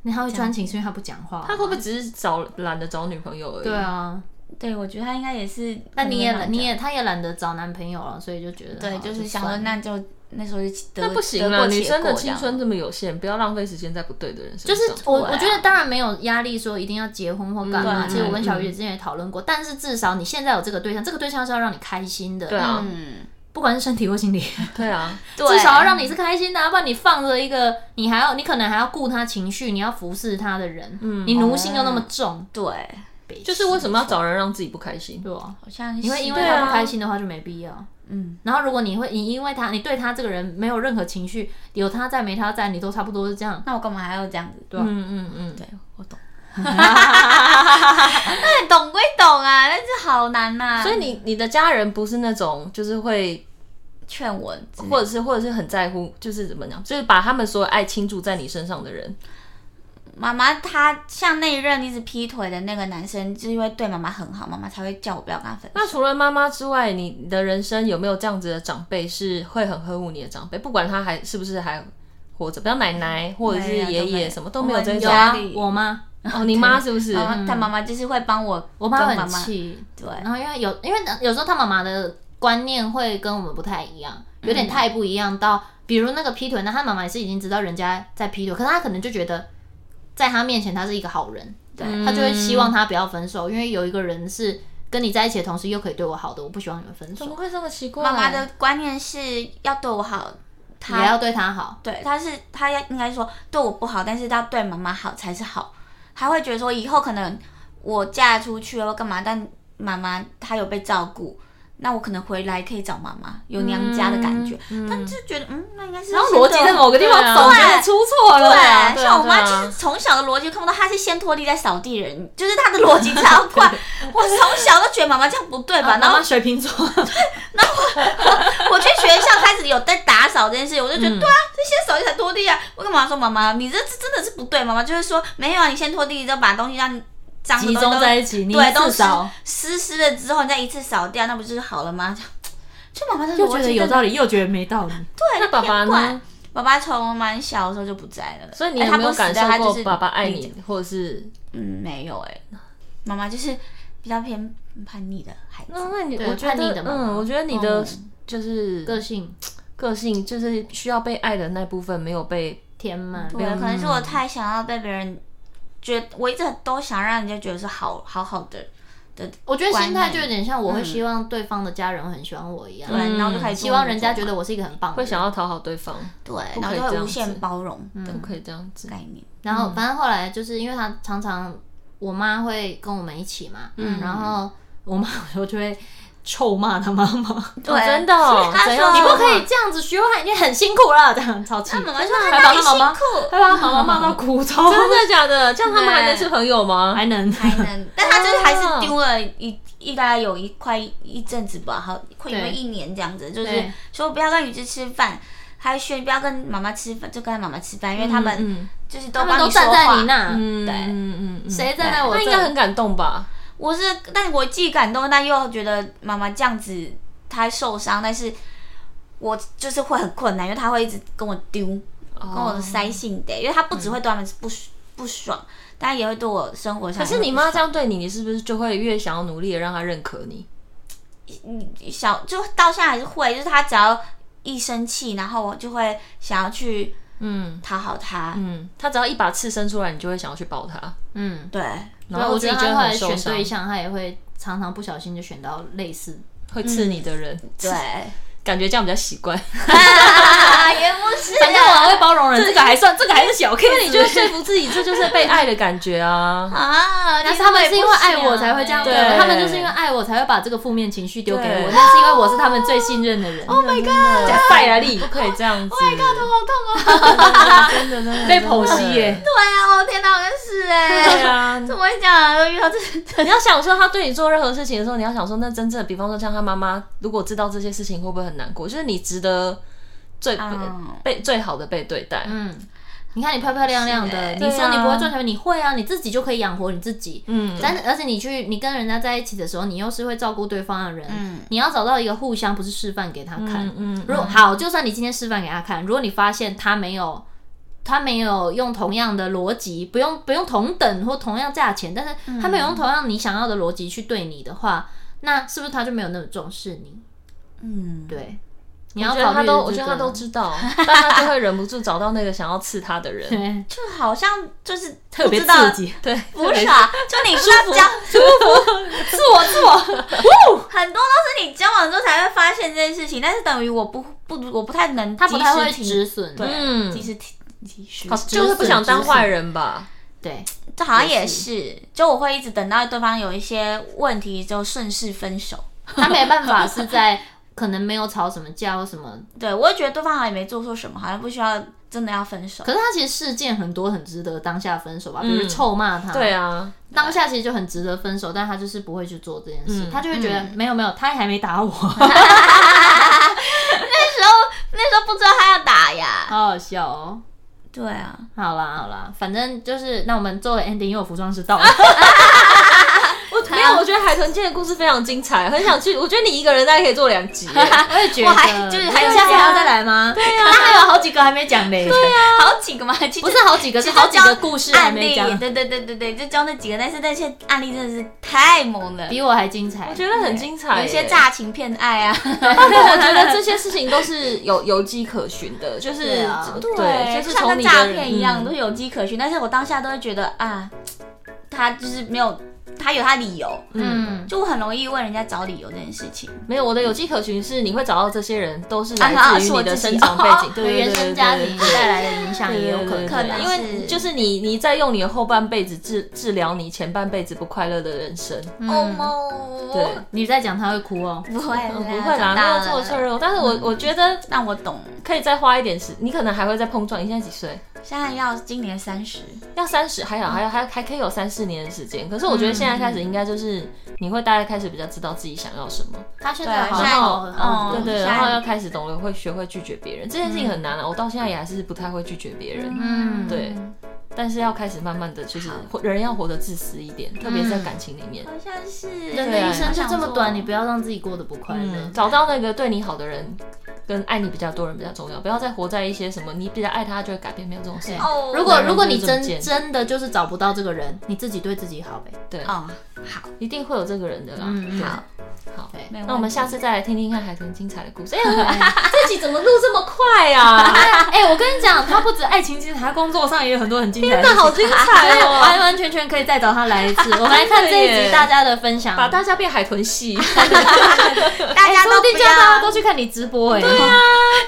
[SPEAKER 3] 那他会专情是因为他不讲话，
[SPEAKER 2] 他会不会只是找懒得找女朋友而已？
[SPEAKER 3] 对，啊，
[SPEAKER 1] 对我觉得他应该也是。
[SPEAKER 3] 但你也
[SPEAKER 1] 可能
[SPEAKER 3] 你也他也懒得找男朋友了，所以就觉得
[SPEAKER 1] 对，
[SPEAKER 3] 好
[SPEAKER 1] 就是想
[SPEAKER 3] 算
[SPEAKER 1] 说
[SPEAKER 3] 了
[SPEAKER 1] 那就那时候就得
[SPEAKER 2] 那不行
[SPEAKER 1] 得
[SPEAKER 2] 啊！
[SPEAKER 1] 过
[SPEAKER 2] 女
[SPEAKER 1] 且
[SPEAKER 2] 生的
[SPEAKER 1] 过这
[SPEAKER 2] 青
[SPEAKER 1] 样
[SPEAKER 2] 春这么有限，不要浪费时间在不对的人身
[SPEAKER 3] 就
[SPEAKER 2] 上。
[SPEAKER 3] 是我，
[SPEAKER 1] 对啊
[SPEAKER 3] 我觉得当然没有压力，说一定要结婚或干嘛。
[SPEAKER 2] 嗯
[SPEAKER 3] 其实我跟
[SPEAKER 2] 嗯
[SPEAKER 3] 小鱼姐之前也讨论过，但是至少你现在有这个对象，这个对象是要让你开心的，
[SPEAKER 2] 对啊
[SPEAKER 1] 嗯，
[SPEAKER 3] 不管是身体或心理，
[SPEAKER 2] 对啊，
[SPEAKER 1] 对
[SPEAKER 3] 至少要让你是开心的啊、不然你放着一个，你还要，你可能还要顾他情绪，你要服侍他的人，
[SPEAKER 1] 嗯
[SPEAKER 3] 你奴性又那么重，
[SPEAKER 1] 对，
[SPEAKER 2] 就是为什么要找人让自己不开心？
[SPEAKER 3] 对啊
[SPEAKER 1] 好像
[SPEAKER 3] 你会
[SPEAKER 1] 是
[SPEAKER 3] 因为
[SPEAKER 1] 对
[SPEAKER 3] 他
[SPEAKER 1] 啊
[SPEAKER 3] 不开心的话就没必要。
[SPEAKER 1] 嗯，
[SPEAKER 3] 然后如果你会，你因为他，你对他这个人没有任何情绪，有他在没他在，你都差不多是这样。
[SPEAKER 1] 那我干嘛还要这样子？对啊
[SPEAKER 2] 嗯嗯嗯，
[SPEAKER 1] 对，我懂。那懂归懂啊，但是好难呐、
[SPEAKER 2] 所以你你的家人不是那种就是会，
[SPEAKER 1] 劝我之类
[SPEAKER 2] 或者是或者是很在乎，就是怎么讲，就是把他们所有爱倾注在你身上的人。
[SPEAKER 1] 妈妈，她像那一任一直劈腿的那个男生，就是因为对妈妈很好，妈妈才会叫我不要跟他分手。
[SPEAKER 2] 那除了妈妈之外，你你的人生有没有这样子的长辈是会很呵护你的长辈？不管他还是不是还活着，比如奶奶或者是
[SPEAKER 1] 没有
[SPEAKER 2] 爷
[SPEAKER 1] 都没
[SPEAKER 2] 爷，
[SPEAKER 1] 有
[SPEAKER 2] 什么都没有
[SPEAKER 1] 我
[SPEAKER 2] 这
[SPEAKER 1] 们
[SPEAKER 2] 种。
[SPEAKER 1] 家
[SPEAKER 3] 啊
[SPEAKER 1] 里，
[SPEAKER 3] 我妈，
[SPEAKER 2] 哦，你妈是不是？
[SPEAKER 1] 妈妈，她妈妈就是会帮我，
[SPEAKER 3] 我
[SPEAKER 1] 跟
[SPEAKER 3] 妈
[SPEAKER 1] 妈
[SPEAKER 3] 很气，
[SPEAKER 1] 对，
[SPEAKER 3] 然后因为有，因为有时候他妈妈的观念会跟我们不太一样，有点太不一样到，比如那个劈腿，那他妈妈也是已经知道人家在劈腿，可是他可能就觉得在他面前他是一个好人，对他就会希望他不要分手，因为有一个人是跟你在一起的同时又可以对我好的，我不希望你们分
[SPEAKER 2] 怎么
[SPEAKER 3] 手，
[SPEAKER 2] 会这么奇怪？
[SPEAKER 1] 妈妈的观念是要对我好，
[SPEAKER 3] 也要
[SPEAKER 1] 她
[SPEAKER 3] 对他好。
[SPEAKER 1] 对她是她要应该说对我不好，但是她对妈妈好才是好。她会觉得说以后可能我嫁出去了或干嘛，但妈妈她有被照顾。那我可能回来可以找妈妈，有娘家的感觉，
[SPEAKER 2] 嗯嗯
[SPEAKER 1] 但就觉得嗯，那应该是
[SPEAKER 3] 然后逻辑在某个地方
[SPEAKER 2] 对啊
[SPEAKER 3] 总觉得出错了，
[SPEAKER 1] 对，
[SPEAKER 2] 对啊
[SPEAKER 1] 像我妈
[SPEAKER 2] 对啊
[SPEAKER 1] 就是从小的逻辑看不到，她是先拖地再扫地人，就是她的逻辑超快。 我从小都觉得妈妈这样不对吧？然
[SPEAKER 3] 啊妈
[SPEAKER 1] 后
[SPEAKER 3] 妈水 瓶座，
[SPEAKER 1] 我去学校开始有在打扫这件事，我就觉得、
[SPEAKER 2] 嗯
[SPEAKER 1] 对啊，这先扫地才拖地啊。我跟妈妈说，妈妈，你这这真的是不对。妈妈就会说，没有啊，你先拖地，就把东西让脏的
[SPEAKER 3] 集
[SPEAKER 1] 东西
[SPEAKER 3] 中在
[SPEAKER 1] 都
[SPEAKER 3] 一起，你
[SPEAKER 1] 对，都
[SPEAKER 3] 至
[SPEAKER 1] 湿
[SPEAKER 3] 少
[SPEAKER 1] 湿湿了之后，你再一次扫掉，那不就是好了吗？就就妈妈的
[SPEAKER 3] 又
[SPEAKER 1] 逻辑
[SPEAKER 3] 觉得
[SPEAKER 1] 真
[SPEAKER 3] 有
[SPEAKER 1] 的
[SPEAKER 3] 道理，又觉得没道理。
[SPEAKER 2] 那爸爸
[SPEAKER 1] 怪
[SPEAKER 2] 呢？
[SPEAKER 1] 爸爸从蛮小的时候就不在了，
[SPEAKER 2] 所以你
[SPEAKER 1] 哎
[SPEAKER 2] 有没有
[SPEAKER 1] 他
[SPEAKER 2] 感
[SPEAKER 1] 不死
[SPEAKER 2] 受
[SPEAKER 1] 掉他就
[SPEAKER 2] 过
[SPEAKER 1] 是
[SPEAKER 2] 爸爸爱
[SPEAKER 1] 理解
[SPEAKER 2] 你，或者是？
[SPEAKER 1] 嗯，没有哎、妈妈就是比较偏叛逆的孩子。
[SPEAKER 2] 那那你
[SPEAKER 3] 对
[SPEAKER 2] 我觉
[SPEAKER 3] 叛逆
[SPEAKER 2] 得
[SPEAKER 3] 的，妈妈
[SPEAKER 2] 嗯，我觉得你的就是
[SPEAKER 3] 个性
[SPEAKER 1] 嗯
[SPEAKER 2] 个性，就是需要被爱的那部分没有被。
[SPEAKER 3] 填满，
[SPEAKER 1] 对，啊可能是
[SPEAKER 3] 嗯
[SPEAKER 1] 我太想要被别人觉得，我一直都想让人家觉得是好好好的的，
[SPEAKER 3] 我觉得心态
[SPEAKER 1] 观念
[SPEAKER 3] 就有点像我会希望对方的家人很喜欢我一样，
[SPEAKER 1] 对，然后就开始
[SPEAKER 3] 嗯希望人家觉
[SPEAKER 1] 得
[SPEAKER 3] 得我是一个很棒的
[SPEAKER 2] 会
[SPEAKER 3] 人。
[SPEAKER 2] 想要讨好对方，
[SPEAKER 1] 对，
[SPEAKER 2] 不
[SPEAKER 1] 然
[SPEAKER 2] 可
[SPEAKER 1] 后就
[SPEAKER 2] 以这
[SPEAKER 1] 会
[SPEAKER 2] 样
[SPEAKER 1] 无
[SPEAKER 2] 子
[SPEAKER 1] 限包容的
[SPEAKER 2] 不可以这样子。
[SPEAKER 1] 概念。
[SPEAKER 3] 嗯然后反正后来就是因为他常常我妈会跟我们一起嘛，然后我妈有时候就会臭骂他妈妈。
[SPEAKER 1] 对，
[SPEAKER 2] 真的哦
[SPEAKER 1] 他
[SPEAKER 2] 怎
[SPEAKER 1] 说
[SPEAKER 2] 样
[SPEAKER 3] 你
[SPEAKER 2] 你
[SPEAKER 3] 不
[SPEAKER 2] 不
[SPEAKER 3] 可以这样子学坏，你很辛苦了，这样超气。
[SPEAKER 1] 那妈妈说
[SPEAKER 3] 还
[SPEAKER 1] 他
[SPEAKER 3] 把
[SPEAKER 1] 哪里
[SPEAKER 3] 他
[SPEAKER 1] 辛
[SPEAKER 3] 妈妈，
[SPEAKER 1] 苦，
[SPEAKER 3] 还把他妈妈骂到哭，超
[SPEAKER 2] 真的假的？这样他们还
[SPEAKER 1] 对
[SPEAKER 2] 能是朋友吗？
[SPEAKER 3] 还能
[SPEAKER 1] 还能，嗯但他就是还
[SPEAKER 3] 嗯
[SPEAKER 2] 哦
[SPEAKER 1] 是丢了一一大概有一块一阵子吧，好快有
[SPEAKER 3] 对
[SPEAKER 1] 一年这样子，就是
[SPEAKER 3] 对
[SPEAKER 1] 说不要跟雨之吃饭，还宣不要跟妈妈吃饭，就跟妈妈吃饭，因为他们
[SPEAKER 2] 嗯
[SPEAKER 1] 就是
[SPEAKER 3] 他
[SPEAKER 1] 都
[SPEAKER 3] 们
[SPEAKER 1] 帮
[SPEAKER 3] 都
[SPEAKER 1] 你说
[SPEAKER 3] 站在你
[SPEAKER 1] 话。
[SPEAKER 3] 那，
[SPEAKER 2] 嗯
[SPEAKER 1] 对
[SPEAKER 2] 嗯嗯嗯，
[SPEAKER 3] 谁站在我
[SPEAKER 2] 那
[SPEAKER 3] 这？
[SPEAKER 2] 应该很感动吧？
[SPEAKER 1] 我是，但我既感动，但又觉得妈妈这样子她受伤，但是我就是会很困难，因为她会一直跟我丢，
[SPEAKER 3] 哦
[SPEAKER 1] 跟我塞信的，因为她不只会对他们
[SPEAKER 3] 嗯
[SPEAKER 1] 不爽不爽，但也会对我生活上也会
[SPEAKER 2] 可
[SPEAKER 1] 不爽。
[SPEAKER 2] 是你妈这样对你，你是不是就会越想要努力的让她认可你？
[SPEAKER 1] 小就到现在还是会，就是他只要一生气，然后我就会想要去
[SPEAKER 2] 嗯
[SPEAKER 1] 讨好他。
[SPEAKER 2] 嗯，她只要一把刺伸出来，你就会想要去抱她，
[SPEAKER 3] 嗯，
[SPEAKER 1] 对，
[SPEAKER 2] 然
[SPEAKER 3] 对
[SPEAKER 2] 后
[SPEAKER 3] 我
[SPEAKER 2] 自
[SPEAKER 3] 觉
[SPEAKER 2] 己
[SPEAKER 3] 得
[SPEAKER 2] 就
[SPEAKER 3] 他后来
[SPEAKER 2] 很受
[SPEAKER 3] 选
[SPEAKER 2] 伤
[SPEAKER 3] 对，象，他也会常常不小心就选到类似
[SPEAKER 2] 嗯会刺你的人。
[SPEAKER 3] 嗯
[SPEAKER 1] 对，
[SPEAKER 2] 感觉这样比较习惯。
[SPEAKER 1] 啊，也不是
[SPEAKER 3] 反正我还会包容人，这个还算，这个还是小 case。
[SPEAKER 2] 那你就说服自己，这就是被爱的感觉啊。
[SPEAKER 1] 啊，
[SPEAKER 3] 但是他们是因为爱
[SPEAKER 1] 欸
[SPEAKER 3] 我才会这样对
[SPEAKER 2] 对
[SPEAKER 3] 我，他们就是因为爱我才会把这个负面情绪丢给
[SPEAKER 2] 对
[SPEAKER 3] 我，那是因为我是他们最信任的人。
[SPEAKER 2] Oh my god！加 Oh 塞来力，不可以这样子。
[SPEAKER 1] 好痛哦！
[SPEAKER 2] 真的真的
[SPEAKER 3] 被剖析耶。
[SPEAKER 1] 对啊，我天哪，好像是哎、
[SPEAKER 2] 对啊，
[SPEAKER 1] 怎么会这样？都遇到这
[SPEAKER 2] 你要想说他对你做任何事情的时候，你要想说，那真正的，比方说像他妈妈，如果知道这些事情，会不会很难过？就是你值得最被、
[SPEAKER 1] 嗯
[SPEAKER 2] 被最好的被对待。
[SPEAKER 3] 嗯，你看你漂漂亮亮
[SPEAKER 1] 是
[SPEAKER 3] 的，
[SPEAKER 1] 欸
[SPEAKER 3] 你
[SPEAKER 2] 对
[SPEAKER 3] 说
[SPEAKER 2] 啊
[SPEAKER 3] 你不会赚钱，你会啊，你自己就可以养活你自己。
[SPEAKER 2] 嗯，
[SPEAKER 3] 但而且你去你跟人家在一起的时候，你又是会照顾对方的人，
[SPEAKER 1] 嗯
[SPEAKER 3] 你要找到一个互相不是示范给他看。
[SPEAKER 2] 嗯嗯
[SPEAKER 3] 如果好，就算你今天示范给他看，如果你发现他没有，他没有用同样的逻辑，不用不用同等或同样价钱，但是他没有用同样你想要的逻辑去对你的话，那是不是他就没有那么重视你？
[SPEAKER 1] 嗯，
[SPEAKER 3] 对，你
[SPEAKER 2] 我
[SPEAKER 3] 要
[SPEAKER 2] 觉得
[SPEAKER 3] 考
[SPEAKER 2] 他
[SPEAKER 3] 虑
[SPEAKER 2] 都，
[SPEAKER 3] 这
[SPEAKER 2] 我觉得他
[SPEAKER 3] 个
[SPEAKER 2] 都知 道，但他就会忍不住找到那个想要刺他的人。
[SPEAKER 3] 对
[SPEAKER 1] 就好像就是
[SPEAKER 3] 特别
[SPEAKER 1] 不知道
[SPEAKER 3] 刺激，
[SPEAKER 2] 对，
[SPEAKER 1] 不是啊，就你不知道交
[SPEAKER 3] 自我自我，
[SPEAKER 1] 很多都是你交往之后才会发现这件事情，但是等于我不不我不太能
[SPEAKER 3] 他不太会
[SPEAKER 1] 及时
[SPEAKER 3] 止
[SPEAKER 1] 停
[SPEAKER 3] 损，
[SPEAKER 1] 对，
[SPEAKER 2] 嗯
[SPEAKER 1] 及时停及时
[SPEAKER 2] 好，就是不想当坏人吧？
[SPEAKER 3] 对，
[SPEAKER 1] 这好像也是，就我会一直等到对方有一些问题之后顺势分手。
[SPEAKER 3] 他没办法是在可能没有吵什么架或什么，
[SPEAKER 1] 对我也觉得对方好像也没做错什么，好像不需要真的要分手。
[SPEAKER 3] 可是他其实事件很多很值得当下分手吧，比如
[SPEAKER 2] 嗯
[SPEAKER 3] 臭骂他，
[SPEAKER 2] 对啊，
[SPEAKER 3] 当下其实就很值得分手，但他就是不会去做这件事，
[SPEAKER 2] 嗯
[SPEAKER 3] 他就会觉得、没有没有，他还没打我，
[SPEAKER 1] 那时候那时候不知道他要打呀。
[SPEAKER 3] 好好笑哦。
[SPEAKER 1] 对啊，
[SPEAKER 3] 好啦好啦，反正就是那我们做了 ending，因为我服装师到了，
[SPEAKER 2] 我没有，我觉得海豚街的故事非常精彩，很想去。我觉得你一个人大概可以做两集耶。
[SPEAKER 3] 我也觉
[SPEAKER 1] 我
[SPEAKER 3] 得，
[SPEAKER 1] 还就是还
[SPEAKER 3] 那下次还要再来吗？对啊，他还有好几个还没讲嘞，对啊，
[SPEAKER 1] 好几个嘛，其实
[SPEAKER 3] 不是好几个，是
[SPEAKER 1] 其实
[SPEAKER 3] 好几
[SPEAKER 1] 教
[SPEAKER 3] 个故事还
[SPEAKER 1] 案
[SPEAKER 3] 没
[SPEAKER 1] 例
[SPEAKER 3] 讲，，
[SPEAKER 1] 对对对对对，就教那几个，但是那些案例真的是太猛了，
[SPEAKER 3] 比我还精彩，
[SPEAKER 2] 我觉得很精彩耶，
[SPEAKER 1] 有一些诈情骗爱啊，
[SPEAKER 2] 我觉得这些事情都是有有迹可循的，就是
[SPEAKER 3] 对啊
[SPEAKER 2] 对，就是
[SPEAKER 1] 像
[SPEAKER 2] 从
[SPEAKER 1] 跟
[SPEAKER 2] 你
[SPEAKER 1] 诈
[SPEAKER 2] 的
[SPEAKER 1] 骗一样，
[SPEAKER 2] 嗯
[SPEAKER 1] 都是有迹可循。但是我当下都会觉得啊，他就是没有，他有他理由，
[SPEAKER 3] 嗯，
[SPEAKER 1] 就我很容易为人家找理由这件事情。
[SPEAKER 2] 没有我的有迹可循是你会找到这些人都是
[SPEAKER 1] 啊
[SPEAKER 2] 来
[SPEAKER 1] 啊
[SPEAKER 2] 自于
[SPEAKER 1] 是我
[SPEAKER 2] 你的
[SPEAKER 1] 自己
[SPEAKER 2] 生长
[SPEAKER 1] 哦
[SPEAKER 2] 背景，对
[SPEAKER 3] 对原生家庭带来的影响
[SPEAKER 2] 也
[SPEAKER 3] 也有
[SPEAKER 2] 有
[SPEAKER 3] 可能，
[SPEAKER 1] 可能
[SPEAKER 2] 因为
[SPEAKER 1] 是
[SPEAKER 2] 就是你你在用你的后半辈子治治疗你前半辈子不快乐的人生，
[SPEAKER 1] 哦
[SPEAKER 3] 嗯
[SPEAKER 1] 莫，
[SPEAKER 2] 对，
[SPEAKER 3] 你在讲他会哭哦，
[SPEAKER 1] 不会
[SPEAKER 2] 嗯
[SPEAKER 1] 啦，
[SPEAKER 2] 不会啦，
[SPEAKER 1] 长
[SPEAKER 2] 没
[SPEAKER 1] 大
[SPEAKER 2] 有
[SPEAKER 1] 了
[SPEAKER 2] 做错任务，但是我我觉得
[SPEAKER 1] 让我懂。
[SPEAKER 2] 可以再花一点时，你可能还会再碰撞。你现在几岁？
[SPEAKER 1] 现在要今年三十，
[SPEAKER 2] 要三十，还好，还有还还可以有三四年的时间。可是我觉得现在开始
[SPEAKER 1] 嗯
[SPEAKER 2] 应该就是你会大概开始比较知道自己想要什么。
[SPEAKER 3] 他现
[SPEAKER 1] 对
[SPEAKER 3] 在好
[SPEAKER 1] 现在
[SPEAKER 3] 好，好
[SPEAKER 1] 嗯
[SPEAKER 2] 对
[SPEAKER 3] 多
[SPEAKER 1] 下
[SPEAKER 2] 对，
[SPEAKER 1] 一
[SPEAKER 2] 然后要开始懂得会学会拒绝别人，这件
[SPEAKER 1] 嗯
[SPEAKER 2] 事情很难啊，我到现在也还是不太会拒绝别人，
[SPEAKER 3] 嗯
[SPEAKER 2] 对，但是要开始慢慢的，就是
[SPEAKER 1] 好嗯
[SPEAKER 2] 活人要活得自私一点，特别是在感情里面，
[SPEAKER 1] 好像是
[SPEAKER 3] 人
[SPEAKER 2] 对
[SPEAKER 3] 的
[SPEAKER 2] 啊
[SPEAKER 3] 一生就这么短，你不
[SPEAKER 1] 要
[SPEAKER 3] 要让自己过得不快乐
[SPEAKER 2] 嗯，。找到那个对你好的人，跟爱你比较多人比较重要，不要再活在一些什么你比较爱他就会改变，没有这种事
[SPEAKER 3] 对。
[SPEAKER 1] 哦
[SPEAKER 3] 如果
[SPEAKER 2] 男人
[SPEAKER 3] 如果你
[SPEAKER 2] 就是这么
[SPEAKER 3] 真
[SPEAKER 2] 贱
[SPEAKER 3] 真的就是找不到这个人，你自己对自己好呗。
[SPEAKER 2] 对，
[SPEAKER 1] 哦，
[SPEAKER 2] 一定会有这个人的啦。
[SPEAKER 3] 嗯
[SPEAKER 2] 对
[SPEAKER 1] 好，
[SPEAKER 2] 好。
[SPEAKER 3] 对，
[SPEAKER 1] 没
[SPEAKER 2] 那我们
[SPEAKER 1] 问题
[SPEAKER 2] 下次再来听听看海豚精彩的故事。哎、呀，这集怎么录这么快啊？
[SPEAKER 3] 哎，我跟你讲，他不止爱情精彩，他工作上也有很多很精彩的事
[SPEAKER 2] 真
[SPEAKER 3] 情。
[SPEAKER 2] 的好精彩
[SPEAKER 3] 对
[SPEAKER 2] 哦！
[SPEAKER 3] 完完全全可以再找他来一 次。我们来看
[SPEAKER 2] 真的
[SPEAKER 3] 这一
[SPEAKER 2] 耶
[SPEAKER 3] 集大家的分享，
[SPEAKER 2] 把大家变海豚系，
[SPEAKER 1] 大家
[SPEAKER 3] 哎说
[SPEAKER 1] 都不
[SPEAKER 3] 不定叫大家
[SPEAKER 1] 要，
[SPEAKER 3] 都去看你直播哎，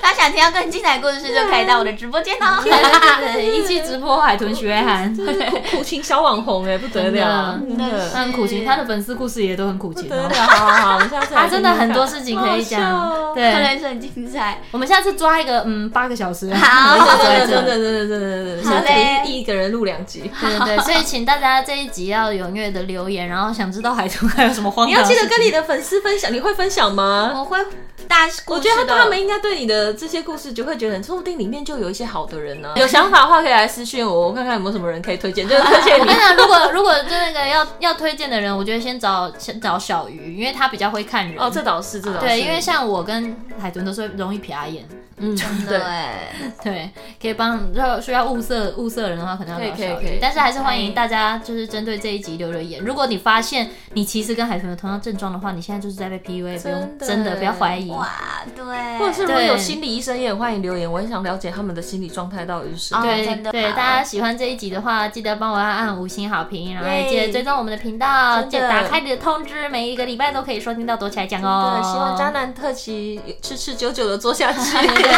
[SPEAKER 1] 大家想听到更精彩的故事，就可以到我的直播间哦。
[SPEAKER 3] 对 一起直播海豚学 韩，
[SPEAKER 2] 苦苦情小网红哎、不得了，
[SPEAKER 3] 真
[SPEAKER 1] 的
[SPEAKER 3] 他很苦情，他的粉丝故事也都很苦情
[SPEAKER 2] 不得
[SPEAKER 3] 哦。
[SPEAKER 2] 了，好好好，我们下次
[SPEAKER 3] 他真的很多事情可以讲，
[SPEAKER 1] 他
[SPEAKER 3] 对，
[SPEAKER 1] 人生很精彩，
[SPEAKER 3] 我们下次抓一个嗯八个小时，
[SPEAKER 1] 好
[SPEAKER 3] 我们就
[SPEAKER 2] 真的
[SPEAKER 3] 坐在这
[SPEAKER 2] 真的真的真的真的，
[SPEAKER 1] 好
[SPEAKER 2] 下
[SPEAKER 1] 嘞
[SPEAKER 2] 次一一个人录两集，
[SPEAKER 3] 对对对，所以请大家这一集要踊跃的留言，然后想知道海豚还有什么荒
[SPEAKER 2] 你
[SPEAKER 3] 唐
[SPEAKER 2] 要
[SPEAKER 3] 的事
[SPEAKER 2] 记
[SPEAKER 3] 情，
[SPEAKER 2] 得 跟你的粉丝分享，你会分享吗？
[SPEAKER 1] 我会大故
[SPEAKER 2] 我
[SPEAKER 1] 事
[SPEAKER 2] 觉得
[SPEAKER 1] 的
[SPEAKER 2] 他们应该对你的这些故事就会觉得，说不定里面就有一些好的人呢、有想法的话可以来私信我，我看看有没有什么人可以推荐，就是推荐
[SPEAKER 3] 我
[SPEAKER 2] 你
[SPEAKER 3] 跟。你讲，如果如果就那个要要推荐的人，我觉得先找先找小鱼，因为他比较会看人。
[SPEAKER 2] 哦，这倒是，这倒是。
[SPEAKER 3] 对，因为像我跟海豚都是容易瞥眼，嗯，
[SPEAKER 1] 真的哎，
[SPEAKER 3] 对，可以帮要需要物色物色人的话，可能要
[SPEAKER 2] 可
[SPEAKER 3] 聊
[SPEAKER 2] 以可以
[SPEAKER 3] 小
[SPEAKER 2] 可以
[SPEAKER 3] 姐，但是还是欢迎大家就是针对这一集留留言。如果你发现你其实跟海豚有同样症状的话，你现在就是在被 PUA，不用
[SPEAKER 2] 真的
[SPEAKER 3] 真的不要怀疑。
[SPEAKER 1] 哇，对，
[SPEAKER 2] 或者是如果
[SPEAKER 3] 对
[SPEAKER 2] 有心理医生，也很欢迎留言，我很想了解他们的心理状态到底是什么。
[SPEAKER 1] 哦
[SPEAKER 3] 对
[SPEAKER 1] 真的
[SPEAKER 3] 对，大家喜欢这一集的话，记得帮我按五星好评，然后也记
[SPEAKER 1] 耶
[SPEAKER 3] 得追踪我们的频道，记
[SPEAKER 2] 真
[SPEAKER 3] 得
[SPEAKER 2] 的
[SPEAKER 3] 打开你的通知，每一个礼拜都可以收听到躲起来讲哦。
[SPEAKER 2] 对，希望渣男特辑持持久久的做 下去。
[SPEAKER 3] 对，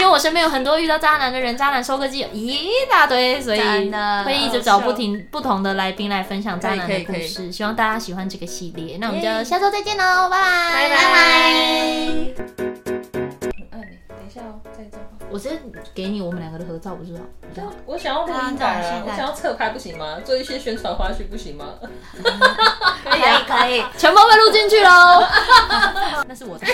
[SPEAKER 3] 因为我身边有很多遇到渣男的人，渣男收割机有一大堆，所以
[SPEAKER 1] 真的
[SPEAKER 3] 会一直找不停不同的来宾来分享渣男
[SPEAKER 2] 可
[SPEAKER 3] 的
[SPEAKER 2] 以
[SPEAKER 3] 故
[SPEAKER 2] 可以可
[SPEAKER 3] 事。希望大家喜欢这个系列，那我们就
[SPEAKER 1] 耶
[SPEAKER 3] 下周再见喽，拜拜
[SPEAKER 2] 拜
[SPEAKER 1] 拜。
[SPEAKER 2] 哎，等一下哦，再这吧。
[SPEAKER 3] 我直接给你我们两个的合照不是好？
[SPEAKER 2] 我想要录
[SPEAKER 1] 音档啊我想要
[SPEAKER 2] 侧拍不行吗？做一些宣传花絮不行 吗？
[SPEAKER 1] 可以可以，
[SPEAKER 3] 全部被录进 去喽。那是我 的。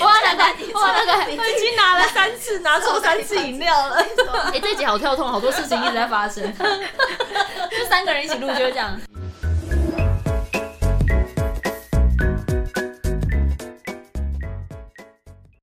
[SPEAKER 3] 哇，那个，哇，那个，
[SPEAKER 2] 我已经拿了三次，拿错三次饮料了。
[SPEAKER 3] 哎、这集好跳痛，好多事情一直在发生。就三个人一起录，就会这样。